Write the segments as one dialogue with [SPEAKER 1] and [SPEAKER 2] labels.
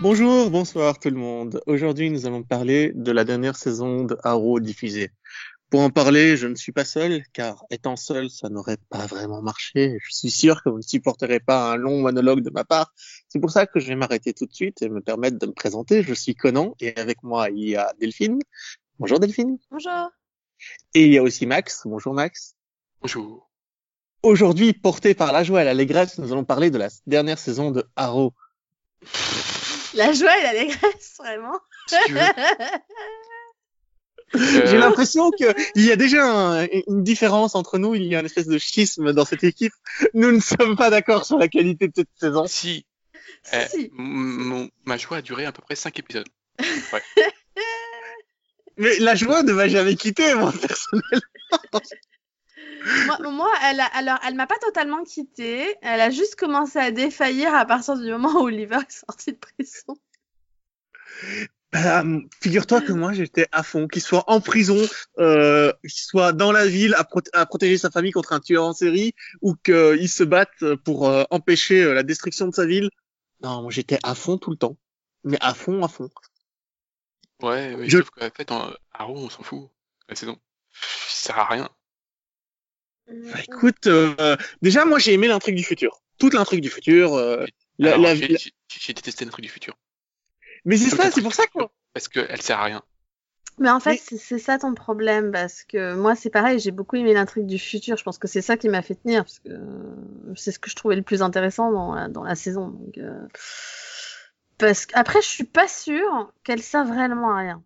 [SPEAKER 1] Bonjour, bonsoir tout le monde. Aujourd'hui, nous allons parler de la dernière saison de Arrow diffusée. Pour en parler, je ne suis pas seul, car étant seul, ça n'aurait pas vraiment marché. Je suis sûr que vous ne supporterez pas un long monologue de ma part. C'est pour ça que je vais m'arrêter tout de suite et me permettre de me présenter. Je suis Conan et avec moi, il y a Delphine. Bonjour Delphine.
[SPEAKER 2] Bonjour.
[SPEAKER 1] Et il y a aussi Max. Bonjour Max.
[SPEAKER 3] Bonjour.
[SPEAKER 1] Aujourd'hui, porté par la joie et l'allégresse, nous allons parler de la dernière saison de Arrow.
[SPEAKER 2] La joie et l'allégresse, vraiment.
[SPEAKER 3] Si tu veux.
[SPEAKER 1] J'ai
[SPEAKER 3] Euh,
[SPEAKER 1] l'impression que il y a déjà un- une différence entre nous. Il y a une espèce de schisme dans cette équipe. Nous ne sommes pas d'accord sur la qualité de cette saison.
[SPEAKER 3] si,
[SPEAKER 2] Si,
[SPEAKER 3] euh,
[SPEAKER 2] si.
[SPEAKER 3] m- mon- ma joie a duré à peu près 5 épisodes.
[SPEAKER 1] Mais la joie ne m'a jamais quitté, moi, personne.
[SPEAKER 2] Moi, moi, elle, a- alors, elle m'a pas totalement quittée. Elle a juste commencé à défaillir à partir du moment où Oliver est sorti de prison.
[SPEAKER 1] Bah, figure-toi que moi, j'étais à fond. Qu'il soit en prison, euh, qu'il soit dans la ville à, prot- à protéger sa famille contre un tueur en série, ou qu'il se batte pour euh, empêcher euh, la destruction de sa ville. Non, moi, j'étais à fond tout le temps. Mais à fond, à fond.
[SPEAKER 3] Ouais, mais
[SPEAKER 1] Je-
[SPEAKER 3] sauf qu'en fait, en Arrow, on s'en fout. La saison. Ça sert à rien.
[SPEAKER 2] Mm.
[SPEAKER 1] Bah, écoute, euh, déjà, moi, j'ai aimé l'intrigue du futur. Toute l'intrigue du futur. euh, la-
[SPEAKER 3] Alors,
[SPEAKER 1] la-
[SPEAKER 3] j'ai-
[SPEAKER 1] la-
[SPEAKER 3] j'ai- J'ai détesté l'intrigue du futur.
[SPEAKER 1] Mais c'est
[SPEAKER 3] Toute
[SPEAKER 1] ça, c'est pour ça que...
[SPEAKER 3] Parce qu'elle sert à rien.
[SPEAKER 2] Mais en fait,
[SPEAKER 1] Mais-
[SPEAKER 2] c'est- c'est ça ton problème, parce que moi, c'est pareil, j'ai beaucoup aimé l'intrigue du futur. Je pense que c'est ça qui m'a fait tenir, parce que euh, c'est ce que je trouvais le plus intéressant dans la, dans la saison. Donc, euh, Parce qu'après, je suis pas sûre qu'elle serve réellement à rien.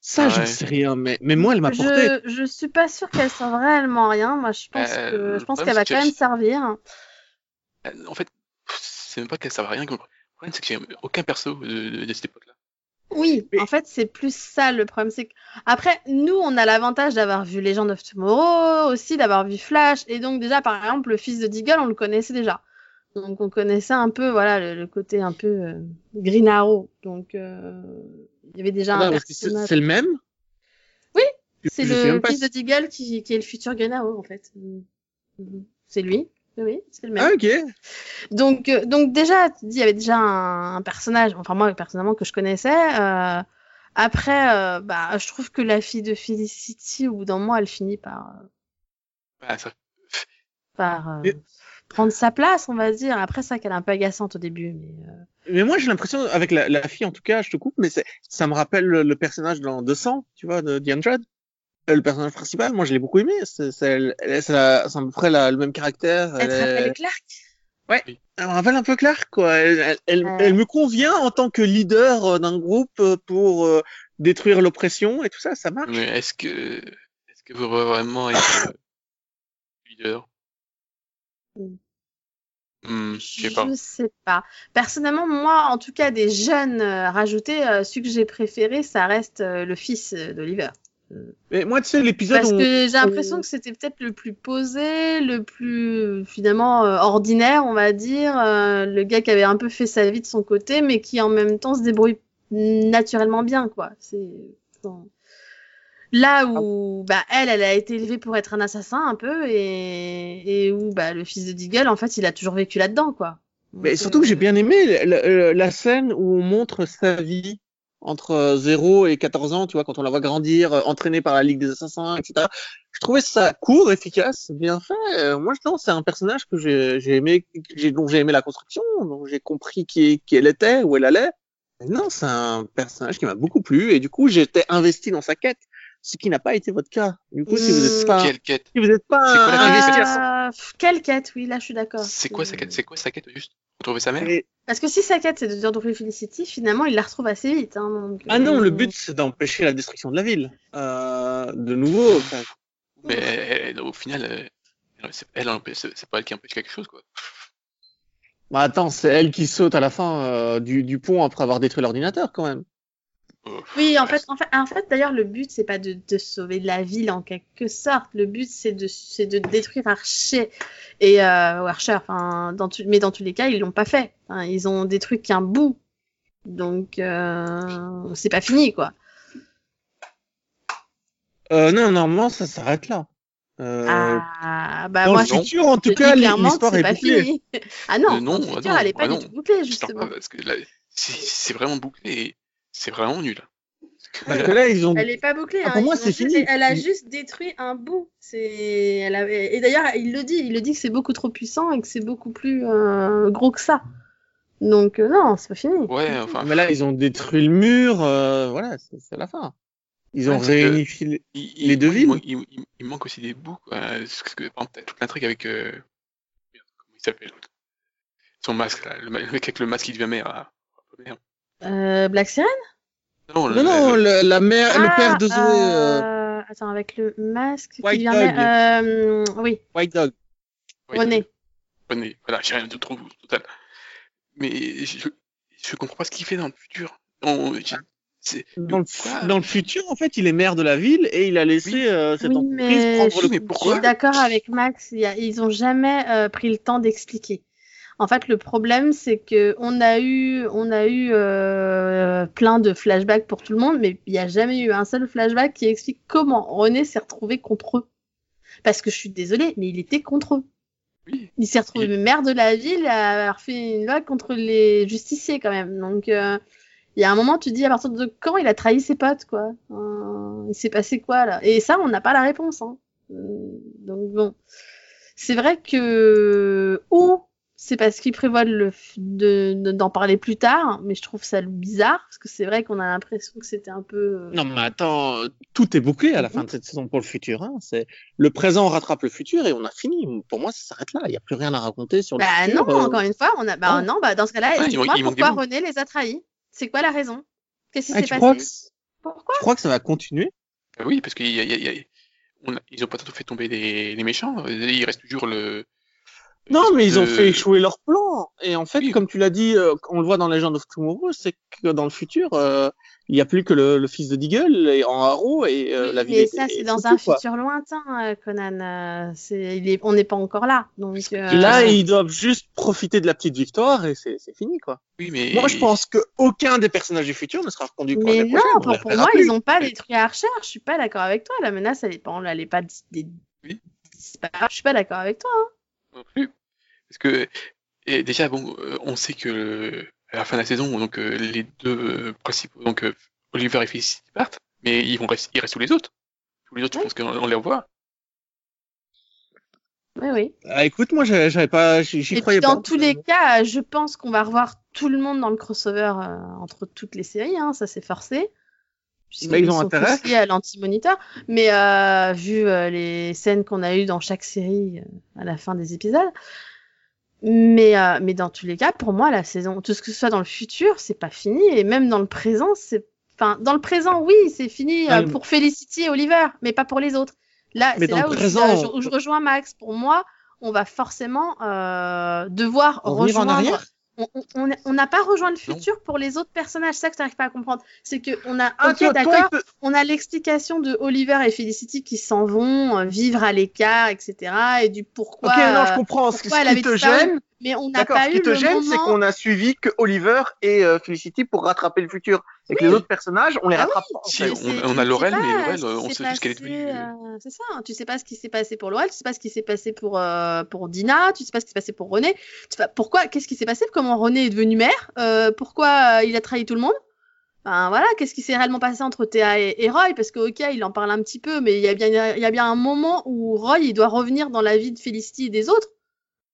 [SPEAKER 1] Ça, j'en
[SPEAKER 3] Ouais.
[SPEAKER 1] sais rien, mais, mais moi, elle m'a porté.
[SPEAKER 2] Je, je suis pas sûre qu'elle serve réellement à rien. Moi, je pense
[SPEAKER 3] Euh,
[SPEAKER 2] que
[SPEAKER 3] le
[SPEAKER 2] je pense
[SPEAKER 3] problème,
[SPEAKER 2] qu'elle va
[SPEAKER 3] c'est
[SPEAKER 2] quand
[SPEAKER 3] que-
[SPEAKER 2] même servir.
[SPEAKER 3] Euh, En fait, c'est même pas qu'elle sert à rien. que- Le problème, c'est que j'ai aucun perso de, de- de cette époque-là.
[SPEAKER 2] Oui,
[SPEAKER 1] Mais-
[SPEAKER 2] en fait, c'est plus ça le problème. C'est que... Après, nous, on a l'avantage d'avoir vu Legend of Tomorrow aussi, d'avoir vu Flash. Et donc, déjà, par exemple, le fils de Deagle, on le connaissait déjà. Donc, on connaissait un peu voilà, le, le côté un peu euh, Green Arrow. Donc, euh, il y avait déjà
[SPEAKER 1] Ah,
[SPEAKER 2] un
[SPEAKER 1] parce que c'est
[SPEAKER 2] personnage.
[SPEAKER 1] c'est le même
[SPEAKER 2] Oui,
[SPEAKER 1] Je-
[SPEAKER 2] C'est
[SPEAKER 1] je sais
[SPEAKER 2] le
[SPEAKER 1] même pas
[SPEAKER 2] fils
[SPEAKER 1] si-
[SPEAKER 2] de Deagle qui, qui est le futur Green Arrow, en fait. Mm. Mhm. C'est lui. Oui, Oui, c'est le même.
[SPEAKER 1] Ah, ok.
[SPEAKER 2] Donc, euh, donc déjà, tu dis, il y avait déjà un, un personnage, enfin moi personnellement que je connaissais. euh, après, euh, bah, je trouve que la fille de Felicity, au bout d'un moment, elle finit par, euh,
[SPEAKER 3] Bah, ça-
[SPEAKER 2] par euh,
[SPEAKER 1] Et-
[SPEAKER 2] prendre sa place, on va dire. Après, c'est vrai qu'elle est un peu agaçante au début, mais euh,
[SPEAKER 1] Mais moi, j'ai l'impression, avec la, la fille, en tout cas, je te coupe, mais c'est- ça me rappelle le, le personnage dans 200, tu vois, de Diane Judd. Euh, Le personnage principal, moi, je l'ai beaucoup aimé. C'est c'est- elle- elle- c'est la- c'est à peu près la- le même caractère.
[SPEAKER 2] elle te
[SPEAKER 1] est-
[SPEAKER 3] Euh,
[SPEAKER 2] rappelle Clark.
[SPEAKER 1] elle me rappelle un peu Clark, quoi. Elle, elle, elle-
[SPEAKER 2] Ouais.
[SPEAKER 1] elle me convient en tant que leader euh, d'un groupe euh, pour euh, détruire l'oppression et tout ça, ça marche.
[SPEAKER 3] Mais est-ce que, est-ce que vous voulez vraiment être euh, leader
[SPEAKER 2] Mm.
[SPEAKER 3] Hmm, Je sais pas.
[SPEAKER 2] Je sais pas. Personnellement, moi, en tout cas, des jeunes euh, rajoutés, euh, celui que j'ai préféré, ça reste euh, le fils euh, d'Oliver.
[SPEAKER 1] Mais moi, tu sais, l'épisode
[SPEAKER 2] Parce
[SPEAKER 1] où...
[SPEAKER 2] que j'ai l'impression
[SPEAKER 1] on-
[SPEAKER 2] que c'était peut-être le plus posé, le plus finalement euh, ordinaire, on va dire, euh, le gars qui avait un peu fait sa vie de son côté, mais qui en même temps se débrouille naturellement bien, quoi. C'est enfin, là où bah elle, elle a été élevée pour être un assassin un peu, et, et où bah le fils de Deagle, en fait, il a toujours vécu là-dedans, quoi.
[SPEAKER 1] Mais
[SPEAKER 2] Donc, euh,
[SPEAKER 1] surtout que j'ai bien aimé la, la- la scène où on montre sa vie entre euh, 0 et 14 ans, tu vois, quand on la voit grandir, euh, entraînée par la Ligue des Assassins, etc. Je trouvais ça court, efficace, bien fait. Euh, Moi, je pense c'est un personnage que j'ai j'ai aimé, que j'ai- dont j'ai aimé la construction, dont j'ai compris qui, qui elle était, où elle allait. Mais Non, c'est un personnage qui m'a beaucoup plu et du coup, j'étais investi dans sa quête, ce qui n'a pas été votre cas. Du coup, si vous n'êtes
[SPEAKER 2] Mmh.
[SPEAKER 1] pas,
[SPEAKER 3] Quelle quête
[SPEAKER 1] si vous n'êtes pas
[SPEAKER 3] Hmm. C'est quoi la
[SPEAKER 1] un-
[SPEAKER 3] quête
[SPEAKER 1] investi à
[SPEAKER 2] Euh, pff, quelle quête, oui, là je suis d'accord.
[SPEAKER 3] C'est quoi sa quête C'est quoi sa quête juste Retrouver sa mère
[SPEAKER 1] Et-
[SPEAKER 2] Parce que si sa quête c'est de retrouver Felicity, finalement il la retrouve assez vite. Hein, donc,
[SPEAKER 1] Ah non,
[SPEAKER 2] euh,
[SPEAKER 1] le but c'est d'empêcher la destruction de la ville. Euh, de nouveau, enfin,
[SPEAKER 3] Mais elle- elle- au final, euh, elle- c'est elle, en- c'est c'est pas elle qui empêche quelque chose, quoi.
[SPEAKER 1] bah attends, c'est elle qui saute à la fin euh, du, du pont après avoir détruit l'ordinateur quand même.
[SPEAKER 3] Euh,
[SPEAKER 2] Oui, en
[SPEAKER 3] ouais,
[SPEAKER 2] fait, en fait, en fait d'ailleurs, le but c'est pas de, de sauver la ville en quelque sorte. Le but c'est de, c'est de détruire Archer et euh, ou Archer. Enfin, dans tout- mais dans tous les cas, ils l'ont pas fait. Hein, ils ont détruit qu'un bout. Donc euh, c'est pas fini quoi.
[SPEAKER 1] Euh, non, normalement ça s'arrête là. Euh,
[SPEAKER 2] ah, bah
[SPEAKER 1] dans
[SPEAKER 2] moi,
[SPEAKER 1] le
[SPEAKER 2] je
[SPEAKER 1] futur, en tout
[SPEAKER 2] te dis
[SPEAKER 1] cas,
[SPEAKER 2] clairement que
[SPEAKER 1] l'histoire
[SPEAKER 2] c'est
[SPEAKER 1] est
[SPEAKER 2] pas
[SPEAKER 1] bouclée.
[SPEAKER 2] fini. Ah non,
[SPEAKER 3] Euh, non,
[SPEAKER 2] dans le
[SPEAKER 3] ah
[SPEAKER 2] futur,
[SPEAKER 3] non,
[SPEAKER 2] elle est pas
[SPEAKER 3] bah
[SPEAKER 2] du
[SPEAKER 3] non.
[SPEAKER 2] tout bouclée,
[SPEAKER 3] Je parle
[SPEAKER 2] justement.
[SPEAKER 3] pas parce que là, c'est- c'est vraiment bouclé et c'est vraiment nul.
[SPEAKER 1] Parce que là, ils ont.
[SPEAKER 2] Elle est pas bouclée.
[SPEAKER 1] Ah,
[SPEAKER 2] hein,
[SPEAKER 1] pour moi,
[SPEAKER 2] ils ont
[SPEAKER 1] c'est
[SPEAKER 2] juste-
[SPEAKER 1] fini.
[SPEAKER 2] Elle a
[SPEAKER 1] Il-
[SPEAKER 2] juste détruit un bout. C'est. Elle avait... Et d'ailleurs, il le dit. Il le dit que c'est beaucoup trop puissant et que c'est beaucoup plus euh, gros que ça. Donc euh, non, c'est pas fini.
[SPEAKER 3] Ouais, enfin,
[SPEAKER 1] Ah, Mais là, ils ont détruit le mur. euh, voilà, c'est c'est la fin. Ils ont
[SPEAKER 3] Ouais, c'est que-
[SPEAKER 1] réunifié. les-
[SPEAKER 3] il,
[SPEAKER 1] les deux
[SPEAKER 3] il-
[SPEAKER 1] villes.
[SPEAKER 3] Il, il- il manque aussi des bouts. quoi. Parce que, par exemple, t'as toute l'intrigue avec. euh, merde, Comment il s'appelle l'autre Son masque, là, le, ma- le mec avec le masque qui devient maire. là. Merde.
[SPEAKER 2] Euh, Black Siren.
[SPEAKER 3] Non,
[SPEAKER 1] Non, non, le, la mère, Ah,
[SPEAKER 2] Ah,
[SPEAKER 1] le père de Zoé, euh,
[SPEAKER 2] euh, Attends, avec le masque. qui
[SPEAKER 1] White
[SPEAKER 2] vient-
[SPEAKER 1] Dog.
[SPEAKER 2] euh, Oui,
[SPEAKER 1] White Dog.
[SPEAKER 3] ouais,
[SPEAKER 2] René.
[SPEAKER 3] René, Voilà, j'ai rien de trop total. Mais je, je comprends pas ce qu'il fait dans le futur. On- j'ai- c'est-
[SPEAKER 1] Dans le, fu-
[SPEAKER 3] Quoi
[SPEAKER 1] dans le futur, en fait, il est maire de la ville et il a laissé
[SPEAKER 3] Oui.
[SPEAKER 1] euh, cette
[SPEAKER 2] Oui,
[SPEAKER 1] entreprise
[SPEAKER 2] mais
[SPEAKER 1] prendre
[SPEAKER 2] je-
[SPEAKER 1] le.
[SPEAKER 3] Mais
[SPEAKER 2] Je
[SPEAKER 3] pourquoi
[SPEAKER 2] suis d'accord avec Max, il y a- ils ont jamais euh, pris le temps d'expliquer. En fait, le problème, c'est que on a eu, on a eu euh, plein de flashbacks pour tout le monde, mais il n'y a jamais eu un seul flashback qui explique comment René s'est retrouvé contre eux. Parce que je suis désolée, mais il était contre eux.
[SPEAKER 3] Oui.
[SPEAKER 2] Il s'est retrouvé maire de la ville à avoir fait une loi contre les justiciers quand même. Donc euh, il y a un moment, tu te dis à partir de quand il a trahi ses potes quoi. Euh, il s'est passé quoi là Et ça, on n'a pas la réponse. Hein. Euh, Donc bon, c'est vrai que ou c'est parce qu'il prévoit de le f- de de- d'en parler plus tard, mais je trouve ça bizarre parce que c'est vrai qu'on a l'impression que c'était un peu.
[SPEAKER 1] Non, mais attends, euh, tout est bouclé à la fin de cette saison pour le futur. Hein. C'est le présent rattrape le futur et on a fini. Pour moi, ça s'arrête là. Il n'y a plus rien à raconter sur le
[SPEAKER 2] Bah non,
[SPEAKER 1] futur. euh.
[SPEAKER 2] encore une fois, on a. Bah
[SPEAKER 1] non.
[SPEAKER 2] non, bah dans ce cas-là,
[SPEAKER 3] Ouais, Ah, il
[SPEAKER 2] explique-moi
[SPEAKER 3] manque- il manque des
[SPEAKER 2] pourquoi
[SPEAKER 3] bouts.
[SPEAKER 2] René les a trahis C'est quoi la raison Qu'est-ce qui
[SPEAKER 1] Ah,
[SPEAKER 2] s'est
[SPEAKER 1] tu, crois
[SPEAKER 2] passé
[SPEAKER 1] que c-
[SPEAKER 2] Pourquoi
[SPEAKER 1] tu crois que ça va continuer
[SPEAKER 3] Bah oui, parce qu'ils ils ont pas tout fait tomber les, les méchants. Il reste toujours le.
[SPEAKER 1] Non, mais ils ont
[SPEAKER 3] le-
[SPEAKER 1] fait échouer leur plan. Et en fait,
[SPEAKER 3] Euh, Oui.
[SPEAKER 1] comme tu l'as dit, euh, on le voit dans Legend of Tomorrow, c'est que dans le futur, euh, il n'y a plus que le, le fils de Deagle et en Arrow et euh,
[SPEAKER 2] Oui,
[SPEAKER 1] la ville.
[SPEAKER 2] mais
[SPEAKER 1] est-
[SPEAKER 2] ça, c'est
[SPEAKER 1] est
[SPEAKER 2] dans
[SPEAKER 1] foutue,
[SPEAKER 2] un
[SPEAKER 1] quoi.
[SPEAKER 2] futur lointain, euh, Conan. euh, c'est- il est- on n'est pas encore là. Donc,
[SPEAKER 3] Parce que
[SPEAKER 2] euh,
[SPEAKER 1] Là, ils doivent juste profiter de la petite victoire et c'est c'est fini, quoi.
[SPEAKER 3] Oui, mais.
[SPEAKER 1] Moi, je pense que aucun des personnages du futur ne sera reconduit pour
[SPEAKER 2] Mais
[SPEAKER 1] l'année
[SPEAKER 2] non,
[SPEAKER 1] prochaine. On les
[SPEAKER 2] pour, pour
[SPEAKER 1] reverra
[SPEAKER 2] moi,
[SPEAKER 1] plus.
[SPEAKER 2] ils n'ont pas détruit Archer. Je suis pas d'accord avec toi. La menace, elle est pas, on l'allait pas dis- dé-
[SPEAKER 3] Oui.
[SPEAKER 2] disparaître. Je suis pas d'accord avec toi.
[SPEAKER 3] non plus. Parce que et déjà, bon, euh, on sait que euh, à la fin de la saison, donc euh, les deux euh, principaux, donc euh, Oliver et Felicity partent, mais ils vont rester, ils restent tous les autres. Tous les autres, je
[SPEAKER 2] Ouais.
[SPEAKER 3] pense qu'on on les revoit.
[SPEAKER 2] Oui, oui.
[SPEAKER 1] Ah, écoute, moi, j'avais j'avais pas, j'y j'y
[SPEAKER 2] Et
[SPEAKER 1] croyais
[SPEAKER 2] puis,
[SPEAKER 1] pas.
[SPEAKER 2] dans tous les cas, euh, je pense qu'on va revoir tout le monde dans le crossover euh, entre toutes les séries. hein, ça, c'est forcé. puisqu'ils
[SPEAKER 1] Mais ils ont
[SPEAKER 2] sont
[SPEAKER 1] intérêt.
[SPEAKER 2] tous liés à l'anti-moniteur. Mais euh, vu euh, les scènes qu'on a eues dans chaque série euh, à la fin des épisodes. Mais, euh, mais dans tous les cas, pour moi, la saison, tout ce que ce soit dans le futur, c'est pas fini. Et même dans le présent, c'est. Enfin, dans le présent, oui, c'est fini euh,
[SPEAKER 1] Ouais, Ah, mais-
[SPEAKER 2] pour Felicity et Oliver, mais pas pour les autres. Là,
[SPEAKER 1] Mais
[SPEAKER 2] c'est
[SPEAKER 1] dans
[SPEAKER 2] là
[SPEAKER 1] le
[SPEAKER 2] où, je-
[SPEAKER 1] présent,
[SPEAKER 2] là, je, où je rejoins Max. Pour moi, on va forcément euh, devoir
[SPEAKER 1] Revenir en
[SPEAKER 2] rejoindre
[SPEAKER 1] arrière
[SPEAKER 2] on- on- on on n'a pas rejoint le futur pour les autres personnages. C'est ça que tu n'arrives pas à comprendre. C'est que on a,
[SPEAKER 1] Ah,
[SPEAKER 2] ok,
[SPEAKER 1] toi- toi,
[SPEAKER 2] d'accord,
[SPEAKER 1] il peut-
[SPEAKER 2] on a l'explication de Oliver et Felicity qui s'en vont euh, vivre à l'écart, etc. Et du pourquoi.
[SPEAKER 1] Ok, non, je
[SPEAKER 2] euh,
[SPEAKER 1] comprends. Ce,
[SPEAKER 2] pourquoi
[SPEAKER 1] ce
[SPEAKER 2] elle
[SPEAKER 1] qui
[SPEAKER 2] avait
[SPEAKER 1] te
[SPEAKER 2] disparu.
[SPEAKER 1] gêne,
[SPEAKER 2] mais on n'a
[SPEAKER 1] d'accord,
[SPEAKER 2] pas
[SPEAKER 1] ce qui
[SPEAKER 2] eu
[SPEAKER 1] te
[SPEAKER 2] le
[SPEAKER 1] gêne, c'est
[SPEAKER 2] moment.
[SPEAKER 1] qu'on a suivi que Oliver et euh, Felicity pour rattraper le futur. Et que les autres personnages, on les
[SPEAKER 2] Ah oui,
[SPEAKER 1] rattrape pas. en
[SPEAKER 3] Si,
[SPEAKER 1] fait.
[SPEAKER 2] Mais
[SPEAKER 3] on-
[SPEAKER 2] c'est- tu
[SPEAKER 3] on a
[SPEAKER 2] sais
[SPEAKER 3] Laurel,
[SPEAKER 2] pas
[SPEAKER 3] mais Laurel,
[SPEAKER 2] ce qui
[SPEAKER 3] on
[SPEAKER 2] s'est
[SPEAKER 3] sait juste qu'elle est
[SPEAKER 2] passé,
[SPEAKER 3] devenue-
[SPEAKER 2] euh, c'est ça, hein. tu sais pas ce qui s'est passé pour Laurel, tu sais pas ce qui s'est passé pour, euh, pour Dina, tu sais pas ce qui s'est passé pour René. Tu sais pas pourquoi, qu'est-ce qui s'est passé, comment René est devenu maire, euh, pourquoi euh, il a trahi tout le monde. Enfin, voilà, qu'est-ce qui s'est réellement passé entre Théa et, et Roy Parce que, ok, il en parle un petit peu, mais il y, a bien- il y a bien un moment où Roy, il doit revenir dans la vie de Felicity et des autres.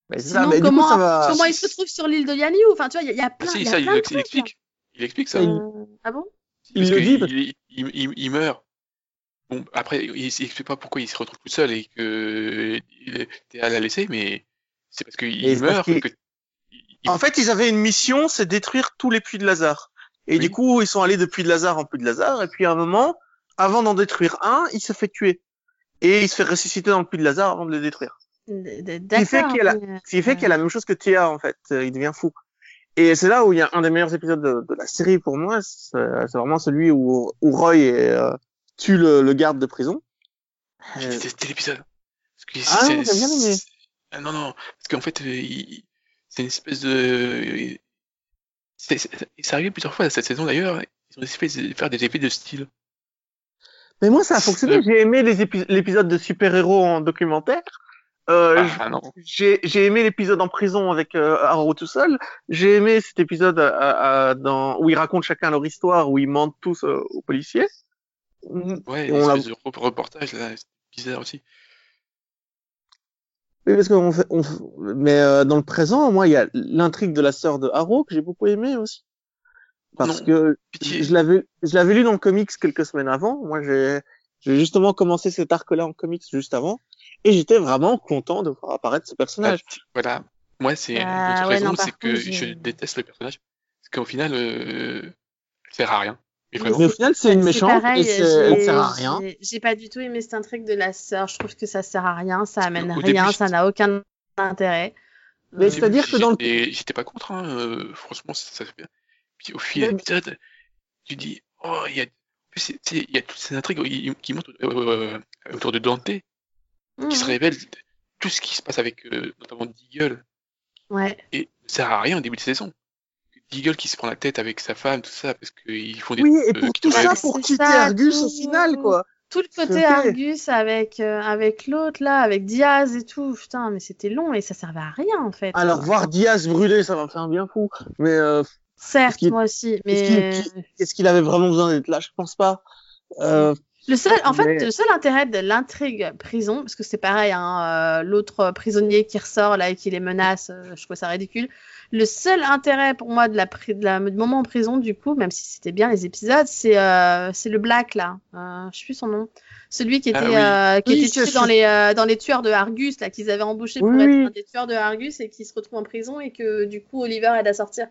[SPEAKER 1] Mais c'est ça,
[SPEAKER 2] Sinon,
[SPEAKER 1] mais du coup,
[SPEAKER 2] comment,
[SPEAKER 1] ça va-
[SPEAKER 2] comment il se retrouve sur l'île de Yanniou Enfin, tu vois, il y a- il y, a
[SPEAKER 3] Ah
[SPEAKER 2] plein,
[SPEAKER 3] si,
[SPEAKER 2] il y a
[SPEAKER 3] ça, il,
[SPEAKER 2] plein de
[SPEAKER 3] il
[SPEAKER 2] trucs.
[SPEAKER 3] explique. Il explique ça.
[SPEAKER 1] hein. Il-
[SPEAKER 2] Euh, ah bon
[SPEAKER 1] il
[SPEAKER 3] Parce
[SPEAKER 1] le
[SPEAKER 3] que
[SPEAKER 1] dit parce-
[SPEAKER 3] il, il- il- il meurt. Bon, après, il, il explique pas pourquoi il se retrouve tout seul et que il- Théa l'a laissé, mais c'est parce
[SPEAKER 1] Mais
[SPEAKER 3] qu'il
[SPEAKER 1] c'est parce
[SPEAKER 3] meurt.
[SPEAKER 1] qu'il-
[SPEAKER 3] que- il-
[SPEAKER 1] En fait, ils avaient une mission, c'est détruire tous les puits de Lazare. Et
[SPEAKER 3] Oui.
[SPEAKER 1] du coup, ils sont allés de puits de Lazare en puits de Lazare. Et puis, à un moment, avant d'en détruire un, il se fait tuer. Et il se fait ressusciter dans le puits de Lazare avant de le détruire.
[SPEAKER 2] D- d-
[SPEAKER 1] fait
[SPEAKER 2] D'accord.
[SPEAKER 1] qu'il y a la-
[SPEAKER 2] mais, euh,
[SPEAKER 1] Ce qui fait
[SPEAKER 2] Ouais.
[SPEAKER 1] qu'il y a la même chose que Tia, en fait. Euh, Il devient fou. Et c'est là où il y a un des meilleurs épisodes de, de la série pour moi. C'est c'est vraiment celui où, où Roy est, euh, tue le, le garde de prison.
[SPEAKER 3] J'ai
[SPEAKER 1] Euh,
[SPEAKER 3] détesté l'épisode. Parce que
[SPEAKER 1] Ah
[SPEAKER 3] c'est-
[SPEAKER 1] non, t'as bien aimé.
[SPEAKER 3] c'est- Ah non, non, parce qu'en fait, euh, il- il- c'est une espèce de. C'est c'est- c'est arrivé plusieurs fois cette saison d'ailleurs. Ils ont essayé de faire des effets de style.
[SPEAKER 1] Mais moi, ça a fonctionné.
[SPEAKER 3] Euh.
[SPEAKER 1] J'ai aimé les épis- l'épisode de super-héros en documentaire. Euh, j-
[SPEAKER 3] Ah non.
[SPEAKER 1] j'ai j'ai aimé l'épisode en prison avec euh, Arrow tout seul. J'ai aimé cet épisode à- à- à- dans, où ils racontent chacun leur histoire, où ils mentent tous euh, aux policiers.
[SPEAKER 3] Ouais,
[SPEAKER 1] Et on l'a-
[SPEAKER 3] l'espèce de re- reportage là, c'est bizarre aussi.
[SPEAKER 1] Oui, parce qu'on fait, on f- mais euh, dans le présent, moi, il y a l'intrigue de la sœur de Harrow que j'ai beaucoup aimé aussi, parce
[SPEAKER 3] Non.
[SPEAKER 1] que
[SPEAKER 3] Pitié.
[SPEAKER 1] je l'avais, je l'avais lu dans le comics quelques semaines avant. Moi, j'ai, j'ai justement commencé cet arc-là en comics juste avant, et j'étais vraiment content de voir apparaître ce personnage.
[SPEAKER 3] Voilà. Moi, c'est
[SPEAKER 2] Ah,
[SPEAKER 3] une autre
[SPEAKER 2] ouais,
[SPEAKER 3] raison,
[SPEAKER 2] non, par
[SPEAKER 3] c'est que
[SPEAKER 2] contre, j'ai-
[SPEAKER 3] je déteste le personnage. Parce qu'au final, euh, elle sert à rien. Mais vraiment.
[SPEAKER 1] Mais au final, c'est une
[SPEAKER 2] C'est
[SPEAKER 1] méchante
[SPEAKER 2] pareil,
[SPEAKER 1] et c'est- elle
[SPEAKER 2] j'ai-
[SPEAKER 1] sert à rien.
[SPEAKER 2] j'ai- J'ai pas du tout aimé cet intrigue de la sœur. Je trouve que ça sert à rien, ça amène
[SPEAKER 3] Au
[SPEAKER 2] rien,
[SPEAKER 3] début,
[SPEAKER 2] ça n'a aucun intérêt.
[SPEAKER 1] Mais
[SPEAKER 2] Euh,
[SPEAKER 3] Au début,
[SPEAKER 1] c'est-à-dire que dans le-
[SPEAKER 3] j'étais- J'étais pas contre, hein, euh, franchement, ça, ça fait bien. Puis au fil de
[SPEAKER 1] Ouais, mais-
[SPEAKER 3] l'épisode, tu dis, oh, il y a. en plus, c'est- tu sais, Il y a toutes ces intrigues qui qui montent euh, euh, autour de Dante,
[SPEAKER 2] mmh.
[SPEAKER 3] qui se révèlent tout ce qui se passe avec euh, notamment Deagle,
[SPEAKER 2] Ouais.
[SPEAKER 3] et ça sert à rien au début de saison. Deagle qui se prend la tête avec sa femme, tout ça, parce qu'ils font des
[SPEAKER 1] Oui, et
[SPEAKER 3] trucs, euh,
[SPEAKER 1] pour
[SPEAKER 3] qui
[SPEAKER 1] tout
[SPEAKER 3] devraient-
[SPEAKER 1] ça,
[SPEAKER 2] c'est
[SPEAKER 1] pour
[SPEAKER 2] ça,
[SPEAKER 1] quitter Argus au
[SPEAKER 2] tout-
[SPEAKER 1] final, quoi.
[SPEAKER 2] Tout le
[SPEAKER 1] S'il
[SPEAKER 2] côté
[SPEAKER 1] te plaît.
[SPEAKER 2] Argus avec, euh, avec l'autre, là, avec Diaz et tout. Putain, mais c'était long et ça servait à rien, en fait.
[SPEAKER 1] Alors voir Diaz brûler, ça m'a fait un bien fou. Mais euh,
[SPEAKER 2] Certes,
[SPEAKER 1] qu'il-
[SPEAKER 2] moi aussi, mais.
[SPEAKER 1] est-ce est-ce qu'il avait vraiment besoin d'être là Je pense pas. Euh,
[SPEAKER 2] Le seul, en fait,
[SPEAKER 1] Mais-
[SPEAKER 2] le seul intérêt de l'intrigue prison, parce que c'est pareil, hein, euh, l'autre prisonnier qui ressort là et qui les menace, euh, je trouve ça ridicule. Le seul intérêt pour moi de la, pri- de la du moment en prison, du coup, même si c'était bien les épisodes, c'est euh, c'est le Black là, euh, je sais plus son nom, celui qui était
[SPEAKER 3] Ah oui.
[SPEAKER 2] euh, qui
[SPEAKER 1] Oui,
[SPEAKER 2] était
[SPEAKER 1] c'est
[SPEAKER 2] tué dans
[SPEAKER 1] ce-
[SPEAKER 2] les euh, dans les tueurs de Argus là qu'ils avaient embauché pour
[SPEAKER 1] Oui, oui.
[SPEAKER 2] être un des tueurs de Argus et qui se retrouve en prison et que du coup Oliver aide à sortir.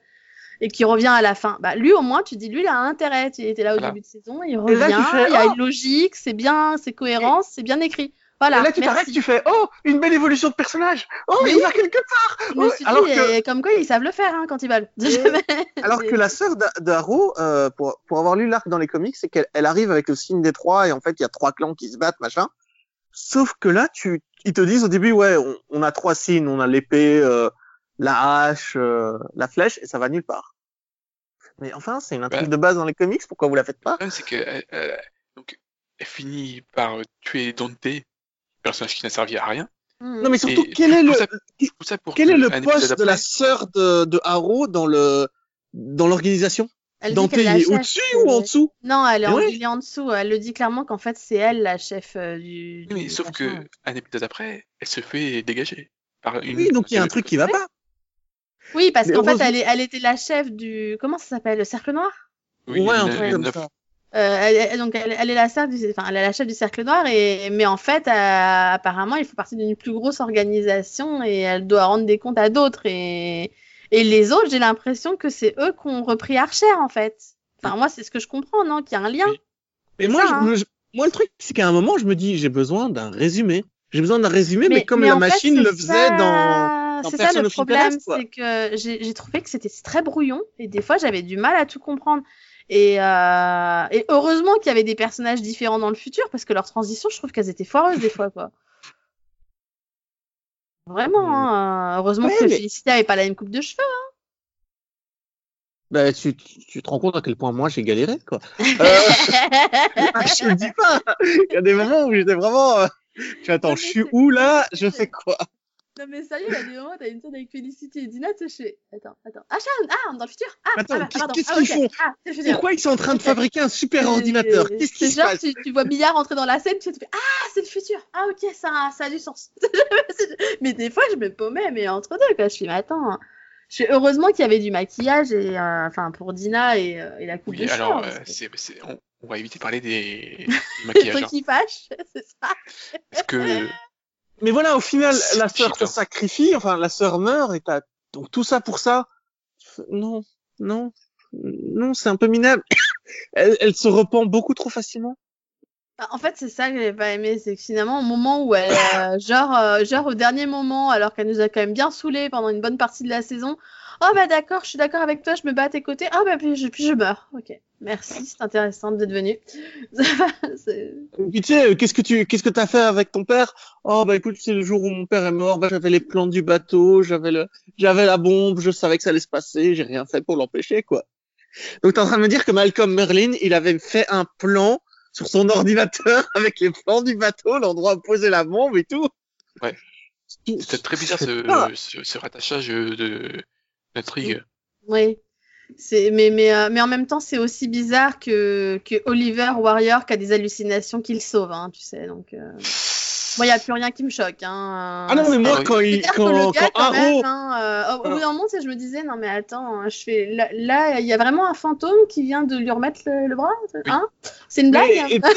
[SPEAKER 2] Et qui revient à la fin. Bah, lui, au moins, tu dis, lui, il a un intérêt. Tu était là au
[SPEAKER 3] Voilà.
[SPEAKER 2] début de saison, il
[SPEAKER 1] Et
[SPEAKER 2] revient,
[SPEAKER 1] là, tu fais,
[SPEAKER 2] il y a
[SPEAKER 1] oh
[SPEAKER 2] une logique, c'est bien, c'est cohérent, c'est bien écrit. Voilà.
[SPEAKER 1] et là, tu
[SPEAKER 2] merci.
[SPEAKER 1] t'arrêtes, tu fais Oh, une belle évolution de personnage Oh,
[SPEAKER 2] Mais
[SPEAKER 1] il va quelque part
[SPEAKER 2] Je me
[SPEAKER 1] ouais,
[SPEAKER 2] suis dit,
[SPEAKER 1] Oh, alors que-
[SPEAKER 2] eh, comme quoi, ils savent le faire hein, quand ils veulent.
[SPEAKER 1] Alors que la sœur d'A- d'Arrow, euh, pour, pour avoir lu l'arc dans les comics, c'est qu'elle elle arrive avec le signe des trois et en fait, il y a trois clans qui se battent, machin. Sauf que là, tu, ils te disent au début, ouais, on, on a trois signes, on a l'épée, euh, la hache, euh, la flèche, et ça va nulle part. Mais enfin, c'est une intrigue
[SPEAKER 3] Ouais.
[SPEAKER 1] de base dans les comics, pourquoi vous la faites pas
[SPEAKER 3] problème, c'est que elle, elle- donc, elle finit par euh, tuer Dante, personnage qui n'a servi à rien.
[SPEAKER 1] Non, mais surtout,
[SPEAKER 3] Et
[SPEAKER 1] quel est
[SPEAKER 3] tout
[SPEAKER 1] le,
[SPEAKER 3] ça- Tout ça pour
[SPEAKER 1] quel est
[SPEAKER 3] que
[SPEAKER 1] le
[SPEAKER 3] un épisode
[SPEAKER 1] poste de la
[SPEAKER 3] après-
[SPEAKER 1] sœur de, de Harrow dans le dans l'organisation Dante, il est au-dessus ou en dessous
[SPEAKER 2] Non, elle est,
[SPEAKER 1] Mais
[SPEAKER 2] en,
[SPEAKER 1] ouais.
[SPEAKER 2] il est en dessous. Elle le dit clairement qu'en fait, c'est elle la chef euh, du.
[SPEAKER 3] Oui, Mais
[SPEAKER 2] du
[SPEAKER 3] sauf que
[SPEAKER 2] machin.
[SPEAKER 3] un épisode après, elle se fait dégager par une.
[SPEAKER 1] Oui, donc il y a un truc qui va pas.
[SPEAKER 2] Oui, parce
[SPEAKER 1] Mais
[SPEAKER 2] qu'en fait,
[SPEAKER 1] heureusement-
[SPEAKER 2] elle, est- elle était la chef du. Comment ça s'appelle Le cercle noir
[SPEAKER 3] Oui,
[SPEAKER 1] ouais, un
[SPEAKER 3] une-
[SPEAKER 1] truc
[SPEAKER 3] une
[SPEAKER 1] comme
[SPEAKER 3] neuf.
[SPEAKER 1] ça.
[SPEAKER 2] Euh, elle, elle- donc elle, elle est la chef du, enfin, elle est la chef du cercle noir et mais en fait euh, apparemment il fait partie d'une plus grosse organisation et elle doit rendre des comptes à d'autres et et les autres j'ai l'impression que c'est eux qui ont repris Archer en fait. Enfin moi c'est ce que je comprends non qu'il y a un lien.
[SPEAKER 3] Oui.
[SPEAKER 1] Mais moi,
[SPEAKER 2] ça, hein.
[SPEAKER 1] je- je- moi, le truc, c'est qu'à un moment, je me dis, j'ai besoin d'un résumé. J'ai besoin d'un résumé, mais, comme la
[SPEAKER 2] en fait,
[SPEAKER 1] machine
[SPEAKER 2] c'est
[SPEAKER 1] le faisait
[SPEAKER 2] ça-
[SPEAKER 1] dans. dans
[SPEAKER 2] C'est ça
[SPEAKER 1] Person
[SPEAKER 2] le
[SPEAKER 1] of
[SPEAKER 2] problème,
[SPEAKER 1] Interest, quoi.
[SPEAKER 2] c'est que j'ai j'ai trouvé que c'était très brouillon et des fois j'avais du mal à tout comprendre. Et, euh, et heureusement qu'il y avait des personnages différents dans le futur parce que leurs transitions, je trouve qu'elles étaient foireuses des fois, quoi. Vraiment, hein, euh, heureusement
[SPEAKER 1] Mm. Ouais,
[SPEAKER 2] que
[SPEAKER 1] mais-
[SPEAKER 2] Félicité avait pas la même coupe de cheveux.
[SPEAKER 1] Bah, tu, tu tu te rends compte à quel point moi j'ai galéré, quoi. Euh, Ah, je le dis pas. Il y a des moments où j'étais vraiment. euh, Tu attends,
[SPEAKER 2] Non,
[SPEAKER 1] je
[SPEAKER 2] mais
[SPEAKER 1] suis
[SPEAKER 2] c'est- Ah,
[SPEAKER 1] où là Je fais quoi
[SPEAKER 2] non mais sérieux, il y a des moments, t'as une scène avec Félicité et Dina, tu sais, je fais... Attends, attends. Ah, Sharon, ah, dans le futur Ah,
[SPEAKER 1] Attends,
[SPEAKER 2] ah, bah,
[SPEAKER 1] qu'est-
[SPEAKER 2] pardon.
[SPEAKER 1] qu'est-ce
[SPEAKER 2] Ah,
[SPEAKER 1] qu'ils
[SPEAKER 2] ok.
[SPEAKER 1] font
[SPEAKER 2] Ah, c'est le futur.
[SPEAKER 1] Pourquoi ils sont en train de fabriquer un super ordinateur
[SPEAKER 2] C'est-
[SPEAKER 1] Qu'est-ce qui
[SPEAKER 2] c'est
[SPEAKER 1] se
[SPEAKER 2] genre,
[SPEAKER 1] passe
[SPEAKER 2] tu, tu vois Millard rentrer dans la scène, tu te fais Ah, c'est le futur Ah, ok, ça, a- ça a du sens. mais des fois, je me paumais, mais entre deux, quoi. Je suis, mais attends. hein. Je suis heureusement qu'il y avait du maquillage, et euh, enfin, pour Dina et, euh, et la coupe de
[SPEAKER 3] Oui,
[SPEAKER 2] cheveux.
[SPEAKER 3] alors,
[SPEAKER 2] parce
[SPEAKER 3] euh,
[SPEAKER 2] que
[SPEAKER 3] c'est- c'est- on, on va éviter de parler des, des
[SPEAKER 2] le
[SPEAKER 3] maquillages.
[SPEAKER 2] truc
[SPEAKER 3] hein,
[SPEAKER 2] qui fâche, c'est ça.
[SPEAKER 3] parce que
[SPEAKER 1] Mais voilà, au final,
[SPEAKER 3] C'est
[SPEAKER 1] la sœur
[SPEAKER 3] cheap,
[SPEAKER 1] se
[SPEAKER 3] hein.
[SPEAKER 1] sacrifie, enfin, la sœur meurt, et t'as, donc tout ça pour ça. Non, non, non, c'est un peu minable. elle, elle se repent beaucoup trop facilement.
[SPEAKER 2] Bah, En fait, c'est ça que j'ai pas aimé, c'est que finalement, au moment où elle, euh, genre, euh, genre au dernier moment, alors qu'elle nous a quand même bien saoulés pendant une bonne partie de la saison, oh bah d'accord, je suis d'accord avec toi, je me bats à tes côtés, oh bah puis je, puis je meurs. Ok, merci, c'est intéressant d'être venu. C'est-
[SPEAKER 1] Et Puis tu sais, euh, qu'est-ce que tu, qu'est-ce que t'as fait avec ton père? Oh, bah, écoute, c'est le jour où mon père est mort, bah, j'avais les plans du bateau, j'avais le, j'avais la bombe, je savais que ça allait se passer, j'ai rien fait pour l'empêcher, quoi. Donc t'es en train de me dire que Malcolm Merlin, il avait fait un plan sur son ordinateur avec les plans du bateau, l'endroit où poser la bombe et tout.
[SPEAKER 3] Ouais. C'était très bizarre
[SPEAKER 1] Ah.
[SPEAKER 3] ce, ce, ce rattachage de d'intrigue.
[SPEAKER 2] Oui. C'est, mais, mais, euh, mais en même temps, c'est aussi bizarre que, que Oliver Warrior qui a des hallucinations qu'il sauve, hein, tu sais. Donc, euh, moi, il n'y a plus rien qui me choque. Hein.
[SPEAKER 1] Ah non, mais moi,
[SPEAKER 3] Ah oui.
[SPEAKER 1] quand, il,
[SPEAKER 2] C'est-à-dire que
[SPEAKER 1] quand,
[SPEAKER 2] le gars,
[SPEAKER 1] quand
[SPEAKER 2] quand
[SPEAKER 1] Arrow,
[SPEAKER 2] même, hein, euh, au- au bout
[SPEAKER 1] Ah.
[SPEAKER 2] d'un moment, tu sais, je me disais, non, mais attends, hein, je fais, là- là, il y a vraiment un fantôme qui vient de lui remettre le, le bras hein C'est une blague
[SPEAKER 1] Mais- et, t'sais,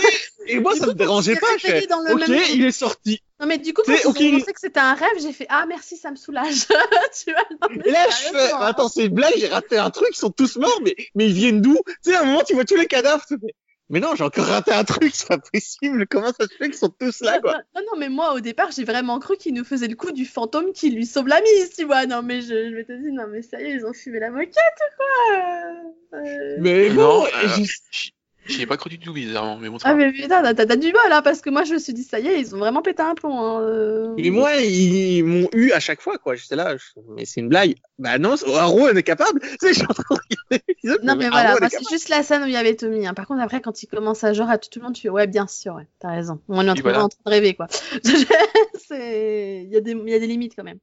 [SPEAKER 1] et moi,
[SPEAKER 2] Du
[SPEAKER 1] ça
[SPEAKER 2] coup,
[SPEAKER 1] me dérangeait
[SPEAKER 2] s'est
[SPEAKER 1] pas. je
[SPEAKER 2] réveillé
[SPEAKER 1] fais,
[SPEAKER 2] dans le
[SPEAKER 1] ok,
[SPEAKER 2] même
[SPEAKER 1] il est sorti.
[SPEAKER 2] Non, mais du coup, quand
[SPEAKER 1] T'sais,
[SPEAKER 2] ils ont
[SPEAKER 1] ok.
[SPEAKER 2] annoncé que c'était un rêve, j'ai fait, ah, merci, ça me soulage. tu vois, non, mais
[SPEAKER 1] Et là, je
[SPEAKER 2] sérieusement,
[SPEAKER 1] fais,
[SPEAKER 2] hein.
[SPEAKER 1] attends, c'est une blague, j'ai raté un truc, ils sont tous morts, mais, mais ils viennent d'où Tu sais, à un moment, tu vois tous les cadavres. tu fais, Mais non, j'ai encore raté un truc, c'est pas possible. Comment ça se fait qu'ils sont tous là, quoi
[SPEAKER 2] Non, non, non, mais moi au départ, j'ai vraiment cru qu'il nous faisait le coup du fantôme qui lui sauve la mise, tu vois. Non, mais je, je m'étais dit, non, mais ça y est, ils ont fumé la moquette ou quoi Euh, euh,
[SPEAKER 1] Mais bon,
[SPEAKER 3] Non,
[SPEAKER 1] et
[SPEAKER 3] euh,
[SPEAKER 1] j'ai-
[SPEAKER 3] j'y- j'y ai pas cru du tout, bizarrement, mais bon, ça
[SPEAKER 2] Ah,
[SPEAKER 3] va.
[SPEAKER 2] mais putain, t'as- t'as du bol, hein, parce que moi je me suis dit, ça y est, ils ont vraiment pété un plomb. Hein, euh.
[SPEAKER 1] mais moi, ils m'ont eu à chaque fois, quoi. J'étais là, je- mais c'est une blague. Bah non, c'est- Arrow, on est capable. Tu sais, je suis en train de regarder l'épisode,
[SPEAKER 2] Non, mais
[SPEAKER 1] Arrow,
[SPEAKER 2] voilà,
[SPEAKER 1] on est
[SPEAKER 2] moi,
[SPEAKER 1] capable.
[SPEAKER 2] c'est juste la scène où il y avait Tommy. hein. Par contre, après, quand il commence à genre à tout le monde, tu fais, ouais, bien sûr, ouais, t'as raison. On est en
[SPEAKER 3] Oui,
[SPEAKER 2] train,
[SPEAKER 3] voilà.
[SPEAKER 2] en train de rêver, quoi. C'est- il y, a des- il y a des limites quand même.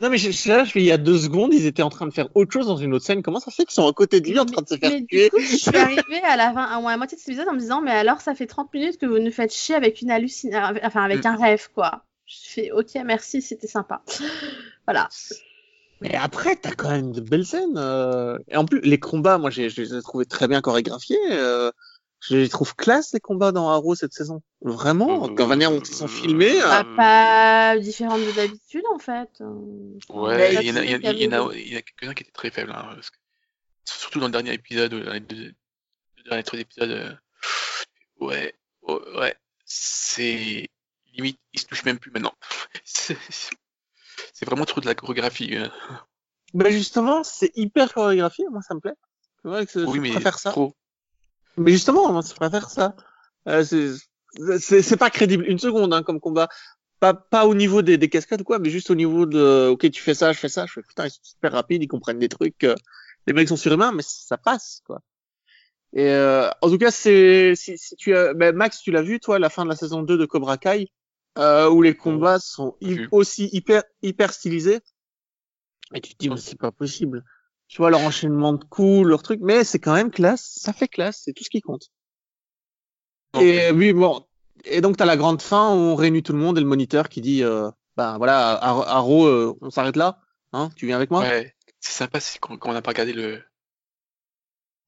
[SPEAKER 1] Non, mais je, je- là, je fais, il y a deux secondes, ils étaient en train de faire autre chose dans une autre scène. Comment ça se fait qu'ils sont à côté de lui en train de se faire
[SPEAKER 2] Mais du
[SPEAKER 1] tuer
[SPEAKER 2] coup, je suis arrivée à la, fin, ou à la moitié de cet épisode en me disant, mais alors ça fait 30 minutes que vous nous faites chier avec une hallucination, enfin
[SPEAKER 3] Mm.
[SPEAKER 2] avec un rêve, quoi. Je fais, ok, merci, c'était sympa. Voilà.
[SPEAKER 1] Mais après, t'as quand même de belles scènes. euh, Et en plus, les combats, moi, j'ai- je les ai trouvés très bien chorégraphiés. euh, Je les trouve classe, les combats dans Arrow cette saison. Vraiment,
[SPEAKER 3] Euh,
[SPEAKER 1] quand manière dont ils sont
[SPEAKER 3] Ah,
[SPEAKER 1] filmés. euh,
[SPEAKER 2] Bah,
[SPEAKER 3] mm.
[SPEAKER 2] pas différente de d'habitude, en fait. Euh,
[SPEAKER 3] Ouais,
[SPEAKER 2] pas
[SPEAKER 3] il y en a, il y en
[SPEAKER 2] de
[SPEAKER 3] a- il y en
[SPEAKER 2] truc à
[SPEAKER 3] a, il y en a quelques-uns qui étaient très faibles. hein, parce que- surtout dans le dernier épisode, dans les deux, deux derniers trois épisodes. euh, Ouais, ouais, ouais, c'est limite, ils se touchent même plus maintenant. C'est c'est vraiment trop de la chorégraphie. hein.
[SPEAKER 1] Mais justement, c'est hyper chorégraphié. Moi, ça me plaît. Tu vois, que
[SPEAKER 3] Oui,
[SPEAKER 1] je
[SPEAKER 3] mais
[SPEAKER 1] préfère ça.
[SPEAKER 3] trop.
[SPEAKER 1] Mais justement, moi, je préfère ça. Euh, c'est- c'est c'est pas crédible une seconde hein, comme combat. Pas, pas au niveau des, des cascades ou quoi, mais juste au niveau de OK, tu fais ça, je fais ça, je fais putain, ils sont super rapides, ils comprennent des trucs. euh, les mecs sont surhumains, mais ça passe quoi. Et euh, en tout cas, c'est si, si tu as, ben, Max, tu l'as vu toi, la fin de la saison 2 de Cobra Kai, euh, où les combats sont hy-
[SPEAKER 3] Vu.
[SPEAKER 1] aussi hyper hyper stylisés. Et tu te dis mais c'est pas possible. Tu vois leur enchaînement de coups, leur truc, mais c'est quand même classe, ça fait classe, c'est tout ce qui compte.
[SPEAKER 3] Non,
[SPEAKER 1] Et euh, oui, bon. Et donc, t'as la grande fin où on réunit tout le monde et le moniteur qui dit euh, Ben voilà, Ar- Arrow, euh, on s'arrête là. Hein, tu viens avec moi
[SPEAKER 3] Ouais, c'est sympa c'est quand, quand on n'a pas regardé le,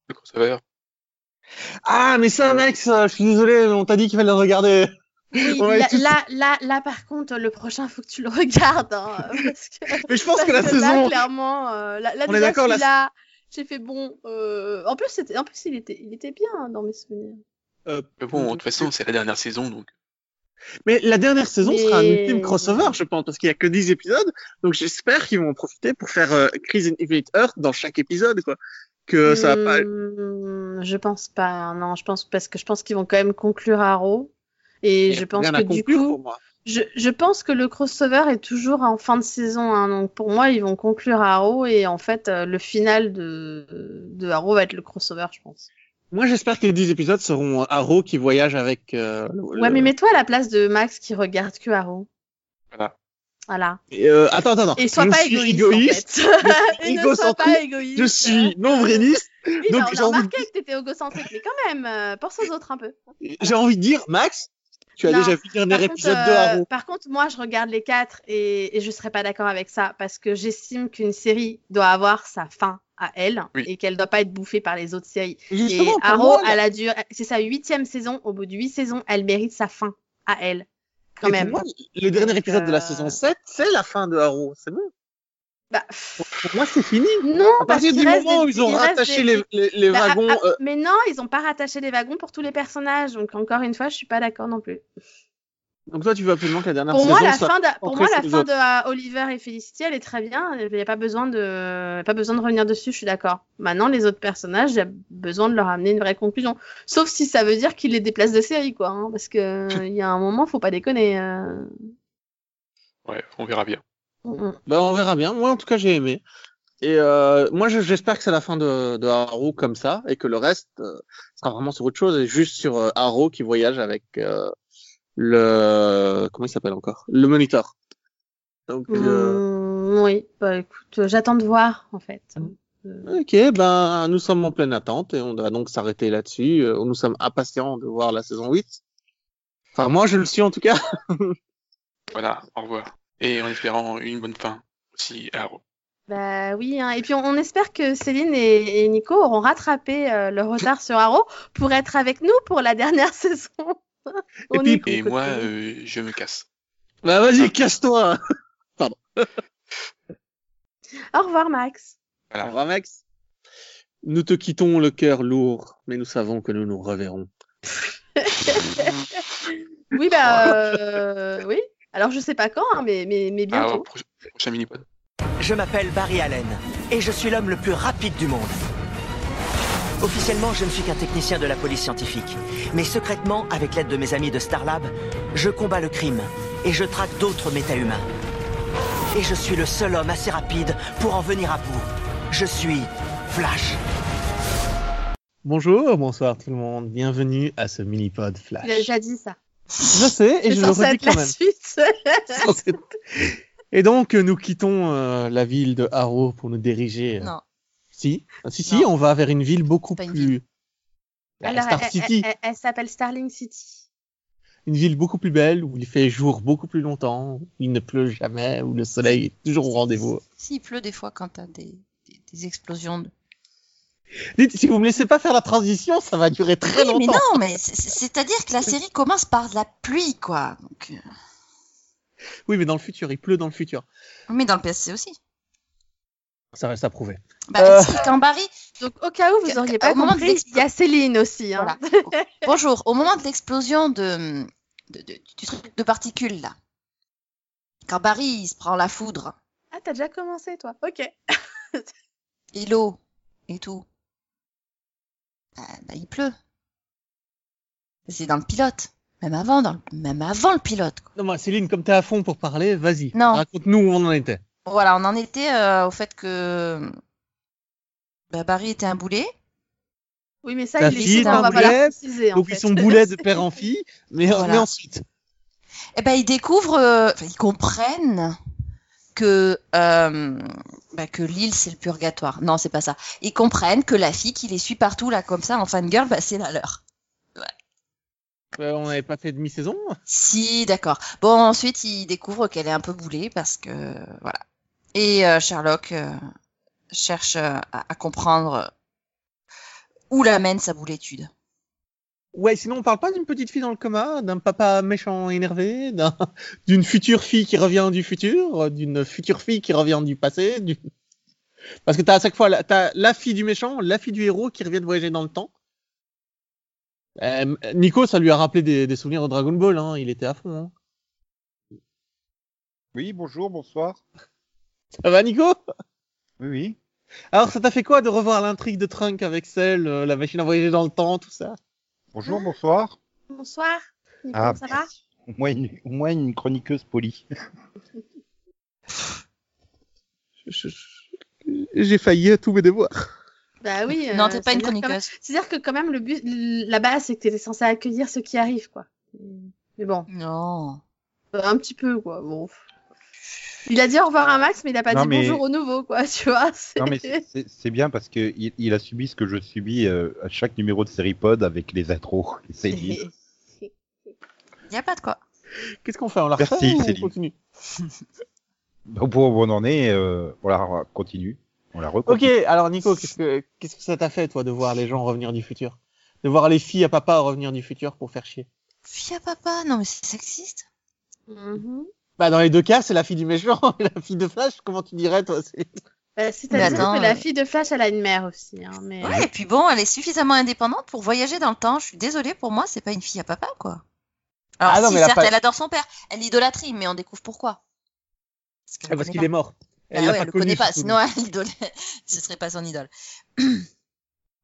[SPEAKER 3] le crossover.
[SPEAKER 1] Ah, mais ça, Max, euh, je suis désolé, mais on t'a dit qu'il fallait le regarder.
[SPEAKER 2] Oui,
[SPEAKER 1] Ouais,
[SPEAKER 2] là,
[SPEAKER 1] tout-
[SPEAKER 2] là, là, là, par contre, le prochain, faut que tu le regardes. hein, parce que,
[SPEAKER 1] Mais je pense que la
[SPEAKER 2] parce là,
[SPEAKER 1] saison.
[SPEAKER 2] clairement, euh, là, là,
[SPEAKER 1] On est
[SPEAKER 2] déjà,
[SPEAKER 1] d'accord, là,
[SPEAKER 2] celui-là, j'ai fait bon. euh, En plus, c'était, en plus, il était, il était bien hein, dans mes souvenirs.
[SPEAKER 1] euh,
[SPEAKER 3] Mais bon, de toute façon, c'est la dernière saison, donc
[SPEAKER 1] mais la dernière saison sera un
[SPEAKER 2] Mais-
[SPEAKER 1] ultime crossover, je pense, parce qu'il y a que 10 épisodes. Donc, j'espère qu'ils vont en profiter pour faire euh, Crise in Infinite Earth dans chaque épisode, quoi. Que Euh, ça va pas.
[SPEAKER 2] Hmm, Je pense pas. Non, je pense parce que je pense qu'ils vont quand même conclure Arrow. Et
[SPEAKER 1] il y
[SPEAKER 2] je
[SPEAKER 1] a
[SPEAKER 2] pense
[SPEAKER 1] rien à
[SPEAKER 2] que du
[SPEAKER 1] conclure
[SPEAKER 2] coup,
[SPEAKER 1] pour moi.
[SPEAKER 2] je, je pense que le crossover est toujours en fin de saison. hein, donc pour moi, ils vont conclure Arrow et en fait, euh, le final de, de Arrow va être le crossover, je pense.
[SPEAKER 1] Moi, j'espère que les 10 épisodes seront euh, Arrow qui voyage avec. euh, le-
[SPEAKER 2] Ouais,
[SPEAKER 1] le-
[SPEAKER 2] mais mets-toi à la place de Max qui regarde que Arrow.
[SPEAKER 3] voilà.
[SPEAKER 2] Voilà.
[SPEAKER 1] Et, euh, attends, attends, attends.
[SPEAKER 2] Et sois
[SPEAKER 1] je
[SPEAKER 2] pas
[SPEAKER 1] suis
[SPEAKER 2] égoïste.
[SPEAKER 1] égoïste.
[SPEAKER 2] en fait.
[SPEAKER 1] suis
[SPEAKER 2] Et ne sois pas
[SPEAKER 1] égocentrique.
[SPEAKER 2] égoïste.
[SPEAKER 1] Je suis nombriliste.
[SPEAKER 2] Oui,
[SPEAKER 1] donc
[SPEAKER 2] bah, on
[SPEAKER 1] j'ai
[SPEAKER 2] a
[SPEAKER 1] envie de
[SPEAKER 2] remarqué que t'étais égocentrique, mais quand même, euh, pense aux autres un peu.
[SPEAKER 1] J'ai envie de dire, Max, tu as
[SPEAKER 2] Non,
[SPEAKER 1] déjà vu le dernier
[SPEAKER 2] contre,
[SPEAKER 1] épisode de
[SPEAKER 2] euh,
[SPEAKER 1] Arrow.
[SPEAKER 2] par contre, moi, je regarde les quatre et, et je serais pas d'accord avec ça parce que j'estime qu'une série doit avoir sa fin à elle
[SPEAKER 3] Oui.
[SPEAKER 2] et qu'elle doit pas être bouffée par les autres séries. Et
[SPEAKER 1] Justement, pour
[SPEAKER 2] Arrow,
[SPEAKER 1] moi,
[SPEAKER 2] elle a dû, c'est sa huitième saison. Au bout de huit saisons, elle mérite sa fin à elle, quand
[SPEAKER 1] et pour
[SPEAKER 2] même.
[SPEAKER 1] moi, le dernier
[SPEAKER 2] Donc,
[SPEAKER 1] épisode de la
[SPEAKER 2] euh,
[SPEAKER 1] saison 7, c'est la fin de Arrow. C'est bon.
[SPEAKER 2] Bah,
[SPEAKER 1] Pour moi, c'est fini.
[SPEAKER 2] non,
[SPEAKER 1] À
[SPEAKER 2] parce
[SPEAKER 1] partir
[SPEAKER 2] qu'il
[SPEAKER 1] du
[SPEAKER 2] reste
[SPEAKER 1] moment
[SPEAKER 2] des-
[SPEAKER 1] où ils ont
[SPEAKER 2] il reste
[SPEAKER 1] rattaché
[SPEAKER 2] des-
[SPEAKER 1] les, les, les
[SPEAKER 2] Bah,
[SPEAKER 1] wagons,
[SPEAKER 2] ah, ah,
[SPEAKER 1] euh,
[SPEAKER 2] Mais non, ils ont pas rattaché les wagons pour tous les personnages. Donc, encore une fois, je suis pas d'accord non plus.
[SPEAKER 1] donc toi, tu veux absolument que la dernière
[SPEAKER 2] Pour
[SPEAKER 1] saison
[SPEAKER 2] moi, la
[SPEAKER 1] soit-
[SPEAKER 2] fin de, pour
[SPEAKER 1] entre
[SPEAKER 2] moi, la
[SPEAKER 1] ces
[SPEAKER 2] fin
[SPEAKER 1] autres.
[SPEAKER 2] de euh, Oliver et Felicity, elle est très bien. Il n'y a pas besoin de, pas besoin de revenir dessus, je suis d'accord. Maintenant, les autres personnages, il y a besoin de leur amener une vraie conclusion. Sauf si ça veut dire qu'ils les déplacent de série, quoi. hein, parce que, euh, il y a un moment, faut pas déconner. euh.
[SPEAKER 3] Ouais, on verra bien.
[SPEAKER 2] Mm, mm.
[SPEAKER 1] euh, Bah, on verra bien. Moi, en tout cas, j'ai aimé. Et euh, moi, je- j'espère que c'est la fin de, de Arrow comme ça et que le reste euh, sera vraiment sur autre chose et juste sur euh, Arrow qui voyage avec euh, le comment il s'appelle encore le moniteur. Donc euh,
[SPEAKER 2] Hum, Mm, oui, bah écoute, euh, j'attends de voir en fait. Euh,
[SPEAKER 1] ok, ben nous sommes en pleine attente et on va donc s'arrêter là-dessus. Euh, Nous sommes impatients de voir la saison 8. Enfin, moi, je le suis en tout cas.
[SPEAKER 3] Voilà, au revoir. Et en espérant une bonne fin aussi à Arrow.
[SPEAKER 2] Bah oui, hein. et puis on, on espère que Céline et, et Nico auront rattrapé euh, leur retard sur Arrow pour être avec nous pour la dernière saison.
[SPEAKER 1] Et
[SPEAKER 2] On
[SPEAKER 1] puis-
[SPEAKER 2] est pour
[SPEAKER 3] Et
[SPEAKER 2] côté.
[SPEAKER 3] moi, euh, je me casse.
[SPEAKER 1] Bah vas-y, casse-toi.
[SPEAKER 2] Au revoir Max.
[SPEAKER 1] Au revoir, Max. Nous te quittons le cœur lourd, mais nous savons que nous nous reverrons.
[SPEAKER 2] Oui, bah euh, oui. Alors je sais pas quand, hein, mais, mais, mais
[SPEAKER 3] Ah,
[SPEAKER 2] bientôt.
[SPEAKER 3] au pro- prochain mini-pod.
[SPEAKER 4] Je m'appelle Barry Allen et je suis l'homme le plus rapide du monde. Officiellement, je ne suis qu'un technicien de la police scientifique. Mais secrètement, avec l'aide de mes amis de Starlab, je combats le crime et je traque d'autres méta-humains. Et je suis le seul homme assez rapide pour en venir à bout. Je suis Flash.
[SPEAKER 1] Bonjour, bonsoir tout le monde, bienvenue à ce mini-pod Flash.
[SPEAKER 2] Il a déjà dit ça.
[SPEAKER 1] Je sais, et
[SPEAKER 2] C'est
[SPEAKER 1] je le
[SPEAKER 2] censé
[SPEAKER 1] redis
[SPEAKER 2] être la
[SPEAKER 1] quand même.
[SPEAKER 2] suite.
[SPEAKER 1] Et donc, euh, nous quittons euh, la ville de Harrow pour nous diriger. euh,
[SPEAKER 5] Non.
[SPEAKER 1] Si, Ah, si, si,
[SPEAKER 5] Non.
[SPEAKER 1] on va vers une ville beaucoup
[SPEAKER 5] pas une euh,
[SPEAKER 1] plus. Bah,
[SPEAKER 2] Alors,
[SPEAKER 1] Star
[SPEAKER 2] elle- elle-
[SPEAKER 1] City,
[SPEAKER 2] elle- elle s'appelle Starling City.
[SPEAKER 1] une ville beaucoup plus belle, où il fait jour beaucoup plus longtemps, où il ne pleut jamais, où le soleil est toujours au rendez-vous.
[SPEAKER 5] S'il pleut des fois quand t'as des, des, des explosions. de-
[SPEAKER 1] Dites, si vous me laissez pas faire la transition, ça va durer très
[SPEAKER 5] Oui, mais
[SPEAKER 1] longtemps.
[SPEAKER 5] non, mais c'est- c'est- c'est-à-dire que la série commence par de la pluie, quoi. Donc, euh,
[SPEAKER 1] Oui, mais dans le futur, il pleut dans le futur.
[SPEAKER 5] Mais dans le PSC aussi.
[SPEAKER 1] Ça reste à prouver.
[SPEAKER 5] Bah,
[SPEAKER 1] Euh.
[SPEAKER 5] si, quand Barry.
[SPEAKER 2] Donc au cas où vous
[SPEAKER 5] Au
[SPEAKER 2] auriez pas
[SPEAKER 5] moment de
[SPEAKER 2] compris, il y a Céline aussi. Hein.
[SPEAKER 5] Voilà. Bonjour. Au moment de l'explosion de, de- de- du truc de particules, là. Quand Barry il se prend la foudre
[SPEAKER 2] Ah, t'as déjà commencé toi. Ok.
[SPEAKER 5] et l'eau et tout, bah, bah, il pleut. C'est dans le pilote. Même avant, dans le- même avant le pilote. quoi.
[SPEAKER 1] Non, mais Céline, comme t'es à fond pour parler, vas-y.
[SPEAKER 5] Non.
[SPEAKER 1] Raconte-nous où on en était.
[SPEAKER 5] Voilà, on en était euh, au fait que bah, Barry était un boulet.
[SPEAKER 2] Oui, mais ça,
[SPEAKER 1] Ta
[SPEAKER 2] il
[SPEAKER 5] fille
[SPEAKER 2] est
[SPEAKER 5] est
[SPEAKER 2] on va
[SPEAKER 5] en
[SPEAKER 2] pas la
[SPEAKER 1] boulet,
[SPEAKER 2] préciser. en
[SPEAKER 1] Donc, ils
[SPEAKER 2] fait.
[SPEAKER 1] sont boulets de père en fille, mais, euh,
[SPEAKER 5] Voilà.
[SPEAKER 1] mais ensuite.
[SPEAKER 5] Eh ben, ils découvrent, euh, enfin, ils comprennent que euh, bah, que l'île c'est le purgatoire. Non, c'est pas ça. Ils comprennent que la fille qui les suit partout là comme ça en fangirl, bah, c'est la leur.
[SPEAKER 1] Euh, on n'avait pas fait demi-saison
[SPEAKER 5] Si, d'accord. Bon, ensuite ils découvrent qu'elle est un peu boulée parce que voilà. Et euh, Sherlock euh, cherche euh, à, à comprendre où l'amène sa boulétude.
[SPEAKER 1] Ouais, sinon on parle pas d'une petite fille dans le coma, d'un papa méchant énervé, d'un- d'une future fille qui revient du futur, euh, d'une future fille qui revient du passé. du- Parce que t'as à chaque fois la, t'as la fille du méchant, la fille du héros qui revient de voyager dans le temps. Euh, Nico, ça lui a rappelé des, des souvenirs de Dragon Ball, hein, il était à fond. hein.
[SPEAKER 6] Oui, bonjour, bonsoir.
[SPEAKER 1] Ça va Nico
[SPEAKER 6] Oui, oui.
[SPEAKER 1] Alors ça t'a fait quoi de revoir l'intrigue de Trunk avec celle, euh, la machine à voyager dans le temps, tout ça
[SPEAKER 6] Bonjour,
[SPEAKER 2] Ah.
[SPEAKER 6] bonsoir.
[SPEAKER 2] Bonsoir. Nico,
[SPEAKER 6] Ah,
[SPEAKER 2] ça va
[SPEAKER 6] Au moins une, au moins une chroniqueuse polie.
[SPEAKER 1] Je- je- J'ai failli à tous mes devoirs.
[SPEAKER 2] Bah oui. euh,
[SPEAKER 5] non, t'es pas une
[SPEAKER 2] c'est-à-dire quand même-
[SPEAKER 5] chroniqueuse.
[SPEAKER 2] C'est-à-dire que quand même, le but, la base, c'est que t'étais censé accueillir ceux qui arrivent, quoi. Mais bon,
[SPEAKER 5] Non.
[SPEAKER 2] euh, un petit peu, quoi. Bon. Il a dit au revoir à Max, mais il a pas
[SPEAKER 6] Non,
[SPEAKER 2] dit
[SPEAKER 6] mais-
[SPEAKER 2] bonjour au nouveau, quoi. Tu vois c'est-
[SPEAKER 6] Non, mais c'est- c'est c'est bien parce que il, il a subi ce que je subis euh, à chaque numéro de série pod avec les intros. C'est dit.
[SPEAKER 5] Y a pas de quoi.
[SPEAKER 1] Qu'est-ce qu'on fait On la
[SPEAKER 6] Merci,
[SPEAKER 1] refait ou on
[SPEAKER 6] Céline.
[SPEAKER 1] continue
[SPEAKER 6] Au point où on en est, euh, on la continue. On la
[SPEAKER 1] Ok,
[SPEAKER 6] recontinue.
[SPEAKER 1] alors Nico, qu'est-ce que qu'est-ce que ça t'a fait toi de voir les gens revenir du futur De voir les filles à papa revenir du futur pour faire chier
[SPEAKER 5] Fille à papa, non mais c'est sexiste.
[SPEAKER 2] Mhm.
[SPEAKER 1] Bah dans les deux cas, c'est la fille du méchant et la fille de Flash, comment tu dirais toi c'est-
[SPEAKER 2] Bah, C'est-à-dire
[SPEAKER 5] Mais attends,
[SPEAKER 2] que la
[SPEAKER 5] euh,
[SPEAKER 2] fille de Flash, elle a une mère aussi. Hein, mais...
[SPEAKER 5] Ouais, et puis bon, elle est suffisamment indépendante pour voyager dans le temps. Je suis désolée, pour moi, c'est pas une fille à papa, quoi. Alors,
[SPEAKER 1] Ah non,
[SPEAKER 5] si,
[SPEAKER 1] mais elle a
[SPEAKER 5] certes,
[SPEAKER 1] pas-
[SPEAKER 5] elle adore son père, elle l'idolâtrie, mais on découvre pourquoi. Parce qu'elle
[SPEAKER 1] Ah,
[SPEAKER 5] le
[SPEAKER 1] Parce
[SPEAKER 5] connaît
[SPEAKER 1] qu'il
[SPEAKER 5] pas.
[SPEAKER 1] est mort.
[SPEAKER 5] Bah
[SPEAKER 1] Elle l'a
[SPEAKER 5] ouais,
[SPEAKER 1] pas
[SPEAKER 5] le
[SPEAKER 1] connu,
[SPEAKER 5] connaît pas,
[SPEAKER 1] surtout.
[SPEAKER 5] sinon elle idole... ce serait pas son idole.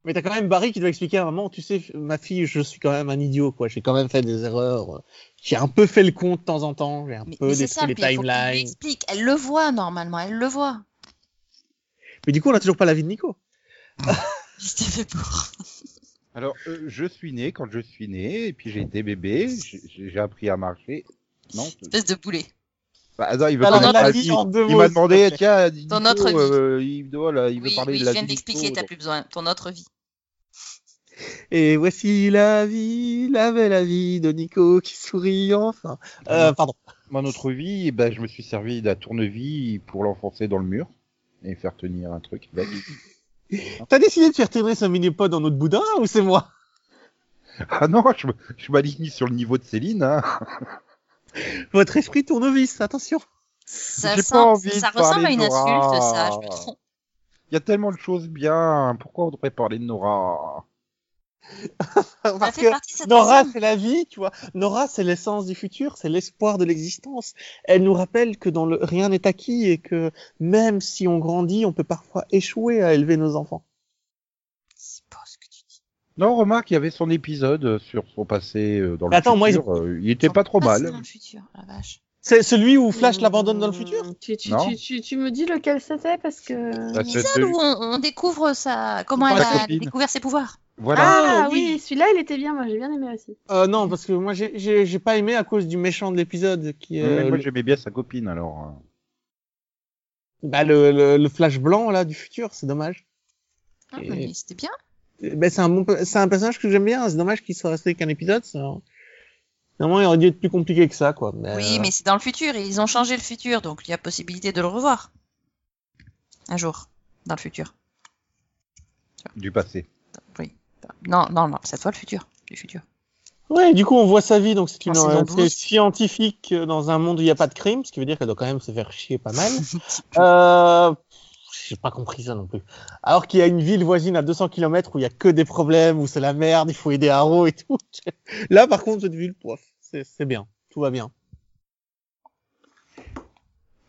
[SPEAKER 1] Mais t'as quand même Barry qui doit expliquer à maman, tu sais, ma fille, je suis quand même un idiot, quoi. J'ai quand même fait des erreurs. euh, J'ai un peu fait le con de temps en temps. J'ai un
[SPEAKER 5] Mais,
[SPEAKER 1] peu
[SPEAKER 5] mais c'est ça,
[SPEAKER 1] détruit les
[SPEAKER 5] le pire, faut qu'il lui
[SPEAKER 1] timelines.
[SPEAKER 5] explique. Elle le voit normalement, elle le voit.
[SPEAKER 1] Mais du coup, on n'a toujours pas la vie de Nico.
[SPEAKER 5] Je t'ai fait pour.
[SPEAKER 6] Alors, euh, je suis né quand je suis né, et puis j'ai été bébé, j'ai- j'ai j'ai appris à marcher. Non je-
[SPEAKER 5] Espèce de poulet.
[SPEAKER 6] bah, attends, il veut
[SPEAKER 5] Dans
[SPEAKER 6] parler de
[SPEAKER 5] notre
[SPEAKER 6] la
[SPEAKER 5] vie,
[SPEAKER 6] vie.
[SPEAKER 1] en deux
[SPEAKER 6] Il
[SPEAKER 1] mots,
[SPEAKER 6] m'a
[SPEAKER 1] s'il te
[SPEAKER 6] demandé,
[SPEAKER 1] plaît.
[SPEAKER 6] tiens,
[SPEAKER 5] Dans notre vie.
[SPEAKER 6] Nico, euh, il doit, là, il veut
[SPEAKER 5] Oui,
[SPEAKER 6] parler
[SPEAKER 5] oui, je
[SPEAKER 6] de la
[SPEAKER 5] viens de
[SPEAKER 6] vie de
[SPEAKER 5] l'expliquer,
[SPEAKER 6] Nico,
[SPEAKER 5] t'as
[SPEAKER 6] donc.
[SPEAKER 5] plus besoin. Ton autre vie.
[SPEAKER 1] Et voici la vie, la belle vie de Nico qui sourit enfin. Euh, pardon.
[SPEAKER 6] Dans notre vie, ben, je me suis servi d'un tournevis pour l'enfoncer dans le mur et faire tenir un truc avec.
[SPEAKER 1] T'as décidé de faire tourner ce mini-pod dans notre boudin ou c'est moi
[SPEAKER 6] Ah non, je, me- je m'aligne sur le niveau de Céline. Hein.
[SPEAKER 1] Votre esprit tournevis, attention.
[SPEAKER 5] Ça,
[SPEAKER 6] J'ai
[SPEAKER 5] sent-
[SPEAKER 6] pas envie
[SPEAKER 5] ça
[SPEAKER 6] de parler
[SPEAKER 5] ressemble à une
[SPEAKER 6] de Nora.
[SPEAKER 5] insulte, ça. Je me trompe.
[SPEAKER 6] Il y a tellement de choses bien. Pourquoi on devrait parler de Nora
[SPEAKER 5] Ça
[SPEAKER 1] Parce
[SPEAKER 5] fait
[SPEAKER 1] que
[SPEAKER 5] partie de cette
[SPEAKER 1] Nora,
[SPEAKER 5] personne.
[SPEAKER 1] c'est la vie, tu vois. Nora, c'est l'essence du futur, c'est l'espoir de l'existence. Elle nous rappelle que dans le rien n'est acquis et que même si on grandit, on peut parfois échouer à élever nos enfants.
[SPEAKER 5] C'est pas ce que tu dis.
[SPEAKER 6] Non, remarque, il y avait son épisode sur son passé euh, dans le
[SPEAKER 1] Mais attends, moi,
[SPEAKER 6] futur. euh, il était pas trop
[SPEAKER 5] Ah, c'est
[SPEAKER 6] mal.
[SPEAKER 5] dans le futur, la vache.
[SPEAKER 1] C'est celui où Flash
[SPEAKER 2] Hmm.
[SPEAKER 1] l'abandonne dans le futur
[SPEAKER 2] Mm, tu, tu,
[SPEAKER 6] Non.
[SPEAKER 2] tu, tu, tu me dis lequel c'était parce que.
[SPEAKER 6] Bah, c'est
[SPEAKER 5] L'épisode
[SPEAKER 6] celui-
[SPEAKER 5] où on, on découvre sa... comment
[SPEAKER 1] Sa
[SPEAKER 5] elle a
[SPEAKER 6] copine.
[SPEAKER 5] découvert ses pouvoirs.
[SPEAKER 6] Voilà.
[SPEAKER 2] Ah,
[SPEAKER 1] Ah,
[SPEAKER 2] oui,
[SPEAKER 1] oui.
[SPEAKER 2] celui-là il était bien, moi j'ai bien aimé aussi.
[SPEAKER 1] euh, Non, parce que moi, j'ai j'ai j'ai pas aimé à cause du méchant de l'épisode qui est
[SPEAKER 6] Mais
[SPEAKER 1] euh,
[SPEAKER 6] moi,
[SPEAKER 1] le,
[SPEAKER 6] j'aimais bien sa copine, alors. euh,
[SPEAKER 1] bah, le, le, le Flash blanc là du futur. C'est dommage.
[SPEAKER 5] Ah,
[SPEAKER 1] Et-
[SPEAKER 5] mais c'était bien.
[SPEAKER 1] Euh, Ben, c'est un bon, pe- c'est un personnage que j'aime bien. C'est dommage qu'il soit resté qu'un épisode. ça- hein. Normalement, il aurait dû être plus compliqué que ça, quoi. Mais,
[SPEAKER 5] Oui,
[SPEAKER 1] euh,
[SPEAKER 5] mais c'est dans le futur. et Ils ont changé le futur, donc il y a possibilité de le revoir. Un jour, dans le futur.
[SPEAKER 6] Du passé.
[SPEAKER 5] Non, non, non, cette fois le futur. Du futur.
[SPEAKER 1] Ouais, du coup, on voit sa vie, donc c'est une
[SPEAKER 5] Ah, c'est dans
[SPEAKER 1] euh,
[SPEAKER 5] 12.
[SPEAKER 1] c'est scientifique euh, dans un monde où il n'y a pas de crime, ce qui veut dire qu'elle doit quand même se faire chier pas mal. euh, j'ai pas compris ça non plus. Alors qu'il y a une ville voisine à 200 km où il y a que des problèmes, où c'est la merde, il faut aider Haro et tout. Là, par contre, cette ville, poif, c'est c'est bien, tout va bien.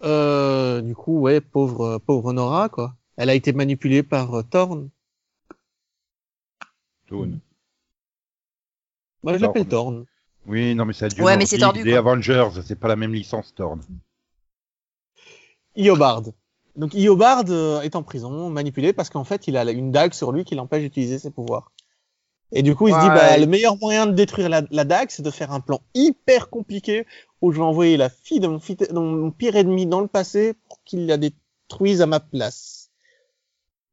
[SPEAKER 1] Euh, du coup, ouais, pauvre, euh, pauvre Nora, quoi. Elle a été manipulée par euh, Thorn.
[SPEAKER 6] Toon.
[SPEAKER 1] Moi, je
[SPEAKER 6] Thorn.
[SPEAKER 1] l'appelle Thorn.
[SPEAKER 6] Oui, non, mais ça a dû
[SPEAKER 5] Ouais, mais c'est tordu,
[SPEAKER 6] Les
[SPEAKER 5] quoi.
[SPEAKER 6] Avengers, c'est pas la même licence, Thorn.
[SPEAKER 1] Iobard. Donc Iobard euh, est en prison, manipulé parce qu'en fait il a une dague sur lui qui l'empêche d'utiliser ses pouvoirs. Et du coup il se dit
[SPEAKER 6] Ouais.
[SPEAKER 1] bah le meilleur moyen de détruire la, la dague c'est de faire un plan hyper compliqué où je vais envoyer la fille de mon, fit- de mon pire ennemi dans le passé pour qu'il la détruise à ma place.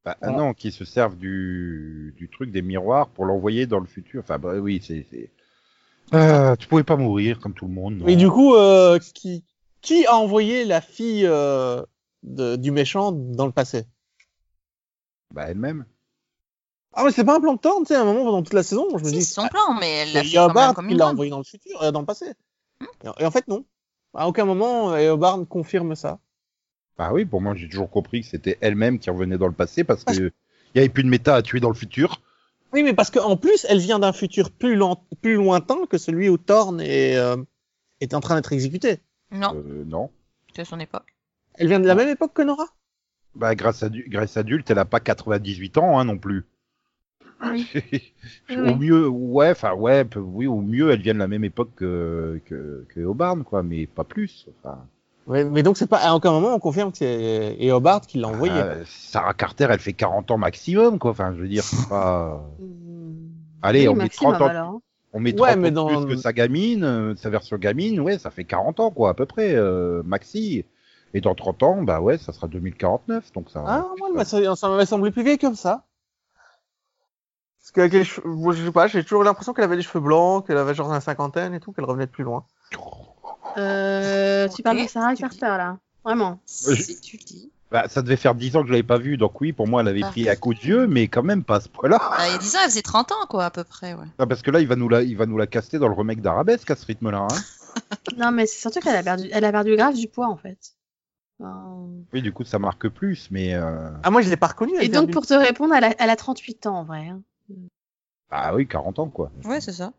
[SPEAKER 6] Bah, ah
[SPEAKER 1] Voilà.
[SPEAKER 6] non, qui se servent du, du truc des miroirs pour l'envoyer dans le futur. Enfin, bah oui, c'est. c'est- Ah, tu pouvais pas mourir comme tout le monde. non.
[SPEAKER 1] Mais du coup euh, qui qui a envoyé la fille euh, de- du méchant dans le passé
[SPEAKER 6] Bah, elle-même.
[SPEAKER 1] Ah mais c'est pas un plan de temps, tu sais à un moment pendant toute la saison je me
[SPEAKER 5] Si,
[SPEAKER 1] dis
[SPEAKER 5] c'est son plan, mais elle l'a
[SPEAKER 1] Il
[SPEAKER 5] fait
[SPEAKER 1] y
[SPEAKER 5] quand
[SPEAKER 1] a
[SPEAKER 5] même
[SPEAKER 1] Hubbard
[SPEAKER 5] comme
[SPEAKER 1] qui
[SPEAKER 5] une
[SPEAKER 1] l'a
[SPEAKER 5] grande.
[SPEAKER 1] envoyé dans le futur, euh, dans le passé. Et, et en fait, non. À aucun moment, euh, Hubbard confirme ça.
[SPEAKER 6] Bah oui, pour moi, j'ai toujours compris que c'était elle-même qui revenait dans le passé parce que il y avait plus de méta à tuer dans le futur.
[SPEAKER 1] Oui, mais parce qu'en plus, elle vient d'un futur plus, lent- plus lointain que celui où Thorn est, euh, est en train d'être exécuté.
[SPEAKER 5] Non,
[SPEAKER 6] Euh, non.
[SPEAKER 5] c'est son époque.
[SPEAKER 1] Elle vient de la même époque que Nora.
[SPEAKER 6] Bah, grâce, à Grace adulte, elle a pas 98 ans, hein, non plus.
[SPEAKER 2] Oui. Oui,
[SPEAKER 6] au
[SPEAKER 2] oui.
[SPEAKER 6] mieux, ouais, enfin, ouais, peu- oui, au mieux, elle vient de la même époque que, que, que Hobarn, quoi, mais pas plus. Enfin,
[SPEAKER 1] Ouais, mais donc, c'est pas à aucun moment on confirme que c'est et Hubbard qui l'a envoyé.
[SPEAKER 6] euh, Sarah Carter, elle fait 40 ans maximum, quoi. Enfin, je veux dire, c'est pas. Allez,
[SPEAKER 2] Oui,
[SPEAKER 6] on met
[SPEAKER 2] Maxime
[SPEAKER 6] 30 ans,
[SPEAKER 2] Avalor, hein.
[SPEAKER 6] on met
[SPEAKER 1] Ouais,
[SPEAKER 6] 30 ans
[SPEAKER 1] mais dans-
[SPEAKER 6] plus que sa gamine, euh, sa version gamine, ouais, ça fait 40 ans, quoi, à peu près, euh, maxi. Et dans 30 ans, bah ouais, ça sera 2049, donc ça.
[SPEAKER 1] Ah, moi, elle m'a- ça ça m'avait semblé plus vieille comme ça. Parce qu'avec les cheveux, moi, je sais pas, j'ai toujours l'impression qu'elle avait les cheveux blancs, qu'elle avait genre la cinquantaine et tout, qu'elle revenait de plus loin.
[SPEAKER 2] Euh, tu parles de
[SPEAKER 5] Ok,
[SPEAKER 2] Sarah
[SPEAKER 5] tu dis.
[SPEAKER 2] Carter là, vraiment.
[SPEAKER 1] Euh,
[SPEAKER 5] Si tu le dis.
[SPEAKER 6] Bah, ça devait faire 10 ans que je l'avais pas vue, donc oui, pour moi, elle avait
[SPEAKER 5] Ah.
[SPEAKER 6] pris à coup de yeux, mais quand même pas à ce point-là.
[SPEAKER 5] Bah, il y a 10 ans, elle faisait 30 ans, quoi, à peu près, ouais.
[SPEAKER 6] Ah, parce que là, il va nous la, il va nous la caster dans le remake d'Arabesque à ce rythme-là. Hein.
[SPEAKER 2] Non mais c'est surtout qu'elle a perdu, elle a perdu grave du poids en fait. Enfin,
[SPEAKER 6] Oui, du coup, ça marque plus, mais euh,
[SPEAKER 1] Ah, moi, je l'ai pas reconnue. elle
[SPEAKER 2] Et
[SPEAKER 1] vient
[SPEAKER 2] donc
[SPEAKER 1] du-
[SPEAKER 2] pour te répondre, elle a, elle a 38 ans en vrai. hein.
[SPEAKER 6] ah oui, 40 ans quoi.
[SPEAKER 5] Ouais, c'est ça.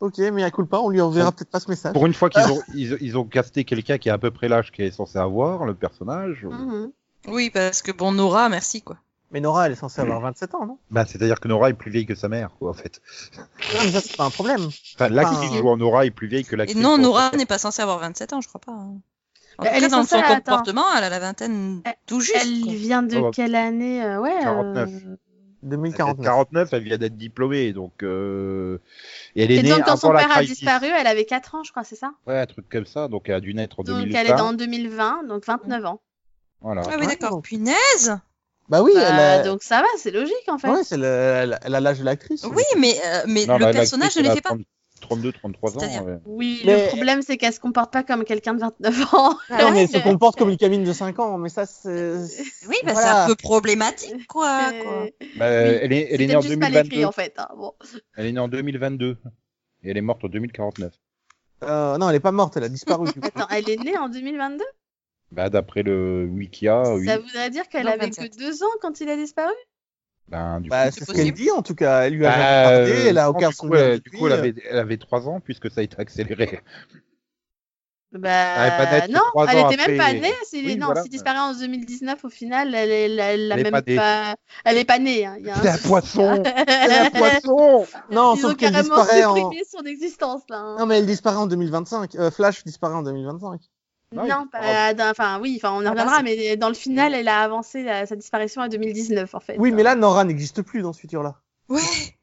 [SPEAKER 1] Ok, mais à coup pas, on lui enverra peut-être pas ce message.
[SPEAKER 6] Pour une fois qu'ils ont, ils, ils ont casté quelqu'un qui est à peu près l'âge qu'il est censé avoir, le personnage.
[SPEAKER 1] Mm.
[SPEAKER 2] Mhm.
[SPEAKER 5] Oui, parce que bon, Nora, merci, quoi.
[SPEAKER 1] Mais Nora, elle est censée avoir 27 ans, non
[SPEAKER 6] Bah, c'est-à-dire que Nora est plus vieille que sa mère, quoi, en fait.
[SPEAKER 1] Non, mais ça, c'est pas un problème.
[SPEAKER 6] Enfin, l'actrice
[SPEAKER 1] Ah.
[SPEAKER 2] euh,
[SPEAKER 6] jouant Nora est plus vieille que
[SPEAKER 5] Et
[SPEAKER 6] l'actrice.
[SPEAKER 5] non,
[SPEAKER 6] jouant-
[SPEAKER 5] Nora n'est pas censée avoir 27 ans, je crois pas. hein. En
[SPEAKER 2] Mais
[SPEAKER 5] tout
[SPEAKER 2] elle
[SPEAKER 5] cas,
[SPEAKER 2] est
[SPEAKER 5] dans son
[SPEAKER 2] censée- attends.
[SPEAKER 5] comportement, elle a la vingtaine
[SPEAKER 2] Elle-
[SPEAKER 5] tout juste. quoi.
[SPEAKER 2] Elle vient de
[SPEAKER 6] Oh, bah.
[SPEAKER 2] quelle année euh, Ouais. euh,
[SPEAKER 6] 49.
[SPEAKER 1] 2049.
[SPEAKER 6] 49, elle vient d'être diplômée, donc euh, et elle est
[SPEAKER 2] Et
[SPEAKER 6] née
[SPEAKER 2] donc, quand
[SPEAKER 6] avant
[SPEAKER 2] son
[SPEAKER 6] la
[SPEAKER 2] père a
[SPEAKER 6] crisis.
[SPEAKER 2] disparu, elle avait 4 ans, je crois, c'est ça
[SPEAKER 6] Ouais, un truc comme ça, donc elle a dû naître en
[SPEAKER 2] Donc,
[SPEAKER 6] 2020.
[SPEAKER 2] elle est dans 2020, donc 29 ans.
[SPEAKER 6] Voilà.
[SPEAKER 5] Ah oui,
[SPEAKER 1] Ouais.
[SPEAKER 5] d'accord. Punaise
[SPEAKER 1] Bah oui, elle
[SPEAKER 2] Bah,
[SPEAKER 1] a...
[SPEAKER 2] donc, ça va, c'est logique, en fait.
[SPEAKER 1] ouais, c'est le- elle a- elle a l'âge de l'actrice.
[SPEAKER 5] Oui, mais, euh, mais
[SPEAKER 6] Non,
[SPEAKER 5] le
[SPEAKER 6] bah,
[SPEAKER 5] personnage ne
[SPEAKER 6] l'actrice,
[SPEAKER 5] les
[SPEAKER 6] elle
[SPEAKER 5] fait
[SPEAKER 6] a
[SPEAKER 5] pas.
[SPEAKER 6] 30 32, 33 ans.
[SPEAKER 5] C'est-à-dire-
[SPEAKER 6] ouais.
[SPEAKER 2] Oui,
[SPEAKER 1] Mais-
[SPEAKER 2] le problème, c'est qu'elle se comporte pas comme quelqu'un de 29 ans.
[SPEAKER 1] Non, mais elle
[SPEAKER 2] ouais,
[SPEAKER 1] se
[SPEAKER 2] mais-
[SPEAKER 1] comporte comme une camine de 5 ans, mais ça, c'est.
[SPEAKER 5] Oui, bah, c'est
[SPEAKER 1] Voilà.
[SPEAKER 5] un peu problématique, quoi. Ah, quoi.
[SPEAKER 2] Euh,
[SPEAKER 6] Bah, elle est, elle est
[SPEAKER 2] c'est
[SPEAKER 6] née en
[SPEAKER 2] peut-être juste mal écrit,
[SPEAKER 6] 2022.
[SPEAKER 2] en fait. hein, bon.
[SPEAKER 6] Elle est née en 2022 et elle est morte en 2049.
[SPEAKER 1] Euh, non, elle est pas morte, elle a disparu. du coup.
[SPEAKER 2] Attends, elle est née en 2022
[SPEAKER 6] Bah, d'après le Wikia, oui.
[SPEAKER 2] Ça voudrait dire qu'elle
[SPEAKER 5] Non,
[SPEAKER 2] avait
[SPEAKER 5] 27.
[SPEAKER 2] que 2 ans quand il a disparu
[SPEAKER 6] Ben, du
[SPEAKER 1] Bah,
[SPEAKER 6] coup,
[SPEAKER 1] c'est
[SPEAKER 5] c'est
[SPEAKER 1] ce qu'elle
[SPEAKER 5] possible.
[SPEAKER 1] dit en tout cas. Elle lui a
[SPEAKER 6] Bah,
[SPEAKER 1] jamais parlé, elle a
[SPEAKER 6] euh,
[SPEAKER 1] aucun
[SPEAKER 6] du coup,
[SPEAKER 1] souvenir.
[SPEAKER 6] elle- du
[SPEAKER 1] depuis,
[SPEAKER 6] coup, elle
[SPEAKER 1] euh.
[SPEAKER 6] avait, elle avait 3 ans puisque ça a été accéléré. Elle est pas
[SPEAKER 2] Bah,
[SPEAKER 6] née,
[SPEAKER 2] non,
[SPEAKER 6] trois
[SPEAKER 2] elle
[SPEAKER 6] ans
[SPEAKER 2] était même pas
[SPEAKER 6] après.
[SPEAKER 2] née. S'il
[SPEAKER 6] Oui,
[SPEAKER 2] est- non,
[SPEAKER 6] voilà.
[SPEAKER 2] s'il disparaît en 2019, au final, elle, est- elle, elle, a
[SPEAKER 6] Elle est
[SPEAKER 2] même
[SPEAKER 6] pas
[SPEAKER 2] pas,
[SPEAKER 6] née.
[SPEAKER 2] Elle est pas née. hein, il y a un
[SPEAKER 6] La
[SPEAKER 2] souci.
[SPEAKER 6] poisson La poisson
[SPEAKER 1] Non,
[SPEAKER 2] Ils
[SPEAKER 1] sauf
[SPEAKER 2] ont
[SPEAKER 1] qu'elle
[SPEAKER 2] carrément
[SPEAKER 1] disparaît en.
[SPEAKER 2] supprimé son existence là. hein.
[SPEAKER 1] Non, mais elle disparaît en 2025. Euh, Flash disparaît en 2025.
[SPEAKER 6] Non,
[SPEAKER 2] Non,
[SPEAKER 6] il est
[SPEAKER 2] pas- euh,
[SPEAKER 6] pas
[SPEAKER 2] d'un- enfin oui, enfin on y
[SPEAKER 6] Ah,
[SPEAKER 5] bah,
[SPEAKER 2] reviendra,
[SPEAKER 5] c'est-
[SPEAKER 2] mais dans le final, elle a avancé la- sa disparition à 2019 en fait.
[SPEAKER 1] Oui, mais là, Nora n'existe plus dans ce futur-là.
[SPEAKER 5] Ouais.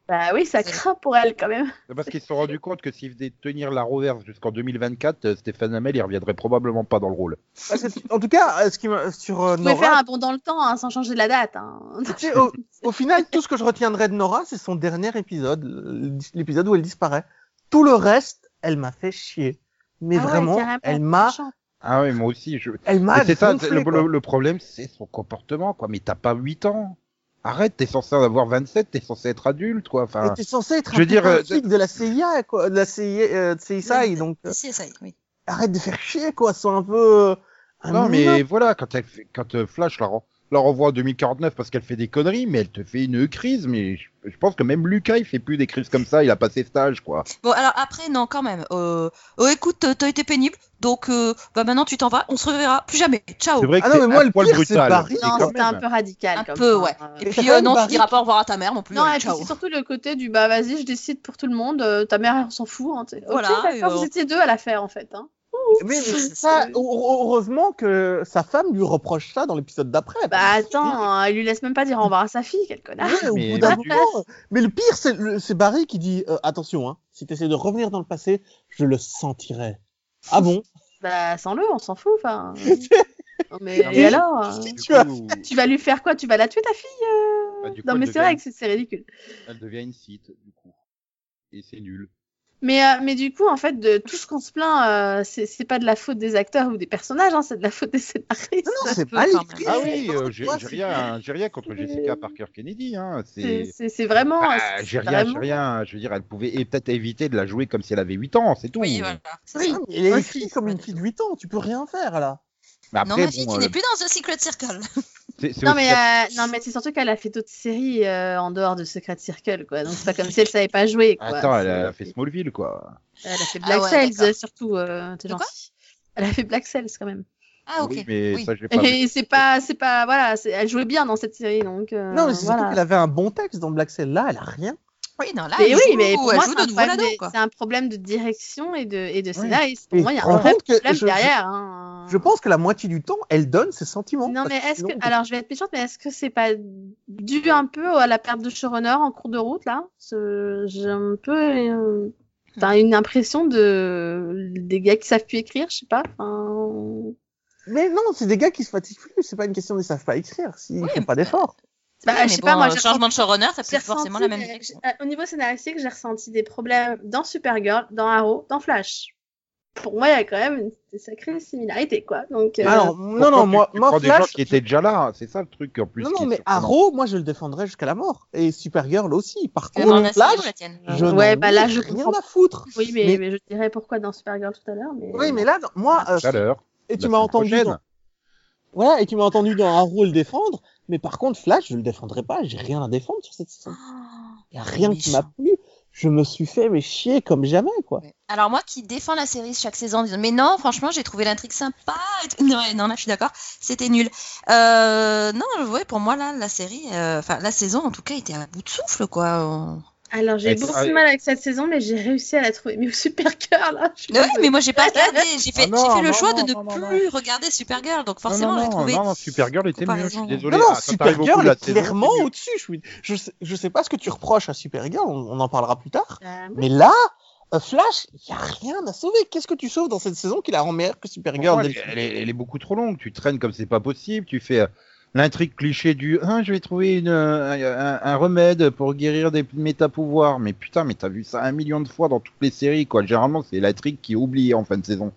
[SPEAKER 2] Bah oui, ça craint pour elle quand même.
[SPEAKER 6] C'est Parce qu'ils se sont rendus compte que s'ils faisaient tenir la reverse jusqu'en 2024, euh, Stéphane Hamel, il reviendrait probablement pas dans le rôle.
[SPEAKER 1] Parce que, en tout cas, euh, ce qui m'a- sur euh,
[SPEAKER 2] Vous pouvez
[SPEAKER 1] Nora,
[SPEAKER 2] faire un bond dans le temps hein, sans changer la date. hein.
[SPEAKER 1] tu sais, au, au final, tout ce que je retiendrai de Nora, c'est son dernier épisode, l- l'épisode où elle disparaît. Tout le reste, elle m'a fait chier. Mais
[SPEAKER 2] Ah ouais,
[SPEAKER 1] vraiment,
[SPEAKER 2] carrément,
[SPEAKER 1] elle m'a,
[SPEAKER 2] franchement.
[SPEAKER 6] Ah oui, moi aussi. Je...
[SPEAKER 1] elle
[SPEAKER 6] Mais
[SPEAKER 1] m'a.
[SPEAKER 6] c'est ça,
[SPEAKER 1] Bah, gonflé,
[SPEAKER 6] c'est- le,
[SPEAKER 1] quoi.
[SPEAKER 6] le- le problème, c'est son comportement, quoi. Mais t'as pas 8 ans. Arrête, t'es censé en avoir 27, t'es censé être adulte, quoi. Enfin,
[SPEAKER 1] Mais t'es censé être
[SPEAKER 6] je veux
[SPEAKER 1] un
[SPEAKER 6] dire,
[SPEAKER 1] putain de
[SPEAKER 6] euh,
[SPEAKER 1] flic de la CIA, quoi, de la CIA, euh, de CSI, donc euh,
[SPEAKER 5] Si, ça y est, oui.
[SPEAKER 1] arrête de faire chier, quoi, sois un peu. euh, un
[SPEAKER 6] non,
[SPEAKER 1] minimum.
[SPEAKER 6] mais voilà, quand, elle fait- quand euh, Flash la, re- la renvoie en 2049 parce qu'elle fait des conneries, mais elle te fait une crise. Mais je, je pense que même Lucas, il fait plus des crises comme ça, il a pas ses stages, quoi.
[SPEAKER 5] Bon, alors après, non, quand même. Euh... Oh, écoute, euh, t'as été pénible, donc euh, bah, maintenant tu t'en vas, on se reverra plus jamais. Ciao.
[SPEAKER 6] C'est vrai
[SPEAKER 1] Ah
[SPEAKER 6] que
[SPEAKER 1] non, mais
[SPEAKER 6] c'est
[SPEAKER 1] moi,
[SPEAKER 6] un
[SPEAKER 1] le
[SPEAKER 6] poil
[SPEAKER 1] pire, c'est
[SPEAKER 6] brutal.
[SPEAKER 1] Barry. hein,
[SPEAKER 6] mais
[SPEAKER 2] Non,
[SPEAKER 6] quand
[SPEAKER 2] c'était
[SPEAKER 6] même.
[SPEAKER 2] un peu radical.
[SPEAKER 5] Un
[SPEAKER 2] comme
[SPEAKER 5] peu,
[SPEAKER 2] ça,
[SPEAKER 5] ouais.
[SPEAKER 2] hein.
[SPEAKER 5] Et
[SPEAKER 1] Et
[SPEAKER 5] puis,
[SPEAKER 1] t'as
[SPEAKER 5] euh,
[SPEAKER 1] quand
[SPEAKER 5] non,
[SPEAKER 1] même
[SPEAKER 5] tu diras pas au revoir à ta mère non plus.
[SPEAKER 2] Non,
[SPEAKER 5] allez,
[SPEAKER 2] et puis
[SPEAKER 5] ciao.
[SPEAKER 2] c'est surtout le côté du bah vas-y, je décide pour tout le monde, euh, ta mère elle s'en fout. Hein, t'sais.
[SPEAKER 5] Voilà,
[SPEAKER 2] ok,
[SPEAKER 5] et
[SPEAKER 2] d'accord,
[SPEAKER 5] on-
[SPEAKER 2] vous étiez deux à la faire en fait. Hein.
[SPEAKER 1] Mais ça,
[SPEAKER 2] C'est-
[SPEAKER 1] heureusement que sa femme lui reproche ça dans l'épisode d'après.
[SPEAKER 2] Bah attends, elle lui laisse même pas dire au revoir à sa fille, quel connard.
[SPEAKER 1] Ah, Ouais, au
[SPEAKER 6] Mais- bah,
[SPEAKER 1] bout d'un
[SPEAKER 6] mais-
[SPEAKER 1] moment. Mais le pire, c'est le- c'est Barry qui dit euh, attention, hein, si tu essaies de revenir dans le passé, je le sentirai. Ah bon
[SPEAKER 2] Bah sans le, on s'en fout. Enfin. Non, mais,
[SPEAKER 6] Non, mais-
[SPEAKER 2] et alors euh,
[SPEAKER 6] Du
[SPEAKER 1] hein. Tu vois.
[SPEAKER 6] coup,
[SPEAKER 2] Tu vas lui faire quoi Tu vas la tuer ta fille euh?
[SPEAKER 6] bah, du coup,
[SPEAKER 2] Non
[SPEAKER 6] elle
[SPEAKER 2] mais c'est
[SPEAKER 6] devient-
[SPEAKER 2] vrai que c'est- c'est ridicule.
[SPEAKER 6] Elle devient une site, du coup. Et c'est nul.
[SPEAKER 2] Mais, euh, mais du coup, en fait, de tout ce qu'on se plaint, euh, c'est c'est pas de la faute des acteurs ou des personnages, hein, c'est de la faute des scénaristes.
[SPEAKER 1] Non,
[SPEAKER 5] Ça
[SPEAKER 1] c'est
[SPEAKER 5] peut
[SPEAKER 1] mal
[SPEAKER 5] quand
[SPEAKER 1] écrit.
[SPEAKER 5] même.
[SPEAKER 6] Ah oui, euh, j'ai
[SPEAKER 1] Moi,
[SPEAKER 6] j'ai
[SPEAKER 1] c'est-
[SPEAKER 6] rien, j'ai rien contre Jessica Parker Kennedy. Hein,
[SPEAKER 2] C'est-
[SPEAKER 6] c'est
[SPEAKER 2] C'est c'est vraiment.
[SPEAKER 6] Ah,
[SPEAKER 2] c'est
[SPEAKER 6] j'ai rien,
[SPEAKER 2] vraiment-
[SPEAKER 6] j'ai rien. Je veux dire, elle pouvait et peut-être éviter de la jouer comme si elle avait 8 ans, c'est tout.
[SPEAKER 5] Oui, voilà. c'est
[SPEAKER 1] Oui,
[SPEAKER 5] ça.
[SPEAKER 1] mais elle est
[SPEAKER 5] Aussi.
[SPEAKER 1] écrite comme une fille de 8 ans, tu peux rien faire là.
[SPEAKER 6] Mais
[SPEAKER 5] non,
[SPEAKER 6] après,
[SPEAKER 5] ma fille,
[SPEAKER 6] bon,
[SPEAKER 5] tu
[SPEAKER 6] euh,
[SPEAKER 5] n'es plus dans The Secret Circle.
[SPEAKER 6] c'est- c'est
[SPEAKER 2] Non
[SPEAKER 6] aussi
[SPEAKER 2] mais,
[SPEAKER 6] la-
[SPEAKER 2] euh, non mais c'est surtout qu'elle a fait d'autres séries euh, en dehors de Secret Circle quoi. Donc c'est pas comme si elle savait pas jouer quoi.
[SPEAKER 6] Attends, elle
[SPEAKER 2] C'est-
[SPEAKER 6] a fait Smallville, quoi.
[SPEAKER 2] elle a fait
[SPEAKER 5] Ah
[SPEAKER 2] Black
[SPEAKER 5] ouais,
[SPEAKER 2] Cells
[SPEAKER 5] d'accord.
[SPEAKER 2] euh, surtout. euh, t'es
[SPEAKER 5] De quoi
[SPEAKER 2] gentil. Elle a fait Black Cells quand même.
[SPEAKER 5] Ah, ok.
[SPEAKER 6] Oui, mais
[SPEAKER 5] oui.
[SPEAKER 6] ça, j'ai pas. vu.
[SPEAKER 2] Et c'est pas c'est pas voilà, c'est- elle jouait bien dans cette série donc. euh,
[SPEAKER 1] non, mais c'est surtout
[SPEAKER 2] voilà.
[SPEAKER 1] qu'elle avait un bon texte dans Black Cell. Là, elle a rien.
[SPEAKER 5] Oui, non, là,
[SPEAKER 2] Mais
[SPEAKER 5] elle
[SPEAKER 2] oui,
[SPEAKER 5] joue,
[SPEAKER 2] mais pour
[SPEAKER 5] elle
[SPEAKER 2] moi,
[SPEAKER 5] joue
[SPEAKER 2] c'est
[SPEAKER 5] de
[SPEAKER 2] un,
[SPEAKER 5] nouveau
[SPEAKER 2] problème
[SPEAKER 5] l'ado,
[SPEAKER 2] de-
[SPEAKER 5] quoi.
[SPEAKER 2] c'est un problème de direction et de, et de scénariste. Pour
[SPEAKER 1] Et
[SPEAKER 2] moi, il y a
[SPEAKER 1] tu te
[SPEAKER 2] un
[SPEAKER 1] rends
[SPEAKER 2] vrai
[SPEAKER 1] compte que
[SPEAKER 2] problème
[SPEAKER 1] je- je-
[SPEAKER 2] derrière. hein.
[SPEAKER 1] Je pense que la moitié du temps, elle donne ses sentiments.
[SPEAKER 2] Non,
[SPEAKER 1] parce
[SPEAKER 2] mais est-ce
[SPEAKER 1] sinon,
[SPEAKER 2] que. Alors, je vais être méchante, mais est-ce que c'est pas dû un peu à la perte de showrunner en cours de route, là Ce- J'ai un peu. euh, Enfin, une impression de. des gars qui savent plus écrire, je sais pas. Enfin...
[SPEAKER 1] Mais non, c'est des gars qui se fatiguent plus. C'est pas une question de savent pas écrire, s'ils
[SPEAKER 5] Oui,
[SPEAKER 1] font pas
[SPEAKER 5] mais-
[SPEAKER 1] d'efforts.
[SPEAKER 2] Bah,
[SPEAKER 5] Oui,
[SPEAKER 2] je sais
[SPEAKER 5] mais
[SPEAKER 2] pas,
[SPEAKER 5] bon,
[SPEAKER 2] moi,
[SPEAKER 5] euh,
[SPEAKER 2] j'ai
[SPEAKER 5] changement de showrunner, ça
[SPEAKER 2] J'ai
[SPEAKER 5] fait forcément la
[SPEAKER 2] ressenti
[SPEAKER 5] même
[SPEAKER 2] des-
[SPEAKER 5] direction.
[SPEAKER 2] j'ai- euh, Au niveau scénaristique, j'ai ressenti des problèmes dans Supergirl, dans Arrow, dans Flash. Pour moi, il y a quand même une sacrée similarité, quoi. Donc, euh,
[SPEAKER 1] Alors, non,
[SPEAKER 6] Pourtant,
[SPEAKER 1] non,
[SPEAKER 6] tu-
[SPEAKER 1] moi,
[SPEAKER 6] tu
[SPEAKER 1] moi,
[SPEAKER 6] prends des gens
[SPEAKER 1] Flash,
[SPEAKER 6] qui étaient déjà là, hein, c'est ça le truc en plus.
[SPEAKER 1] Non,
[SPEAKER 6] qui
[SPEAKER 1] non,
[SPEAKER 6] est
[SPEAKER 1] mais
[SPEAKER 6] surprenant.
[SPEAKER 1] Arrow, moi, je le défendrai jusqu'à la mort. Et Supergirl aussi. Par
[SPEAKER 5] Euh,
[SPEAKER 1] contre,
[SPEAKER 5] Amanda, c'est où,
[SPEAKER 1] Flash,
[SPEAKER 5] la tienne
[SPEAKER 1] je
[SPEAKER 2] Ouais,
[SPEAKER 1] n'en
[SPEAKER 2] bah
[SPEAKER 1] ai
[SPEAKER 2] là, je
[SPEAKER 1] rien
[SPEAKER 2] comprends.
[SPEAKER 1] à foutre.
[SPEAKER 2] oui, mais,
[SPEAKER 1] mais-
[SPEAKER 2] mais je dirais pourquoi dans Supergirl tout à l'heure. Mais...
[SPEAKER 1] Oui, mais là, non, moi, euh,
[SPEAKER 6] Tout à l'heure.
[SPEAKER 1] et tu
[SPEAKER 6] la
[SPEAKER 1] m'as
[SPEAKER 6] semaine
[SPEAKER 1] entendu,
[SPEAKER 6] prochaine.
[SPEAKER 1] dans... voilà, et tu m'as entendu dans Arrow le défendre. Mais par contre, Flash, je le défendrai pas. J'ai rien à défendre sur cette saison. Ah, Il y a rien qui m'a
[SPEAKER 5] méchant.
[SPEAKER 1] plu. Je me suis fait mais chier comme jamais, quoi.
[SPEAKER 5] Ouais. Alors moi qui défends la série chaque saison en disant mais non franchement j'ai trouvé l'intrigue sympa et tout. non, ouais, non là je suis d'accord c'était nul euh, non ouais pour moi là la série euh, enfin la saison en tout cas était à bout de souffle quoi On-
[SPEAKER 2] Alors, j'ai
[SPEAKER 6] Ouais,
[SPEAKER 2] beaucoup
[SPEAKER 6] ah,
[SPEAKER 2] de mal avec cette saison, mais j'ai réussi à la trouver. Mais au super cœur, là, je suis
[SPEAKER 5] Oui, mais moi j'ai pas regardé. J'ai fait,
[SPEAKER 6] Ah non,
[SPEAKER 5] j'ai fait le
[SPEAKER 6] non,
[SPEAKER 5] choix
[SPEAKER 6] non,
[SPEAKER 5] de ne
[SPEAKER 6] non, non,
[SPEAKER 5] plus regarder Supergirl, donc forcément
[SPEAKER 6] non,
[SPEAKER 5] j'ai
[SPEAKER 6] non,
[SPEAKER 5] trouvé.
[SPEAKER 6] non, non, Supergirl était mieux, je
[SPEAKER 5] comparaison.
[SPEAKER 6] suis désolé.
[SPEAKER 1] Non, non,
[SPEAKER 6] Ah, quand t'arrives au bout de
[SPEAKER 1] Supergirl
[SPEAKER 6] la
[SPEAKER 1] est
[SPEAKER 6] saison,
[SPEAKER 1] clairement
[SPEAKER 6] c'est mieux.
[SPEAKER 1] au-dessus. Je, suis- je, sais- je sais pas ce que tu reproches à Supergirl, on, on en parlera plus tard.
[SPEAKER 2] pas-
[SPEAKER 1] Mais là, euh, Flash, il a rien à sauver. Qu'est-ce que tu sauves dans cette saison qui la rend meilleure que Supergirl
[SPEAKER 6] Pourquoi
[SPEAKER 1] dès
[SPEAKER 6] elle,
[SPEAKER 1] le
[SPEAKER 6] elle est, elle est beaucoup trop longue, tu traînes comme c'est pas possible, tu fais euh, l'intrigue cliché du Ah, je vais trouver une, euh, un, un remède pour guérir des méta-pouvoirs. Mais putain, mais t'as vu ça un million de fois dans toutes les séries, quoi. Généralement, c'est l'intrigue qui est oubliée en fin de saison.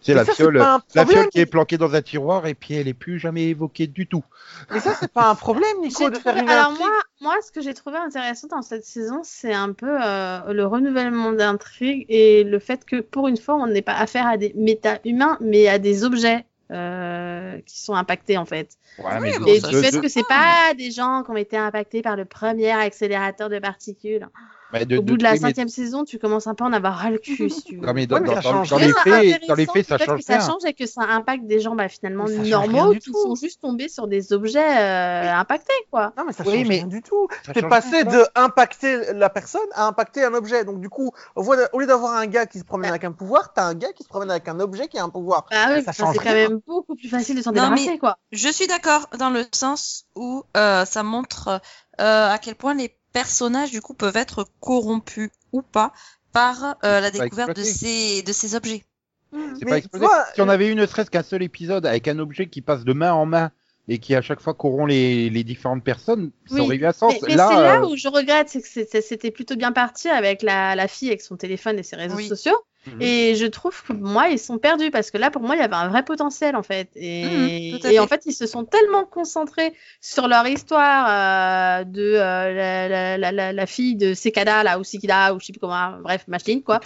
[SPEAKER 6] C'est
[SPEAKER 1] Mais
[SPEAKER 6] la
[SPEAKER 1] ça,
[SPEAKER 6] fiole,
[SPEAKER 1] pas un
[SPEAKER 6] la
[SPEAKER 1] problème.
[SPEAKER 6] fiole qui est planquée dans un tiroir et puis elle est plus jamais évoquée du tout.
[SPEAKER 1] Mais ça, c'est pas un problème, Nico,
[SPEAKER 2] J'ai
[SPEAKER 1] de
[SPEAKER 2] trouvé-
[SPEAKER 1] faire une
[SPEAKER 2] Alors
[SPEAKER 1] intrigue.
[SPEAKER 2] moi, moi, ce que j'ai trouvé intéressant dans cette saison, c'est un peu euh, le renouvellement d'intrigue et le fait que pour une fois, on n'ait pas affaire à des méta-humains, mais à des objets euh, qui sont impactés en fait.
[SPEAKER 6] Ouais,
[SPEAKER 5] Oui, bon,
[SPEAKER 2] et
[SPEAKER 5] ça,
[SPEAKER 2] du fait
[SPEAKER 5] c'est
[SPEAKER 2] que c'est pas des gens qui ont été impactés par le premier accélérateur de particules.
[SPEAKER 6] mais de-
[SPEAKER 2] Au bout de la
[SPEAKER 6] oui, mais-
[SPEAKER 2] cinquième saison, tu commences un peu à en avoir ras le cul, si tu veux.
[SPEAKER 6] Non, mais dans,
[SPEAKER 1] Ouais, mais
[SPEAKER 6] dans-
[SPEAKER 1] ça
[SPEAKER 6] dans-
[SPEAKER 1] change
[SPEAKER 6] dans
[SPEAKER 2] Je
[SPEAKER 6] les
[SPEAKER 2] trouve ça
[SPEAKER 6] faits, dans les
[SPEAKER 2] intéressant
[SPEAKER 6] faits, ça
[SPEAKER 2] du fait
[SPEAKER 6] change
[SPEAKER 2] que ça
[SPEAKER 6] rien.
[SPEAKER 2] change et que ça impacte des gens bah, finalement
[SPEAKER 1] Mais ça change
[SPEAKER 2] normaux
[SPEAKER 1] rien du
[SPEAKER 2] qui
[SPEAKER 1] tout.
[SPEAKER 2] sont juste tombés sur des objets euh, impactés quoi.
[SPEAKER 1] Non, mais ça
[SPEAKER 6] Oui,
[SPEAKER 1] change
[SPEAKER 6] mais-
[SPEAKER 1] rien du tout.
[SPEAKER 6] Ça
[SPEAKER 1] T'es
[SPEAKER 6] change
[SPEAKER 1] passé
[SPEAKER 6] rien,
[SPEAKER 1] de impacter la personne à impacter un objet. Donc, du coup, au lieu d'a- au lieu d'avoir un gars qui se promène avec un pouvoir, t'as un gars qui se promène avec un objet qui a un pouvoir.
[SPEAKER 2] Bah oui,
[SPEAKER 1] Ça
[SPEAKER 2] enfin,
[SPEAKER 1] change
[SPEAKER 2] c'est quand
[SPEAKER 1] rien.
[SPEAKER 2] même beaucoup plus facile de s'en
[SPEAKER 5] Non, mais-
[SPEAKER 2] débarrasser quoi.
[SPEAKER 5] Je suis d'accord dans le sens où euh, ça montre euh, à quel point les personnages du coup peuvent être corrompus ou pas par euh, la
[SPEAKER 6] Ils sont pas
[SPEAKER 5] découverte de ces de ces objets.
[SPEAKER 6] C'est
[SPEAKER 1] Mais
[SPEAKER 6] pas
[SPEAKER 1] tu
[SPEAKER 6] explosé.
[SPEAKER 1] vois,
[SPEAKER 6] si on
[SPEAKER 1] euh,
[SPEAKER 6] avait eu ne serait-ce qu'un seul épisode avec un objet qui passe de main en main et qui à chaque fois corrompt les, les différentes personnes, ça
[SPEAKER 2] Oui,
[SPEAKER 6] aurait eu un sens. euh,
[SPEAKER 2] Mais, mais c'est là
[SPEAKER 1] euh,
[SPEAKER 2] où je regrette, c'est que c'est- c'est- c'était plutôt bien parti avec la, la fille avec son téléphone et ses réseaux
[SPEAKER 5] Oui.
[SPEAKER 2] sociaux.
[SPEAKER 6] Mhm.
[SPEAKER 2] Et je trouve que moi, ils sont perdus parce que là, pour moi, il y avait un vrai potentiel en fait. Et,
[SPEAKER 5] Mhm, tout à
[SPEAKER 2] et
[SPEAKER 5] fait.
[SPEAKER 2] en fait, ils se sont tellement concentrés sur leur histoire euh, de euh, la, la- la- la- la fille de Sekada là, ou Sikida, ou je sais plus comment, bref, machine quoi.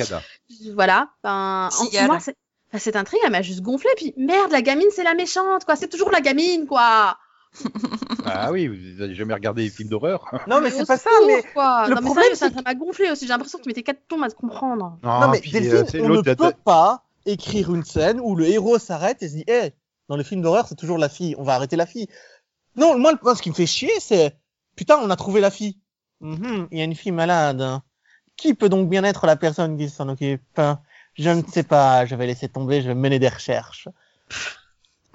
[SPEAKER 2] Voilà. Ben, en-
[SPEAKER 5] Cigale.
[SPEAKER 2] moi, c'est- enfin, cette intrigue, elle m'a juste gonflé. Puis merde, la gamine, c'est la méchante quoi. C'est toujours la gamine quoi.
[SPEAKER 6] Ah oui, vous avez jamais regardé les films d'horreur
[SPEAKER 1] Non, mais
[SPEAKER 2] au
[SPEAKER 1] c'est pas ça,
[SPEAKER 2] secours,
[SPEAKER 1] mais
[SPEAKER 2] quoi.
[SPEAKER 1] le
[SPEAKER 2] non, mais
[SPEAKER 1] problème,
[SPEAKER 2] sérieux, ça-
[SPEAKER 1] c'est
[SPEAKER 2] ça m'a gonflé aussi. J'ai l'impression que tu mettais quatre tomes à te comprendre.
[SPEAKER 1] Non, mais
[SPEAKER 6] puis,
[SPEAKER 1] Delphine,
[SPEAKER 6] euh, c'est
[SPEAKER 1] on ne
[SPEAKER 6] l'autre la-
[SPEAKER 1] peut pas écrire une scène où le héros s'arrête et se dit hey, dans les films d'horreur, c'est toujours la fille, on va arrêter la fille. Non, moi, le point, ce qui me fait chier, c'est putain, on a trouvé la fille. Mhm, il y a une fille malade. Qui peut donc bien être la personne qui s'en occupe Je ne sais pas, je vais laisser tomber, je vais mener des recherches.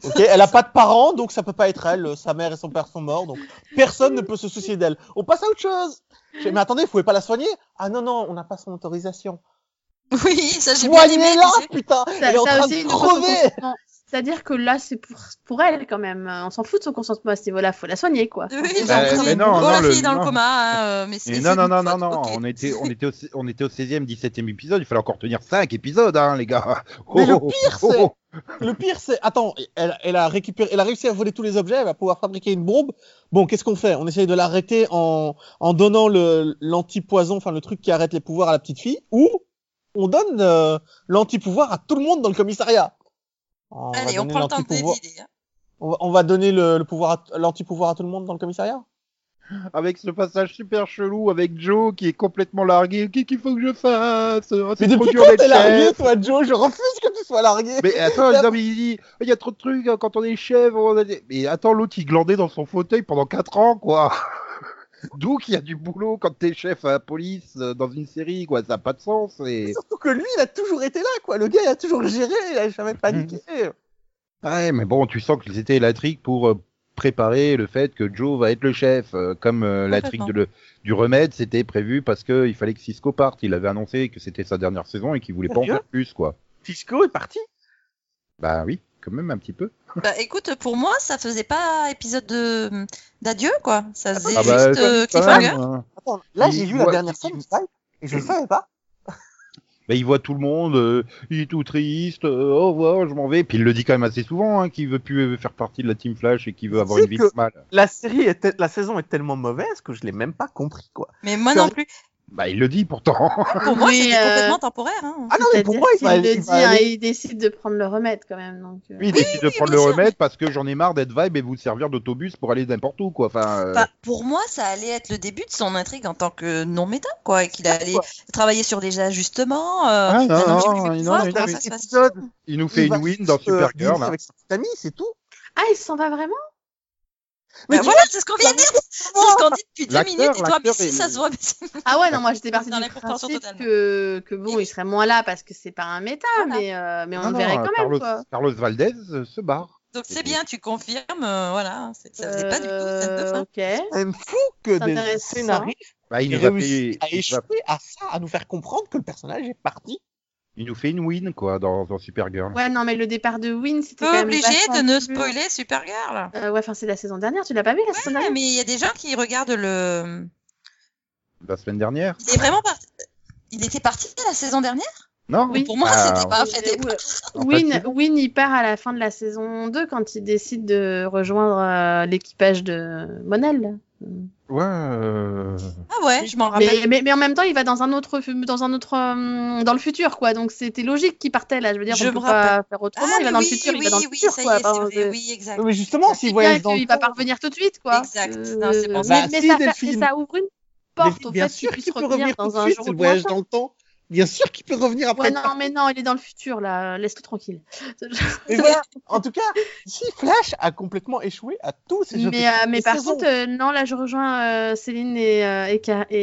[SPEAKER 1] Ok, elle a pas de parents, donc ça peut pas être elle. Sa mère et son père sont morts, donc personne ne peut se soucier d'elle. On passe à autre chose. Je fais, Mais attendez, vous pouvez pas la soigner Ah non non, on n'a pas son autorisation.
[SPEAKER 5] Oui, ça j'ai bien aimé.
[SPEAKER 1] Soignez-la,
[SPEAKER 5] tu sais.
[SPEAKER 1] putain
[SPEAKER 2] Ça,
[SPEAKER 1] Elle est en
[SPEAKER 2] ça
[SPEAKER 1] train
[SPEAKER 2] aussi,
[SPEAKER 1] de
[SPEAKER 2] une notion
[SPEAKER 1] crever
[SPEAKER 2] consentement. C'est-à-dire que là, c'est pour, pour elle quand même. On s'en fout de son consentement à ce niveau-là. Faut la soigner, quoi.
[SPEAKER 5] Oui,
[SPEAKER 6] Bah,
[SPEAKER 5] genre,
[SPEAKER 6] mais
[SPEAKER 5] on-
[SPEAKER 6] non,
[SPEAKER 5] oh,
[SPEAKER 6] non,
[SPEAKER 5] la
[SPEAKER 6] le-
[SPEAKER 5] fille dans le
[SPEAKER 6] non.
[SPEAKER 5] coma, hein, euh, mais
[SPEAKER 6] Mais
[SPEAKER 5] c'est.
[SPEAKER 6] non,
[SPEAKER 5] c'est
[SPEAKER 6] non, non,
[SPEAKER 5] notre faute,
[SPEAKER 6] non, non,
[SPEAKER 5] ok.
[SPEAKER 6] on était, on était au, on était au 16e, 17e épisode, il fallait encore tenir 5 épisodes, hein, les gars.
[SPEAKER 1] Mais le
[SPEAKER 6] Oh, oh,
[SPEAKER 1] pire,
[SPEAKER 6] oh,
[SPEAKER 1] c'est-
[SPEAKER 6] oh.
[SPEAKER 1] Le pire, c'est... Attends, elle, elle, a récupéré... elle a réussi à voler tous les objets, elle va pouvoir fabriquer une bombe. Bon, qu'est-ce qu'on fait On essaye de l'arrêter en, en donnant le, l'anti-poison, enfin le truc qui arrête les pouvoirs à la petite fille, ou on donne euh, l'anti-pouvoir à tout le monde dans le commissariat. On va
[SPEAKER 5] Allez, on
[SPEAKER 1] donner
[SPEAKER 5] prend le temps de
[SPEAKER 1] l'anti-pouvoir-
[SPEAKER 5] décider. hein.
[SPEAKER 1] On va, on va donner le, le pouvoir à t- l'anti-pouvoir à tout le monde dans le commissariat
[SPEAKER 6] Avec ce passage super chelou avec Joe qui est complètement largué, qu'est-ce qu'il faut que je fasse Ah,
[SPEAKER 1] Mais
[SPEAKER 6] c'est trop
[SPEAKER 1] depuis
[SPEAKER 6] dur
[SPEAKER 1] quand
[SPEAKER 6] d'être
[SPEAKER 1] t'es largué,
[SPEAKER 6] chef.
[SPEAKER 1] toi, Joe Je refuse que tu sois largué
[SPEAKER 6] Mais attends, non, mais il dit, il y a trop de trucs hein, quand on est chef. on a des- Mais attends, l'autre il glandait dans son fauteuil pendant 4 ans, quoi. D'où qu'il y a du boulot quand t'es chef à la police euh, dans une série, quoi. Ça n'a pas de sens. Et...
[SPEAKER 1] Surtout que lui, il a toujours été là, quoi. Le gars, il a toujours géré, il a jamais paniqué.
[SPEAKER 6] Ouais, mais bon, tu sens que c'était la trick pour euh, préparer le fait que Joe va être le chef, euh, comme euh, la trick
[SPEAKER 5] Complètement.
[SPEAKER 6] de le- du remède, c'était prévu parce que il fallait que Cisco parte. Il avait annoncé que c'était sa dernière saison et qu'il voulait pas en
[SPEAKER 1] Sérieux
[SPEAKER 6] faire plus, quoi.
[SPEAKER 1] Cisco est parti.
[SPEAKER 6] Bah oui, quand même un petit peu.
[SPEAKER 5] Bah écoute, pour moi, ça faisait pas épisode de d'adieu quoi. Ça faisait
[SPEAKER 6] Ah bah,
[SPEAKER 5] juste euh,
[SPEAKER 6] quand même,
[SPEAKER 5] cliffhanger.
[SPEAKER 6] hein.
[SPEAKER 1] Attends, là,
[SPEAKER 6] Il
[SPEAKER 1] j'ai vu
[SPEAKER 6] voit-
[SPEAKER 1] la dernière scène
[SPEAKER 6] il-
[SPEAKER 1] du Skype et je ne savais pas.
[SPEAKER 6] Bah, il voit tout le monde, euh, il est tout triste, euh, au revoir, je m'en vais. Puis il le dit quand même assez souvent, hein, qu'il veut plus euh, faire partie de la Team Flash et qu'il veut avoir
[SPEAKER 1] C'est
[SPEAKER 6] une vie
[SPEAKER 1] que-
[SPEAKER 6] normale.
[SPEAKER 1] La série était, la saison est tellement mauvaise que je l'ai même pas compris, quoi.
[SPEAKER 5] Mais moi
[SPEAKER 1] Sur-
[SPEAKER 5] non plus.
[SPEAKER 6] Bah, il le dit pourtant.
[SPEAKER 5] Pour moi,
[SPEAKER 2] Mais,
[SPEAKER 5] c'était
[SPEAKER 2] euh,
[SPEAKER 5] complètement temporaire. Hein.
[SPEAKER 1] Ah non, mais pour
[SPEAKER 2] C'est-à-dire
[SPEAKER 1] moi, il
[SPEAKER 2] qu'il
[SPEAKER 1] va,
[SPEAKER 2] le
[SPEAKER 1] il
[SPEAKER 2] dit,
[SPEAKER 1] va
[SPEAKER 2] hein,
[SPEAKER 1] aller-
[SPEAKER 2] et il décide de prendre le remède quand même. Donc, euh.
[SPEAKER 6] Lui, il décide de prendre
[SPEAKER 5] bien
[SPEAKER 6] le
[SPEAKER 5] sûr.
[SPEAKER 6] remède parce que j'en ai marre d'être vibe et vous servir d'autobus pour aller n'importe où, quoi. Enfin, euh,
[SPEAKER 5] Enfin, Bah, pour moi, ça allait être le début de son intrigue en tant que non méta quoi, et qu'il allait
[SPEAKER 1] quoi.
[SPEAKER 5] travailler sur des ajustements. Euh,
[SPEAKER 6] Ah, non,
[SPEAKER 5] bah
[SPEAKER 6] non,
[SPEAKER 5] j'ai plus
[SPEAKER 6] non,
[SPEAKER 5] mes
[SPEAKER 6] non,
[SPEAKER 5] pouvoirs,
[SPEAKER 6] non,
[SPEAKER 5] comment
[SPEAKER 6] non,
[SPEAKER 5] ça se passe
[SPEAKER 1] épisode,
[SPEAKER 6] il nous fait
[SPEAKER 1] il va
[SPEAKER 6] une win dans hein.
[SPEAKER 1] juste, euh,
[SPEAKER 6] Supergirl.
[SPEAKER 1] dîner
[SPEAKER 6] hein.
[SPEAKER 1] Avec sa petite amie, c'est tout.
[SPEAKER 2] Ah, il s'en va vraiment
[SPEAKER 5] Mais
[SPEAKER 1] tu
[SPEAKER 5] Bah, voilà, c'est ce qu'on vient de dire. C'est ce qu'on dit depuis deux
[SPEAKER 6] L'acteur,
[SPEAKER 5] minutes. Et toi, mais
[SPEAKER 6] l'acteur
[SPEAKER 5] si,
[SPEAKER 6] est-
[SPEAKER 5] ça se voit. mais c'est-
[SPEAKER 2] Ah ouais, non, moi j'étais partie
[SPEAKER 5] Dans
[SPEAKER 2] du
[SPEAKER 5] la compréhension
[SPEAKER 2] principe
[SPEAKER 5] totale.
[SPEAKER 2] que, que bon, il serait moins là parce que c'est pas un méta,
[SPEAKER 5] Voilà.
[SPEAKER 2] mais, euh, mais on
[SPEAKER 6] Non,
[SPEAKER 2] le
[SPEAKER 6] non,
[SPEAKER 2] verrait quand
[SPEAKER 6] Carlos,
[SPEAKER 2] même, quoi.
[SPEAKER 6] Carlos Valdez euh, se barre.
[SPEAKER 5] Donc c'est bien, tu confirmes. euh, voilà, C'est- ça faisait pas du tout scène de
[SPEAKER 2] Euh,
[SPEAKER 5] fin.
[SPEAKER 2] Ok.
[SPEAKER 1] C'est fou
[SPEAKER 2] C'est
[SPEAKER 1] que des
[SPEAKER 2] intéressant.
[SPEAKER 1] scénaristes
[SPEAKER 6] Bah, il,
[SPEAKER 1] aient
[SPEAKER 6] nous a
[SPEAKER 1] réussi
[SPEAKER 6] fait,
[SPEAKER 1] à
[SPEAKER 6] il nous a-
[SPEAKER 1] échouer à ça, à nous faire comprendre que le personnage est parti.
[SPEAKER 6] il nous fait une win quoi dans, dans Supergirl.
[SPEAKER 2] Ouais, non, mais le départ de Win, c'était quand
[SPEAKER 5] Pas
[SPEAKER 2] même
[SPEAKER 5] obligé de
[SPEAKER 2] vachement
[SPEAKER 5] ne
[SPEAKER 2] plus-
[SPEAKER 5] spoiler Supergirl.
[SPEAKER 2] Euh, ouais, enfin, c'est la saison dernière, tu l'as pas vu la saison
[SPEAKER 5] Ouais,
[SPEAKER 2] dernière
[SPEAKER 5] mais il y a des gens qui regardent le.
[SPEAKER 6] La semaine dernière.
[SPEAKER 5] Il est vraiment parti. Il était parti la saison dernière.
[SPEAKER 6] Non.
[SPEAKER 2] Oui.
[SPEAKER 5] Pour moi,
[SPEAKER 6] Ah,
[SPEAKER 5] c'était
[SPEAKER 1] Bah,
[SPEAKER 5] pas. c'était
[SPEAKER 2] Ouais.
[SPEAKER 5] pas-
[SPEAKER 6] en fait,
[SPEAKER 2] Win,
[SPEAKER 6] c'est-
[SPEAKER 2] Win, il part à la fin de la saison 2 quand il décide de rejoindre euh, l'équipage de Monel.
[SPEAKER 6] Ouais. euh,
[SPEAKER 5] Ah ouais, je m'en rappelle.
[SPEAKER 2] Mais, mais, mais en même temps, il va dans un autre, fu- dans un autre, euh, dans le futur, quoi. Donc c'était logique qu'il partait là. Je veux dire,
[SPEAKER 5] Je
[SPEAKER 2] on
[SPEAKER 5] me
[SPEAKER 2] peut pas faire autrement.
[SPEAKER 5] Ah,
[SPEAKER 2] il va
[SPEAKER 5] mais
[SPEAKER 2] dans
[SPEAKER 5] oui,
[SPEAKER 2] le futur,
[SPEAKER 5] oui,
[SPEAKER 2] il va dans le
[SPEAKER 5] oui,
[SPEAKER 2] futur,
[SPEAKER 5] ça y
[SPEAKER 2] quoi.
[SPEAKER 5] est, c'est
[SPEAKER 2] Enfin,
[SPEAKER 5] vrai,
[SPEAKER 2] euh,
[SPEAKER 5] oui, exact.
[SPEAKER 1] Mais justement,
[SPEAKER 2] c'est
[SPEAKER 1] s'il
[SPEAKER 2] bien
[SPEAKER 1] voyage dans le
[SPEAKER 2] qu'il va
[SPEAKER 1] temps-
[SPEAKER 2] pas revenir tout de suite, quoi.
[SPEAKER 5] Exact.
[SPEAKER 2] Euh,
[SPEAKER 5] Non, c'est pour
[SPEAKER 2] mais,
[SPEAKER 1] ça.
[SPEAKER 2] mais
[SPEAKER 1] Si,
[SPEAKER 2] ça,
[SPEAKER 1] Delphine.
[SPEAKER 2] mais ça ouvre une porte
[SPEAKER 1] Delphine,
[SPEAKER 2] au
[SPEAKER 1] bien
[SPEAKER 2] fait
[SPEAKER 1] sûr
[SPEAKER 2] qu'il
[SPEAKER 1] qu'il
[SPEAKER 2] puisse
[SPEAKER 1] peut
[SPEAKER 2] revenir
[SPEAKER 1] revenir tout
[SPEAKER 2] dans
[SPEAKER 1] de
[SPEAKER 2] un
[SPEAKER 1] suite,
[SPEAKER 2] jour
[SPEAKER 1] c'est
[SPEAKER 2] ou
[SPEAKER 1] le
[SPEAKER 2] lointain.
[SPEAKER 1] voyage dans le temps. Bien sûr qu'il peut revenir après.
[SPEAKER 2] Ouais, non, mais non, il est dans le futur là. Laisse-le tranquille.
[SPEAKER 1] Mais voilà, en tout cas, si Flash a complètement échoué à tous ces jeux
[SPEAKER 2] Mais, euh, mais
[SPEAKER 1] des
[SPEAKER 2] par
[SPEAKER 1] saisons.
[SPEAKER 2] contre, euh, non, là, je rejoins euh, Céline et, euh, et, Ka- et,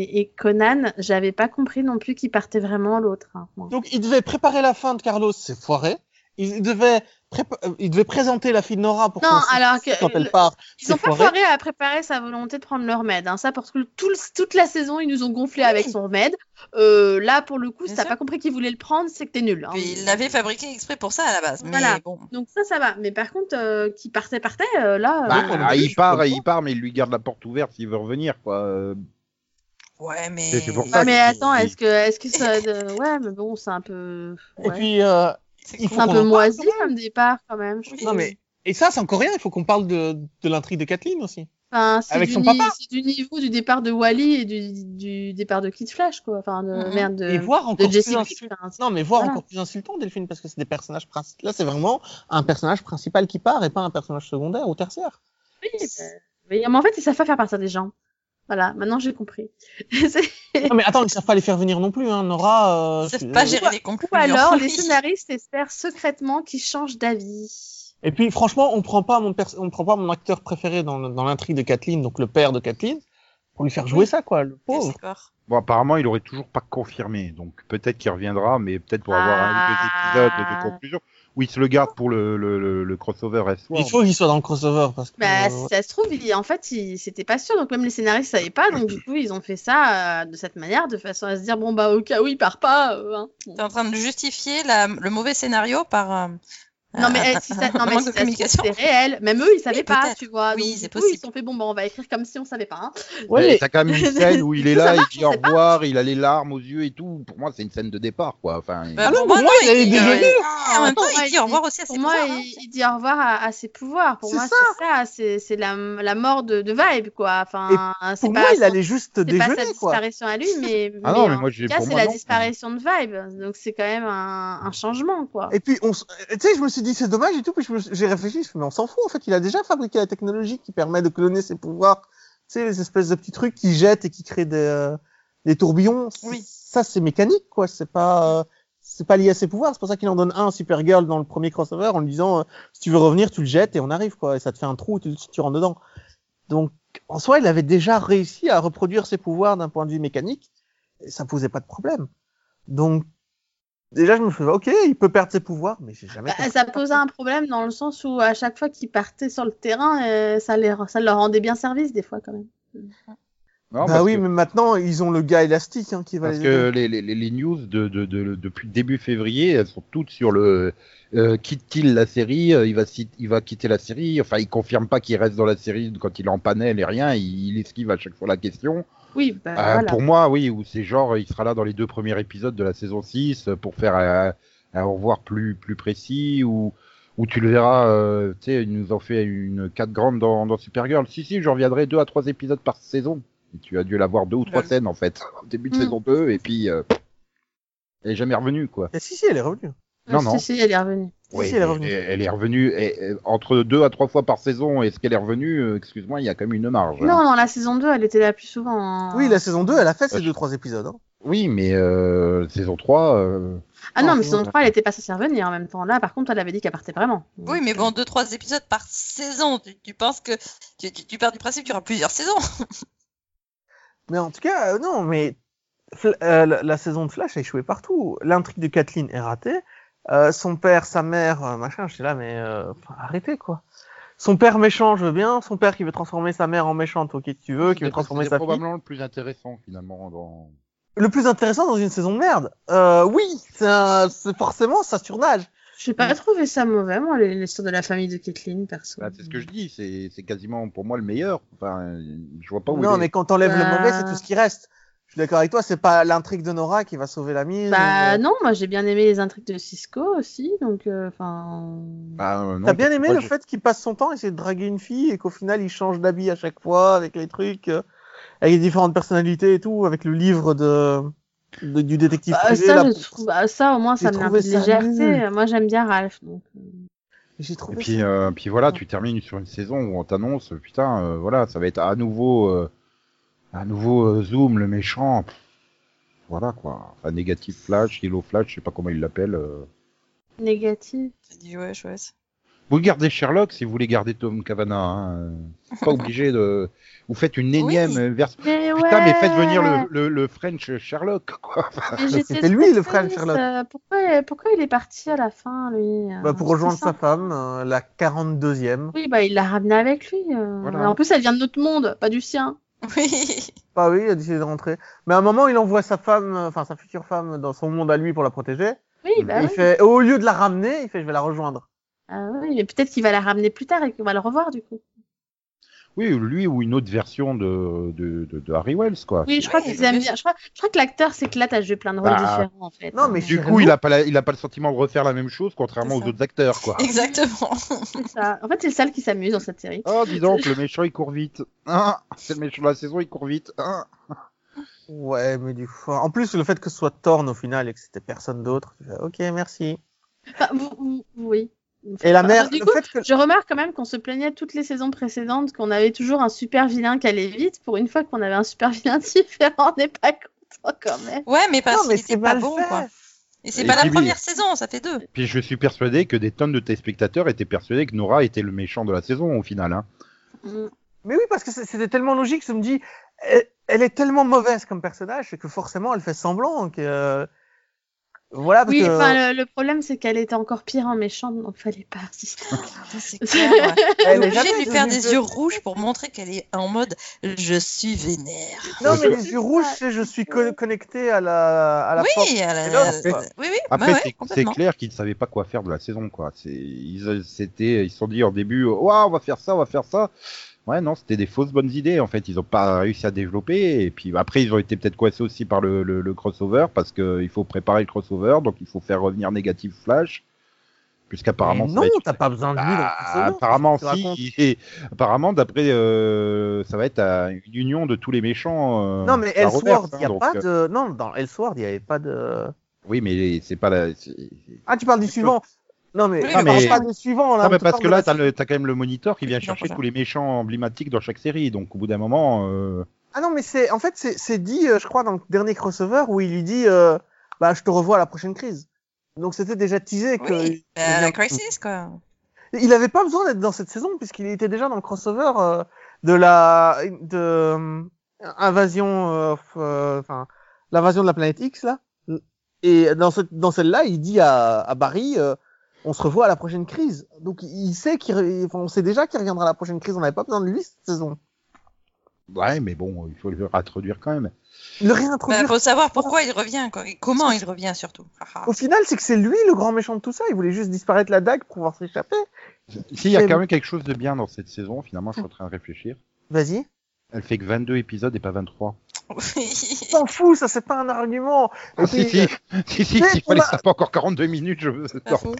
[SPEAKER 2] et, et Conan. J'avais pas compris non plus qu'ils partaient vraiment l'autre. hein, moi.
[SPEAKER 1] Donc il devait préparer la fin de Carlos, c'est foiré. Il devait, prépa- euh, il devait présenter la fille de Nora pour
[SPEAKER 2] Non,
[SPEAKER 1] qu'on sache
[SPEAKER 2] alors que
[SPEAKER 1] quand elle
[SPEAKER 2] le-
[SPEAKER 1] part.
[SPEAKER 2] Ils
[SPEAKER 1] c'est
[SPEAKER 2] ont pas
[SPEAKER 1] foiré.
[SPEAKER 2] foiré à préparer sa volonté de prendre le remède. Hein, ça, parce que tout le- toute la saison, ils nous ont gonflé avec son remède. Euh, là, pour le coup,
[SPEAKER 5] Bien
[SPEAKER 2] si t'as
[SPEAKER 5] sûr.
[SPEAKER 2] pas compris qu'ils voulaient le prendre, c'est que t'es nul. hein.
[SPEAKER 5] Puis il l'avait fabriqué exprès pour ça à la base. Mais
[SPEAKER 2] Voilà.
[SPEAKER 5] bon.
[SPEAKER 2] Donc ça, ça va. Mais par contre, euh, qui partait, partait, euh, là...
[SPEAKER 6] Bah,
[SPEAKER 2] euh,
[SPEAKER 1] non, mais
[SPEAKER 6] il
[SPEAKER 1] je
[SPEAKER 6] part,
[SPEAKER 1] comprends.
[SPEAKER 6] il part, mais il lui garde la porte ouverte s'il veut revenir quoi. Euh,
[SPEAKER 5] Ouais, mais.
[SPEAKER 6] C'est- c'est pour
[SPEAKER 2] Ouais,
[SPEAKER 6] ça.
[SPEAKER 2] mais
[SPEAKER 6] il-
[SPEAKER 2] attends,
[SPEAKER 6] il-
[SPEAKER 2] est-ce que, est-ce que ça, de- ouais, mais bon, c'est un peu,
[SPEAKER 1] Et
[SPEAKER 2] ouais.
[SPEAKER 1] puis euh, il
[SPEAKER 2] C'est
[SPEAKER 1] faut
[SPEAKER 2] un
[SPEAKER 1] qu'on
[SPEAKER 2] peu
[SPEAKER 1] en parle,
[SPEAKER 2] moisi
[SPEAKER 1] quand même.
[SPEAKER 2] comme départ quand même. je
[SPEAKER 5] Oui.
[SPEAKER 2] trouve.
[SPEAKER 1] Non mais et ça c'est encore rien. Il faut qu'on parle de, de l'intrigue de Kathleen aussi.
[SPEAKER 2] Enfin, c'est
[SPEAKER 1] Avec
[SPEAKER 2] du
[SPEAKER 1] son
[SPEAKER 2] ni-
[SPEAKER 1] papa.
[SPEAKER 2] C'est du niveau du départ de Wally et du, du départ de Kid Flash, quoi. Enfin, de,
[SPEAKER 5] Mhm.
[SPEAKER 2] merde, de,
[SPEAKER 1] et voir
[SPEAKER 2] de
[SPEAKER 1] encore
[SPEAKER 2] Jesse
[SPEAKER 1] plus
[SPEAKER 2] Quick,
[SPEAKER 1] insultant.
[SPEAKER 2] enfin, c'est-
[SPEAKER 1] Non mais voir
[SPEAKER 2] Voilà.
[SPEAKER 1] encore plus insultant Delphine parce que c'est des personnages principaux. Là c'est vraiment un personnage principal qui part et pas un personnage secondaire ou tertiaire.
[SPEAKER 2] oui, mais- mais, mais en fait, ils savent pas faire partir des gens. Voilà, maintenant j'ai compris. C'est-
[SPEAKER 1] Non mais attends, ils savent pas les faire venir non plus. Hein. Nora. euh,
[SPEAKER 5] Ils
[SPEAKER 1] je suis
[SPEAKER 5] savent pas
[SPEAKER 1] désolé.
[SPEAKER 5] gérer les conclusions.
[SPEAKER 2] Ou alors, les scénaristes espèrent secrètement qu'ils changent d'avis.
[SPEAKER 1] Et puis franchement, on prend pas mon pers- on prend pas mon acteur préféré dans, le- dans l'intrigue de Kathleen, donc le père de Kathleen, pour lui faire jouer ça quoi, le pauvre.
[SPEAKER 5] D'accord.
[SPEAKER 6] Bon, apparemment, il aurait toujours pas confirmé, donc peut-être qu'il reviendra, mais peut-être pour avoir
[SPEAKER 2] Ah.
[SPEAKER 6] un ou deux épisodes de conclusion où il se le garde pour le, le, le, le crossover S1.
[SPEAKER 1] Il faut qu'il soit dans le crossover parce que.
[SPEAKER 2] Bah,
[SPEAKER 1] euh,
[SPEAKER 2] si ça se trouve, il- en fait, ils c'était pas sûr, donc même les scénaristes savaient pas, donc du coup, ils ont fait ça euh, de cette manière, de façon à se dire, bon, bah, au cas où il part pas, euh, hein. Bon.
[SPEAKER 5] T'es en train de justifier la- le mauvais scénario par. euh,
[SPEAKER 2] Non mais
[SPEAKER 5] un-
[SPEAKER 2] eh, si ça, non,
[SPEAKER 5] un
[SPEAKER 2] mais
[SPEAKER 5] manque
[SPEAKER 2] si ça se
[SPEAKER 5] de
[SPEAKER 2] trouve,
[SPEAKER 5] communication.
[SPEAKER 2] c'est réel. Même eux, ils savaient
[SPEAKER 5] Oui,
[SPEAKER 2] pas,
[SPEAKER 5] peut-être.
[SPEAKER 2] tu vois.
[SPEAKER 5] Oui,
[SPEAKER 2] Donc, du
[SPEAKER 5] c'est
[SPEAKER 2] coup,
[SPEAKER 5] possible.
[SPEAKER 2] Ils se sont fait bon, bah, on va écrire comme si on savait pas. hein.
[SPEAKER 1] ouais, mais-
[SPEAKER 6] T'as quand même une scène où il est
[SPEAKER 2] Ça
[SPEAKER 6] là,
[SPEAKER 2] marche,
[SPEAKER 6] il
[SPEAKER 2] on
[SPEAKER 6] dit au
[SPEAKER 2] sait pas.
[SPEAKER 6] revoir, il a les larmes aux yeux et tout. Pour moi, c'est une scène de départ, quoi. Enfin, il-
[SPEAKER 5] Bah,
[SPEAKER 1] non, pour moi, il allait
[SPEAKER 5] dit,
[SPEAKER 1] dégueuler.
[SPEAKER 5] euh, En même temps,
[SPEAKER 2] Pour moi,
[SPEAKER 5] il dit
[SPEAKER 2] il-
[SPEAKER 5] au revoir aussi à ses
[SPEAKER 2] Pour moi,
[SPEAKER 5] pouvoirs, hein.
[SPEAKER 2] il, il dit au revoir à, à ses pouvoirs. Pour
[SPEAKER 1] C'est
[SPEAKER 2] moi,
[SPEAKER 1] ça.
[SPEAKER 2] c'est ça. C'est c'est la, la mort de, de Vibe, quoi. Enfin, c'est
[SPEAKER 1] Pour
[SPEAKER 2] pas,
[SPEAKER 1] moi, il
[SPEAKER 2] son-
[SPEAKER 1] allait juste
[SPEAKER 2] c'est pas sa
[SPEAKER 1] dégeler quoi.
[SPEAKER 2] disparition à lui, mais,
[SPEAKER 6] Ah non, mais
[SPEAKER 2] en
[SPEAKER 6] moi,
[SPEAKER 2] tout
[SPEAKER 6] j'ai-
[SPEAKER 2] cas,
[SPEAKER 6] pour
[SPEAKER 2] c'est
[SPEAKER 6] moi,
[SPEAKER 2] la
[SPEAKER 6] non.
[SPEAKER 2] disparition de Vibe. Donc, c'est quand même un, un changement, quoi.
[SPEAKER 1] Et puis, on s- euh, tu sais, je me suis dit, c'est dommage et tout, puis je me suis- j'ai réfléchi, je me suis dit, mais on s'en fout, en fait, il a déjà fabriqué la technologie qui permet de cloner ses pouvoirs, tu sais, les espèces de petits trucs qui jettent et qui créent des, euh, des tourbillons. C-
[SPEAKER 5] Oui.
[SPEAKER 1] Ça, c'est mécanique, quoi, c'est pas, euh, c'est pas lié à ses pouvoirs, c'est pour ça qu'il en donne un à Supergirl dans le premier crossover en lui disant, euh, si tu veux revenir, tu le jettes et on arrive, quoi, et ça te fait un trou, tu, tu rentres dedans. Donc, en soi, il avait déjà réussi à reproduire ses pouvoirs d'un point de vue mécanique, et ça posait pas de problème. Donc, Déjà, je me faisais, ok, il peut perdre ses pouvoirs, mais j'ai jamais.
[SPEAKER 2] Bah,
[SPEAKER 1] compris.
[SPEAKER 2] ça posait un problème dans le sens où à chaque fois qu'ils partaient sur le terrain, euh, ça, les, ça leur rendait bien service des fois quand même.
[SPEAKER 6] non,
[SPEAKER 1] bah
[SPEAKER 6] parce
[SPEAKER 1] oui,
[SPEAKER 6] que,
[SPEAKER 1] mais maintenant, ils ont le gars élastique hein, qui va
[SPEAKER 6] parce
[SPEAKER 1] les
[SPEAKER 6] que
[SPEAKER 1] aider.
[SPEAKER 6] les, les, les- les news de, de, de- depuis début février, elles sont toutes sur le euh, quitte-t-il la série, euh, il va, si- il va quitter la série. Enfin, il confirme pas qu'il reste dans la série quand il est en panel et rien. Il, il esquive à chaque fois la question.
[SPEAKER 2] Oui, bah,
[SPEAKER 6] Euh,
[SPEAKER 2] voilà.
[SPEAKER 6] Pour moi, oui, où c'est genre, il sera là dans les deux premiers épisodes de la saison 6 euh, pour faire euh, un, au revoir plus, plus précis, ou, ou tu le verras, euh, tu sais, il nous en fait une 4 grande dans, dans Supergirl. Si, si, je reviendrai 2 à 3 épisodes par saison. Et tu as dû l'avoir deux ou trois
[SPEAKER 5] Lol.
[SPEAKER 6] scènes, en fait, au début de
[SPEAKER 2] Hmm.
[SPEAKER 6] saison 2, et puis, euh, elle est jamais revenue, quoi.
[SPEAKER 1] Eh, si, si, elle est revenue.
[SPEAKER 6] non,
[SPEAKER 2] Euh, Si,
[SPEAKER 6] non.
[SPEAKER 2] si, elle est revenue.
[SPEAKER 1] Si, si, elle est revenue.
[SPEAKER 6] Elle, elle est revenue, et- et entre deux à trois fois par saison, est-ce qu'elle est revenue euh, Excuse-moi, il y a quand même une marge. hein.
[SPEAKER 2] Non, dans la saison 2, elle était là plus souvent. hein.
[SPEAKER 1] Oui, la saison 2, elle a fait ses
[SPEAKER 6] Ouais.
[SPEAKER 1] deux, trois épisodes. hein.
[SPEAKER 6] Oui, mais euh, saison 3, euh,
[SPEAKER 2] Ah non,
[SPEAKER 6] Ah,
[SPEAKER 2] mais
[SPEAKER 6] c'est
[SPEAKER 2] saison
[SPEAKER 6] bon.
[SPEAKER 2] 3, elle était pas censée revenir en même temps. Là, par contre, elle avait dit qu'elle partait vraiment.
[SPEAKER 5] Oui, mais bon, deux, trois épisodes par saison. Tu, tu penses que tu, tu- tu pars du principe qu'il y aura plusieurs saisons.
[SPEAKER 1] Mais en tout cas, euh, non, mais Fl- euh, la, la saison de Flash a échoué partout. L'intrigue de Kathleen est ratée. Euh, son père, sa mère, euh, machin, j'étais là, mais euh, enfin, arrêtez quoi. Son père méchant, je veux bien. Son père qui veut transformer sa mère en méchante, ok, tu veux, qui veut
[SPEAKER 6] c'était-
[SPEAKER 1] transformer
[SPEAKER 6] c'était
[SPEAKER 1] sa fille.
[SPEAKER 6] probablement le plus intéressant finalement. Dans...
[SPEAKER 1] Le plus intéressant dans une saison de merde, euh, oui, c'est un- c'est forcément ça surnage.
[SPEAKER 2] J'ai pas trouvé ça mauvais, moi, les- l'histoire de la famille de Kathleen, perso.
[SPEAKER 6] Bah, c'est ce que je dis, c'est c'est quasiment pour moi le meilleur. Enfin, je vois pas où.
[SPEAKER 1] non,
[SPEAKER 6] il est.
[SPEAKER 1] mais quand t'enlèves le
[SPEAKER 2] Bah.
[SPEAKER 1] mauvais, c'est tout ce qui reste. Je suis d'accord avec toi, c'est pas l'intrigue de Nora qui va sauver la euh, mise.
[SPEAKER 2] Bah
[SPEAKER 6] euh,
[SPEAKER 1] ou-
[SPEAKER 2] non, moi j'ai bien aimé les intrigues de Cisco aussi, donc euh, enfin.
[SPEAKER 6] Bah, euh, non,
[SPEAKER 1] T'as bien
[SPEAKER 6] parce que
[SPEAKER 1] aimé
[SPEAKER 6] moi,
[SPEAKER 1] le
[SPEAKER 6] je-
[SPEAKER 1] fait qu'il passe son temps à essayer de draguer une fille et qu'au final il change d'habit à chaque fois avec les trucs, euh, avec les différentes personnalités et tout, avec le livre de, de- du détective
[SPEAKER 2] Bah,
[SPEAKER 1] privé.
[SPEAKER 2] ça,
[SPEAKER 1] là.
[SPEAKER 2] je trouve- bah, ça, au moins,
[SPEAKER 1] J'ai
[SPEAKER 2] ça me met un peu
[SPEAKER 1] trouvé
[SPEAKER 2] de
[SPEAKER 1] ça
[SPEAKER 2] légèreté.
[SPEAKER 1] nul.
[SPEAKER 2] Moi, j'aime bien Ralph. Donc... euh,
[SPEAKER 1] J'ai
[SPEAKER 6] Et
[SPEAKER 1] trouvé
[SPEAKER 6] puis,
[SPEAKER 1] ça-
[SPEAKER 6] euh, puis voilà, tu termines sur une saison où on t'annonce, putain, euh, voilà, ça va être à nouveau, euh, à nouveau euh, Zoom, le méchant. Pff, Voilà quoi. Enfin, négatif flash, yellow flash, je sais pas comment ils l'appellent. euh.
[SPEAKER 2] Négatif.
[SPEAKER 5] T'as dit ouais, chouette.
[SPEAKER 6] Vous gardez Sherlock si vous voulez garder Tom Cavana. Hein. euh, c'est Pas obligé de. Vous faites une énième
[SPEAKER 5] Oui.
[SPEAKER 6] euh, version.
[SPEAKER 2] Mais
[SPEAKER 6] Putain, mais faites venir
[SPEAKER 2] ouais,
[SPEAKER 6] le, le, le French Sherlock, quoi.
[SPEAKER 2] mais j'étais
[SPEAKER 1] C'était lui,
[SPEAKER 2] trop
[SPEAKER 1] le frère de
[SPEAKER 2] triste,
[SPEAKER 1] Sherlock.
[SPEAKER 2] euh, pourquoi, pourquoi il est parti à la fin, lui euh,
[SPEAKER 1] Bah, pour
[SPEAKER 2] c'est
[SPEAKER 1] rejoindre
[SPEAKER 2] ça.
[SPEAKER 1] sa femme, euh, la 42e.
[SPEAKER 2] Oui, bah, il l'a ramené avec lui. euh,
[SPEAKER 6] Voilà.
[SPEAKER 2] mais En plus, elle vient de notre monde, pas du sien.
[SPEAKER 5] Oui.
[SPEAKER 1] Bah oui, il a décidé de rentrer. Mais à un moment, il envoie sa femme, euh, enfin sa future femme, dans son monde à lui pour la protéger.
[SPEAKER 2] Oui,
[SPEAKER 1] Mm. Et
[SPEAKER 2] bah
[SPEAKER 1] il
[SPEAKER 2] oui.
[SPEAKER 1] fait, au lieu de la ramener, il fait, je vais la rejoindre.
[SPEAKER 2] Ah oui, mais peut-être qu'il va la ramener plus tard et qu'on va le revoir, du coup.
[SPEAKER 6] Oui, lui ou une autre version de, de, de, de Harry Wells, quoi.
[SPEAKER 2] Oui, je crois
[SPEAKER 5] Ouais,
[SPEAKER 2] qu'ils aiment
[SPEAKER 5] mais-
[SPEAKER 2] bien. Je crois, je crois que l'acteur s'éclate à jouer plein de rôles
[SPEAKER 6] Bah,
[SPEAKER 2] différents, en fait.
[SPEAKER 1] non, mais
[SPEAKER 6] Du
[SPEAKER 1] Sherlock-
[SPEAKER 6] coup, il a pas la- il a pas le sentiment de refaire la même chose, contrairement
[SPEAKER 2] C'est
[SPEAKER 6] aux
[SPEAKER 2] ça.
[SPEAKER 6] autres acteurs, quoi.
[SPEAKER 5] Exactement.
[SPEAKER 2] C'est ça. En fait, c'est le seul qui s'amuse dans cette série.
[SPEAKER 6] Oh, dis donc, le méchant il court vite. Hein c'est le méchant de la saison, il court vite. Hein
[SPEAKER 1] Ouais, mais du coup, en plus, le fait que ce soit Thorne au final et que c'était personne d'autre, tu fais, ok, merci.
[SPEAKER 2] Enfin, vous- vous- oui.
[SPEAKER 1] Et la
[SPEAKER 2] Enfin,
[SPEAKER 1] mère,
[SPEAKER 2] Bah, du
[SPEAKER 1] le
[SPEAKER 2] coup,
[SPEAKER 1] fait que
[SPEAKER 2] Je remarque quand même qu'on se plaignait toutes les saisons précédentes qu'on avait toujours un super vilain qui allait vite. Pour une fois qu'on avait un super vilain différent, on n'est pas content quand même.
[SPEAKER 5] Ouais, mais parce
[SPEAKER 1] Non, mais
[SPEAKER 5] qu'il
[SPEAKER 1] c'est
[SPEAKER 5] était pas
[SPEAKER 1] mal
[SPEAKER 5] bon,
[SPEAKER 1] fait.
[SPEAKER 5] quoi. Et c'est
[SPEAKER 6] Et
[SPEAKER 5] pas la
[SPEAKER 6] puis, oui.
[SPEAKER 5] première saison, ça fait deux.
[SPEAKER 6] Puis je suis persuadé que des tonnes de téléspectateurs étaient persuadés que Nora était le méchant de la saison au final. Hein.
[SPEAKER 2] Mm.
[SPEAKER 1] Mais oui, parce que c'est- c'était tellement logique, je me dis, elle, elle est tellement mauvaise comme personnage que forcément elle fait semblant que. euh, Voilà, parce
[SPEAKER 2] Oui,
[SPEAKER 1] que.
[SPEAKER 2] enfin, le, le problème, c'est qu'elle était encore pire en méchante, donc fallait pas insister.
[SPEAKER 5] Putain, C'est clair, ouais.
[SPEAKER 1] elle est
[SPEAKER 5] obligé de
[SPEAKER 1] jamais
[SPEAKER 5] lui faire
[SPEAKER 1] devenue
[SPEAKER 5] des yeux rouges pour montrer qu'elle est en mode je suis vénère.
[SPEAKER 1] Non, mais les
[SPEAKER 2] C'est
[SPEAKER 1] yeux rouges,
[SPEAKER 2] ça.
[SPEAKER 1] c'est je suis co- connecté à la. À la
[SPEAKER 5] oui,
[SPEAKER 1] force.
[SPEAKER 5] elle a-
[SPEAKER 1] Et l'autre, quoi.
[SPEAKER 5] oui, oui,
[SPEAKER 6] Après,
[SPEAKER 5] bah ouais,
[SPEAKER 6] c'est- c'est
[SPEAKER 5] complètement.
[SPEAKER 6] clair qu'ils ne savaient pas quoi faire de la saison. quoi. C'est- Ils euh, s'étaient- ils se sont dit en début, Ouah, on va faire ça, on va faire ça. Ouais, non, c'était des fausses bonnes idées en fait. Ils n'ont pas réussi à développer. Et puis bah, après, ils ont été peut-être coincés aussi par le, le- le crossover parce qu'il faut préparer le crossover, donc il faut faire revenir négatif Flash. Puisqu'apparemment,
[SPEAKER 1] Mais
[SPEAKER 6] ça
[SPEAKER 1] non,
[SPEAKER 6] va être
[SPEAKER 1] t'as pas besoin de lui. dans
[SPEAKER 6] Ah,
[SPEAKER 1] la saison.
[SPEAKER 6] apparemment,
[SPEAKER 1] Qu'est-ce que tu racontes
[SPEAKER 6] si. Et apparemment, d'après, euh, ça va être euh, une union de tous les méchants. euh,
[SPEAKER 1] Non, mais
[SPEAKER 6] à
[SPEAKER 1] Elseworld,
[SPEAKER 6] Roberts,
[SPEAKER 1] il
[SPEAKER 6] hein,
[SPEAKER 1] n'y a
[SPEAKER 6] donc,
[SPEAKER 1] pas
[SPEAKER 6] euh,
[SPEAKER 1] de. Non, dans Elseworld, il n'y avait pas de.
[SPEAKER 6] Oui, mais c'est pas la. c'est-
[SPEAKER 1] Ah, tu parles du suivant. Non, mais.
[SPEAKER 5] Oui,
[SPEAKER 1] on
[SPEAKER 6] mais-
[SPEAKER 1] parle pas du suivant, là.
[SPEAKER 6] Non, mais
[SPEAKER 1] on
[SPEAKER 6] parce
[SPEAKER 1] parle
[SPEAKER 6] que
[SPEAKER 1] de
[SPEAKER 6] là,
[SPEAKER 1] la-
[SPEAKER 6] t'as le- t'as quand même le moniteur qui vient
[SPEAKER 5] Non,
[SPEAKER 6] chercher
[SPEAKER 5] voilà.
[SPEAKER 6] tous les méchants emblématiques dans chaque série. Donc, au bout d'un moment, euh,
[SPEAKER 1] Ah non, mais c'est. En fait, c'est c'est dit, euh, je crois, dans le dernier crossover où il lui dit euh, Bah, je te revois à la prochaine crise. Donc, c'était déjà teasé que.
[SPEAKER 5] Oui,
[SPEAKER 1] il-
[SPEAKER 5] bah,
[SPEAKER 1] il-
[SPEAKER 5] la crisis, quoi.
[SPEAKER 1] Il avait pas besoin d'être dans cette saison puisqu'il était déjà dans le crossover euh, de la de euh, invasion euh, f- euh, enfin l'invasion de la planète X là et dans cette dans celle-là il dit à, à Barry euh, on se revoit à la prochaine crise donc il sait qu'il re- enfin, on sait déjà qu'il reviendra à la prochaine crise on n'avait pas besoin de lui cette saison
[SPEAKER 6] ouais, mais bon, il faut le réintroduire quand même.
[SPEAKER 1] le
[SPEAKER 5] Bah,
[SPEAKER 1] réintroduire
[SPEAKER 5] faut savoir pourquoi il revient, quoi. Et comment il revient, surtout. Ah, ah.
[SPEAKER 1] au final c'est que c'est lui le grand méchant de tout ça il voulait juste disparaître la dague pour pouvoir s'échapper
[SPEAKER 6] S'il y a
[SPEAKER 1] Mais-
[SPEAKER 6] quand même quelque chose de bien dans cette saison, finalement, je suis en train de réfléchir.
[SPEAKER 1] vas-y
[SPEAKER 6] Elle fait que 22 épisodes et pas 23.
[SPEAKER 5] Oui.
[SPEAKER 1] s'en fout ça c'est pas un argument
[SPEAKER 6] Ah, si,
[SPEAKER 1] Et puis, euh,
[SPEAKER 6] si, si, si,
[SPEAKER 1] mais
[SPEAKER 6] s'il
[SPEAKER 1] on
[SPEAKER 6] fallait
[SPEAKER 1] a-
[SPEAKER 6] ça pas encore 42 minutes, je veux.
[SPEAKER 5] Pas faux.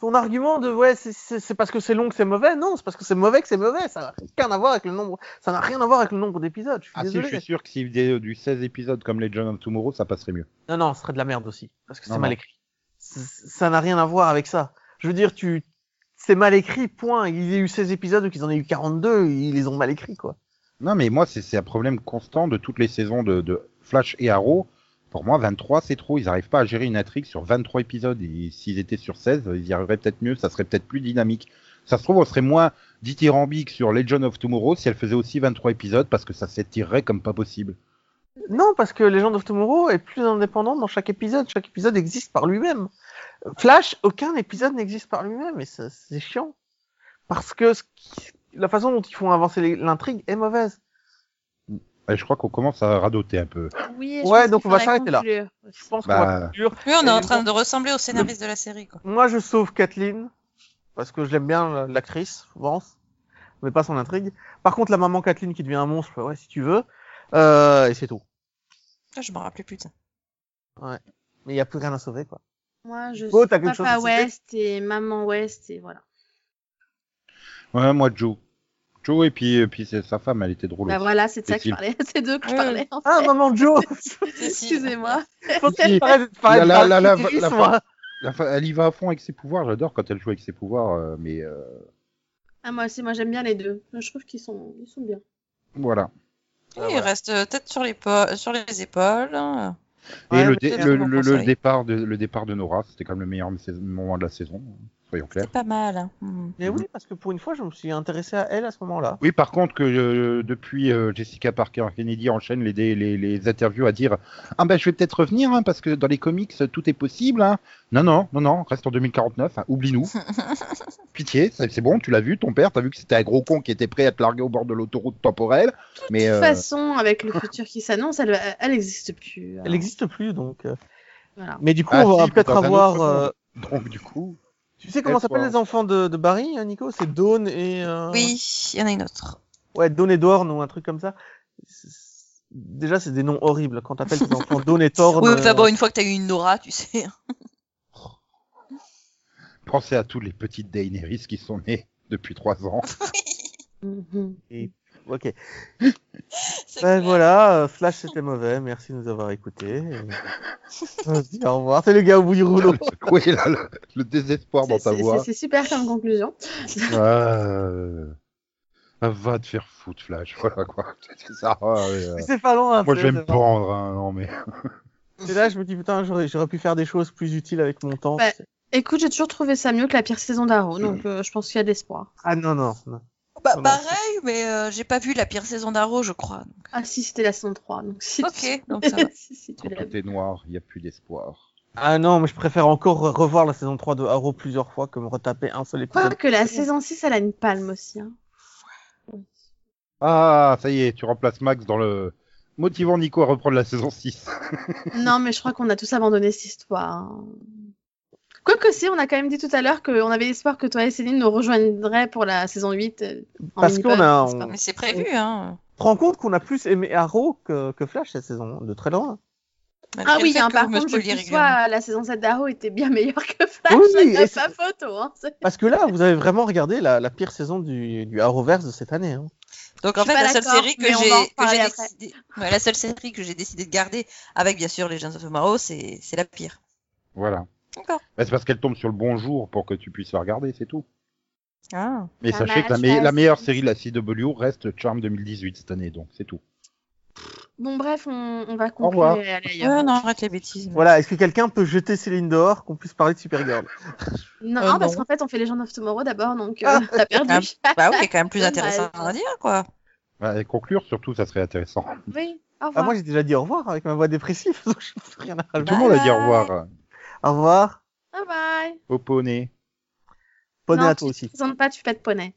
[SPEAKER 1] ton argument de ouais c'est- c'est c'est parce que c'est long que c'est mauvais non c'est parce que c'est mauvais que c'est mauvais ça n'a rien à voir avec le nombre ça n'a rien à voir avec le nombre d'épisodes je suis
[SPEAKER 6] Ah si, je
[SPEAKER 1] désolé
[SPEAKER 6] suis sûr que s'il faisait du 16 épisodes comme Legend of Tomorrow, ça passerait mieux.
[SPEAKER 1] non non ce serait de la merde aussi parce que
[SPEAKER 6] Non,
[SPEAKER 1] c'est mal
[SPEAKER 6] non.
[SPEAKER 1] écrit C- ça n'a rien à voir avec ça je veux dire tu c'est mal écrit point il y a eu 16 épisodes ou qu'ils en aient eu 42 ils les ont mal écrits quoi
[SPEAKER 6] Non, mais moi, c'est c'est un problème constant de toutes les saisons de, de Flash et Arrow. Pour moi, 23, c'est trop. Ils n'arrivent pas à gérer une intrigue sur 23 épisodes. Et S'ils étaient sur 16, ils y arriveraient peut-être mieux. Ça serait peut-être plus dynamique. Ça se trouve, on serait moins dithyrambique sur Legend of Tomorrow si elle faisait aussi 23 épisodes parce que ça s'étirerait comme pas possible.
[SPEAKER 1] Non, parce que Legend of Tomorrow est plus indépendant dans chaque épisode. Chaque épisode existe par lui-même. Flash, aucun épisode n'existe par lui-même et ça, c'est chiant. Parce que ce qui- la façon dont ils font avancer les- l'intrigue est mauvaise.
[SPEAKER 6] Et je crois qu'on commence à radoter un peu.
[SPEAKER 2] Oui,
[SPEAKER 1] Ouais, donc on va s'arrêter là. Je pense qu'on
[SPEAKER 6] Bah.
[SPEAKER 1] va conclure.
[SPEAKER 5] Oui, on est en
[SPEAKER 1] Et
[SPEAKER 5] train de ressembler au scénariste de la série, quoi.
[SPEAKER 1] Moi, je sauve Kathleen parce que je l'aime bien la- l'actrice, Vance, mais pas son intrigue. Par contre, la maman Kathleen qui devient un monstre, ouais, si tu veux, euh, et c'est tout.
[SPEAKER 5] Ah, je m'en rappelais plus, putain.
[SPEAKER 1] Mais il y a plus rien à sauver, quoi.
[SPEAKER 2] Moi, je
[SPEAKER 1] Beau,
[SPEAKER 2] suis
[SPEAKER 1] t'as quelque chose à
[SPEAKER 2] papa
[SPEAKER 1] citer
[SPEAKER 2] West et maman West et voilà.
[SPEAKER 6] Ouais, moi, Joe. Joe et puis, et puis c'est- sa femme, elle était drôle.
[SPEAKER 2] Bah
[SPEAKER 6] aussi.
[SPEAKER 2] voilà, c'est de ça que je
[SPEAKER 6] Cécile.
[SPEAKER 2] parlais. C'est deux que je
[SPEAKER 5] Ouais.
[SPEAKER 2] parlais. en
[SPEAKER 1] Ah,
[SPEAKER 2] fait.
[SPEAKER 1] maman Joe.
[SPEAKER 2] Excusez-moi.
[SPEAKER 1] Faut que
[SPEAKER 6] Si.
[SPEAKER 1] je parle- parle-
[SPEAKER 6] La- la-
[SPEAKER 1] parle
[SPEAKER 6] la- la-
[SPEAKER 1] d'actrice,
[SPEAKER 6] la-
[SPEAKER 1] moi.
[SPEAKER 6] La fa- elle y va à fond avec ses pouvoirs. J'adore quand elle joue avec ses pouvoirs. euh, mais euh,
[SPEAKER 2] Ah, moi aussi, moi j'aime bien les deux. Je trouve qu'ils sont, ils sont bien.
[SPEAKER 6] voilà.
[SPEAKER 5] Oui, il reste euh, tête sur les, po- sur les épaules. hein.
[SPEAKER 6] Et
[SPEAKER 1] Ouais, bah,
[SPEAKER 6] le,
[SPEAKER 1] mais
[SPEAKER 6] dé-
[SPEAKER 5] c'est
[SPEAKER 6] le,
[SPEAKER 5] vraiment
[SPEAKER 6] le- le
[SPEAKER 5] conseil.
[SPEAKER 6] départ de, le départ de Nora, c'était quand même le meilleur sais- moment de la saison. Soyons clairs.
[SPEAKER 5] C'est pas mal. hein. Hmm.
[SPEAKER 1] Mais
[SPEAKER 6] Mhm.
[SPEAKER 1] oui, parce que pour une fois, je me suis intéressé à elle à ce moment-là.
[SPEAKER 6] Oui, par contre, que euh, depuis euh, Jessica Parker Kennedy enchaîne les, dé- les, les interviews à dire Ah ben je vais peut-être revenir hein, parce que dans les comics tout est possible. hein. Non, non, non, non, reste en 2049, hein, oublie-nous. Pitié, c'est c'est bon, tu l'as vu, ton père, t'as vu que c'était un gros con qui était prêt à te larguer au bord de l'autoroute temporelle.
[SPEAKER 2] De
[SPEAKER 6] Mais
[SPEAKER 2] toute
[SPEAKER 6] euh,
[SPEAKER 2] façon, avec le futur qui s'annonce, elle elle n'existe plus. hein.
[SPEAKER 1] Elle n'existe plus, donc. euh.
[SPEAKER 2] Voilà.
[SPEAKER 1] Mais du coup,
[SPEAKER 6] Ah,
[SPEAKER 1] on va
[SPEAKER 6] si,
[SPEAKER 1] peut-être
[SPEAKER 6] dans un autre
[SPEAKER 1] avoir.
[SPEAKER 6] monde.
[SPEAKER 1] euh,
[SPEAKER 6] donc du coup,
[SPEAKER 1] Tu sais comment
[SPEAKER 6] Elle,
[SPEAKER 1] s'appellent
[SPEAKER 6] quoi.
[SPEAKER 1] les enfants de, de Barry, hein, Nico C'est Dawn et. euh,
[SPEAKER 5] Oui, il y en a une autre.
[SPEAKER 1] Ouais, Dawn et Dorn ou un truc comme ça. C'est- c'est- Déjà, c'est des noms horribles quand t'appelles tes enfants Dawn et Thorn.
[SPEAKER 5] Oui,
[SPEAKER 1] euh,
[SPEAKER 5] enfin bon, une fois que t'as eu une Nora, tu sais. hein.
[SPEAKER 6] pensez à tous les petites Daenerys qui sont nées depuis trois ans.
[SPEAKER 2] Mhm.
[SPEAKER 1] Ok.
[SPEAKER 5] C'est
[SPEAKER 1] Ben
[SPEAKER 5] clair.
[SPEAKER 1] voilà, euh, Flash c'était mauvais, merci de nous avoir écoutés. et- On se dit au revoir. C'est le gars au bout du rouleau.
[SPEAKER 6] oui, là, le, le désespoir dans
[SPEAKER 2] C'est-
[SPEAKER 6] ta
[SPEAKER 2] c'est-
[SPEAKER 6] voix.
[SPEAKER 2] C'est c'est super comme conclusion.
[SPEAKER 6] Euh, Va te faire foutre, Flash. Voilà quoi. C'est ça. ouais, ouais.
[SPEAKER 1] C'est pas loin.
[SPEAKER 6] Moi,
[SPEAKER 1] tu
[SPEAKER 6] je
[SPEAKER 1] sais,
[SPEAKER 6] vais me
[SPEAKER 1] c'est pas-
[SPEAKER 6] pendre, hein, non mais.
[SPEAKER 1] Et là, je me dis putain, j'aurais j'aurais pu faire des choses plus utiles avec mon temps.
[SPEAKER 2] Ouais. Écoute, j'ai toujours trouvé ça mieux que la pire saison d'Arrow, donc euh, je pense qu'il y a de l'espoir.
[SPEAKER 1] Ah non, non, non.
[SPEAKER 5] Bah,
[SPEAKER 1] non.
[SPEAKER 5] pareil, mais euh, j'ai pas vu la pire saison d'Arrow, je crois.
[SPEAKER 2] Ah si, c'était la saison 3, donc si
[SPEAKER 5] Ok, donc
[SPEAKER 2] tu,
[SPEAKER 5] ça va.
[SPEAKER 2] si, si, tu
[SPEAKER 6] Quand
[SPEAKER 2] l'as
[SPEAKER 6] tout est noir, il n'y a plus d'espoir.
[SPEAKER 1] Ah non, mais je préfère encore re- revoir la saison 3 de Arrow plusieurs fois que me retaper un seul épisode.
[SPEAKER 2] que la saison 6, elle a une palme aussi. Hein.
[SPEAKER 6] Ah, ça y est, tu remplaces Max dans le. Motivant Nico à reprendre la saison 6.
[SPEAKER 2] non, mais je crois qu'on a tous abandonné cette histoire. hein. Quoique si, on a quand même dit tout à l'heure qu'on avait l'espoir que toi et Céline nous rejoindraient pour la saison 8. euh, en
[SPEAKER 1] Parce
[SPEAKER 2] mini-pod,
[SPEAKER 1] qu'on a-
[SPEAKER 2] n'est-ce pas
[SPEAKER 1] on-
[SPEAKER 5] Mais c'est prévu, hein.
[SPEAKER 1] Tu te rends compte qu'on a plus aimé Arrow que, que Flash cette saison, hein, de très loin.
[SPEAKER 5] Malgré
[SPEAKER 2] Ah
[SPEAKER 5] le
[SPEAKER 2] oui,
[SPEAKER 5] fait
[SPEAKER 2] hein,
[SPEAKER 5] que
[SPEAKER 2] par
[SPEAKER 5] vous me
[SPEAKER 2] contre, je
[SPEAKER 5] spoiliez régulièrement.
[SPEAKER 2] soit la saison 7 d'Arrow était bien meilleure que Flash,
[SPEAKER 1] Oui,
[SPEAKER 2] il n'y a
[SPEAKER 1] et
[SPEAKER 2] pas photo. Hein. c'est-
[SPEAKER 1] Parce que là, vous avez vraiment regardé la, la pire saison du, du Arrowverse de cette année. hein.
[SPEAKER 5] Donc
[SPEAKER 2] Je
[SPEAKER 5] en
[SPEAKER 2] suis
[SPEAKER 5] fait,
[SPEAKER 2] pas
[SPEAKER 5] la seule
[SPEAKER 2] d'accord,
[SPEAKER 5] série que
[SPEAKER 2] mais on va en
[SPEAKER 5] j'ai que
[SPEAKER 2] reparler
[SPEAKER 5] j'ai
[SPEAKER 2] après.
[SPEAKER 5] décidé, ouais, la seule série que j'ai décidé de garder, avec bien sûr les Legends of Tomorrow, c'est c'est la pire.
[SPEAKER 6] Voilà.
[SPEAKER 5] D'accord.
[SPEAKER 6] Bah, c'est parce qu'elle tombe sur le bon jour pour que tu puisses la regarder, c'est tout.
[SPEAKER 5] Ah.
[SPEAKER 6] Mais
[SPEAKER 2] Ah, bah,
[SPEAKER 6] sachez que la,
[SPEAKER 2] je
[SPEAKER 6] me-
[SPEAKER 2] reste.
[SPEAKER 6] la meilleure série de la CW reste Charm 2018 cette année, donc c'est tout.
[SPEAKER 2] Bon, bref, on, on va
[SPEAKER 6] Au
[SPEAKER 2] conclure
[SPEAKER 6] revoir.
[SPEAKER 2] et aller ailleurs.
[SPEAKER 5] Ouais, non, arrête les bêtises.
[SPEAKER 1] Voilà, est-ce que quelqu'un peut jeter Céline dehors, qu'on puisse parler de Supergirl
[SPEAKER 2] Non,
[SPEAKER 5] Euh,
[SPEAKER 2] parce
[SPEAKER 5] non.
[SPEAKER 2] qu'en fait, on fait les gens of Tomorrow d'abord, donc
[SPEAKER 1] Ah.
[SPEAKER 2] euh, t'as perdu.
[SPEAKER 5] Bah oui, il y a quand même plus
[SPEAKER 2] Dommage.
[SPEAKER 5] intéressant à dire, quoi.
[SPEAKER 6] Bah, et conclure, surtout, ça serait intéressant.
[SPEAKER 2] Oui, au
[SPEAKER 1] Ah,
[SPEAKER 2] revoir.
[SPEAKER 1] moi j'ai déjà dit au revoir avec ma voix dépressive, donc je n'ai rien à
[SPEAKER 2] Ah
[SPEAKER 1] rajouter.
[SPEAKER 6] Tout le monde
[SPEAKER 2] bah
[SPEAKER 6] a dit au revoir.
[SPEAKER 1] Au revoir,
[SPEAKER 2] Bye bye.
[SPEAKER 6] Au poney.
[SPEAKER 1] bonne
[SPEAKER 2] Non,
[SPEAKER 1] à toi aussi.
[SPEAKER 2] Tu te présentes pas, tu fais pas de poney.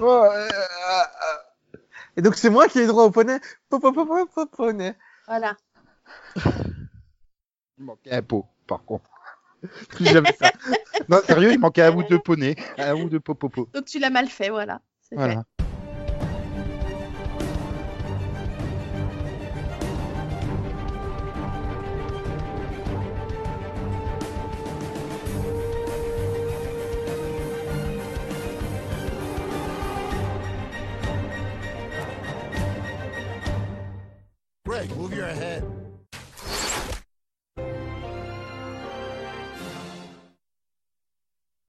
[SPEAKER 6] Oh, euh, euh, euh.
[SPEAKER 1] Et donc c'est moi qui ai droit au poney. Po- po- po- po- po- Poney.
[SPEAKER 2] Voilà.
[SPEAKER 6] Il manquait un pot, par contre.
[SPEAKER 1] Plus jamais ça.
[SPEAKER 6] Non, sérieux, il manquait un ou deux poneys. Un ou deux popopo.
[SPEAKER 2] Donc tu l'as mal fait, voilà. C'est
[SPEAKER 6] Voilà.
[SPEAKER 7] Greg, move your head.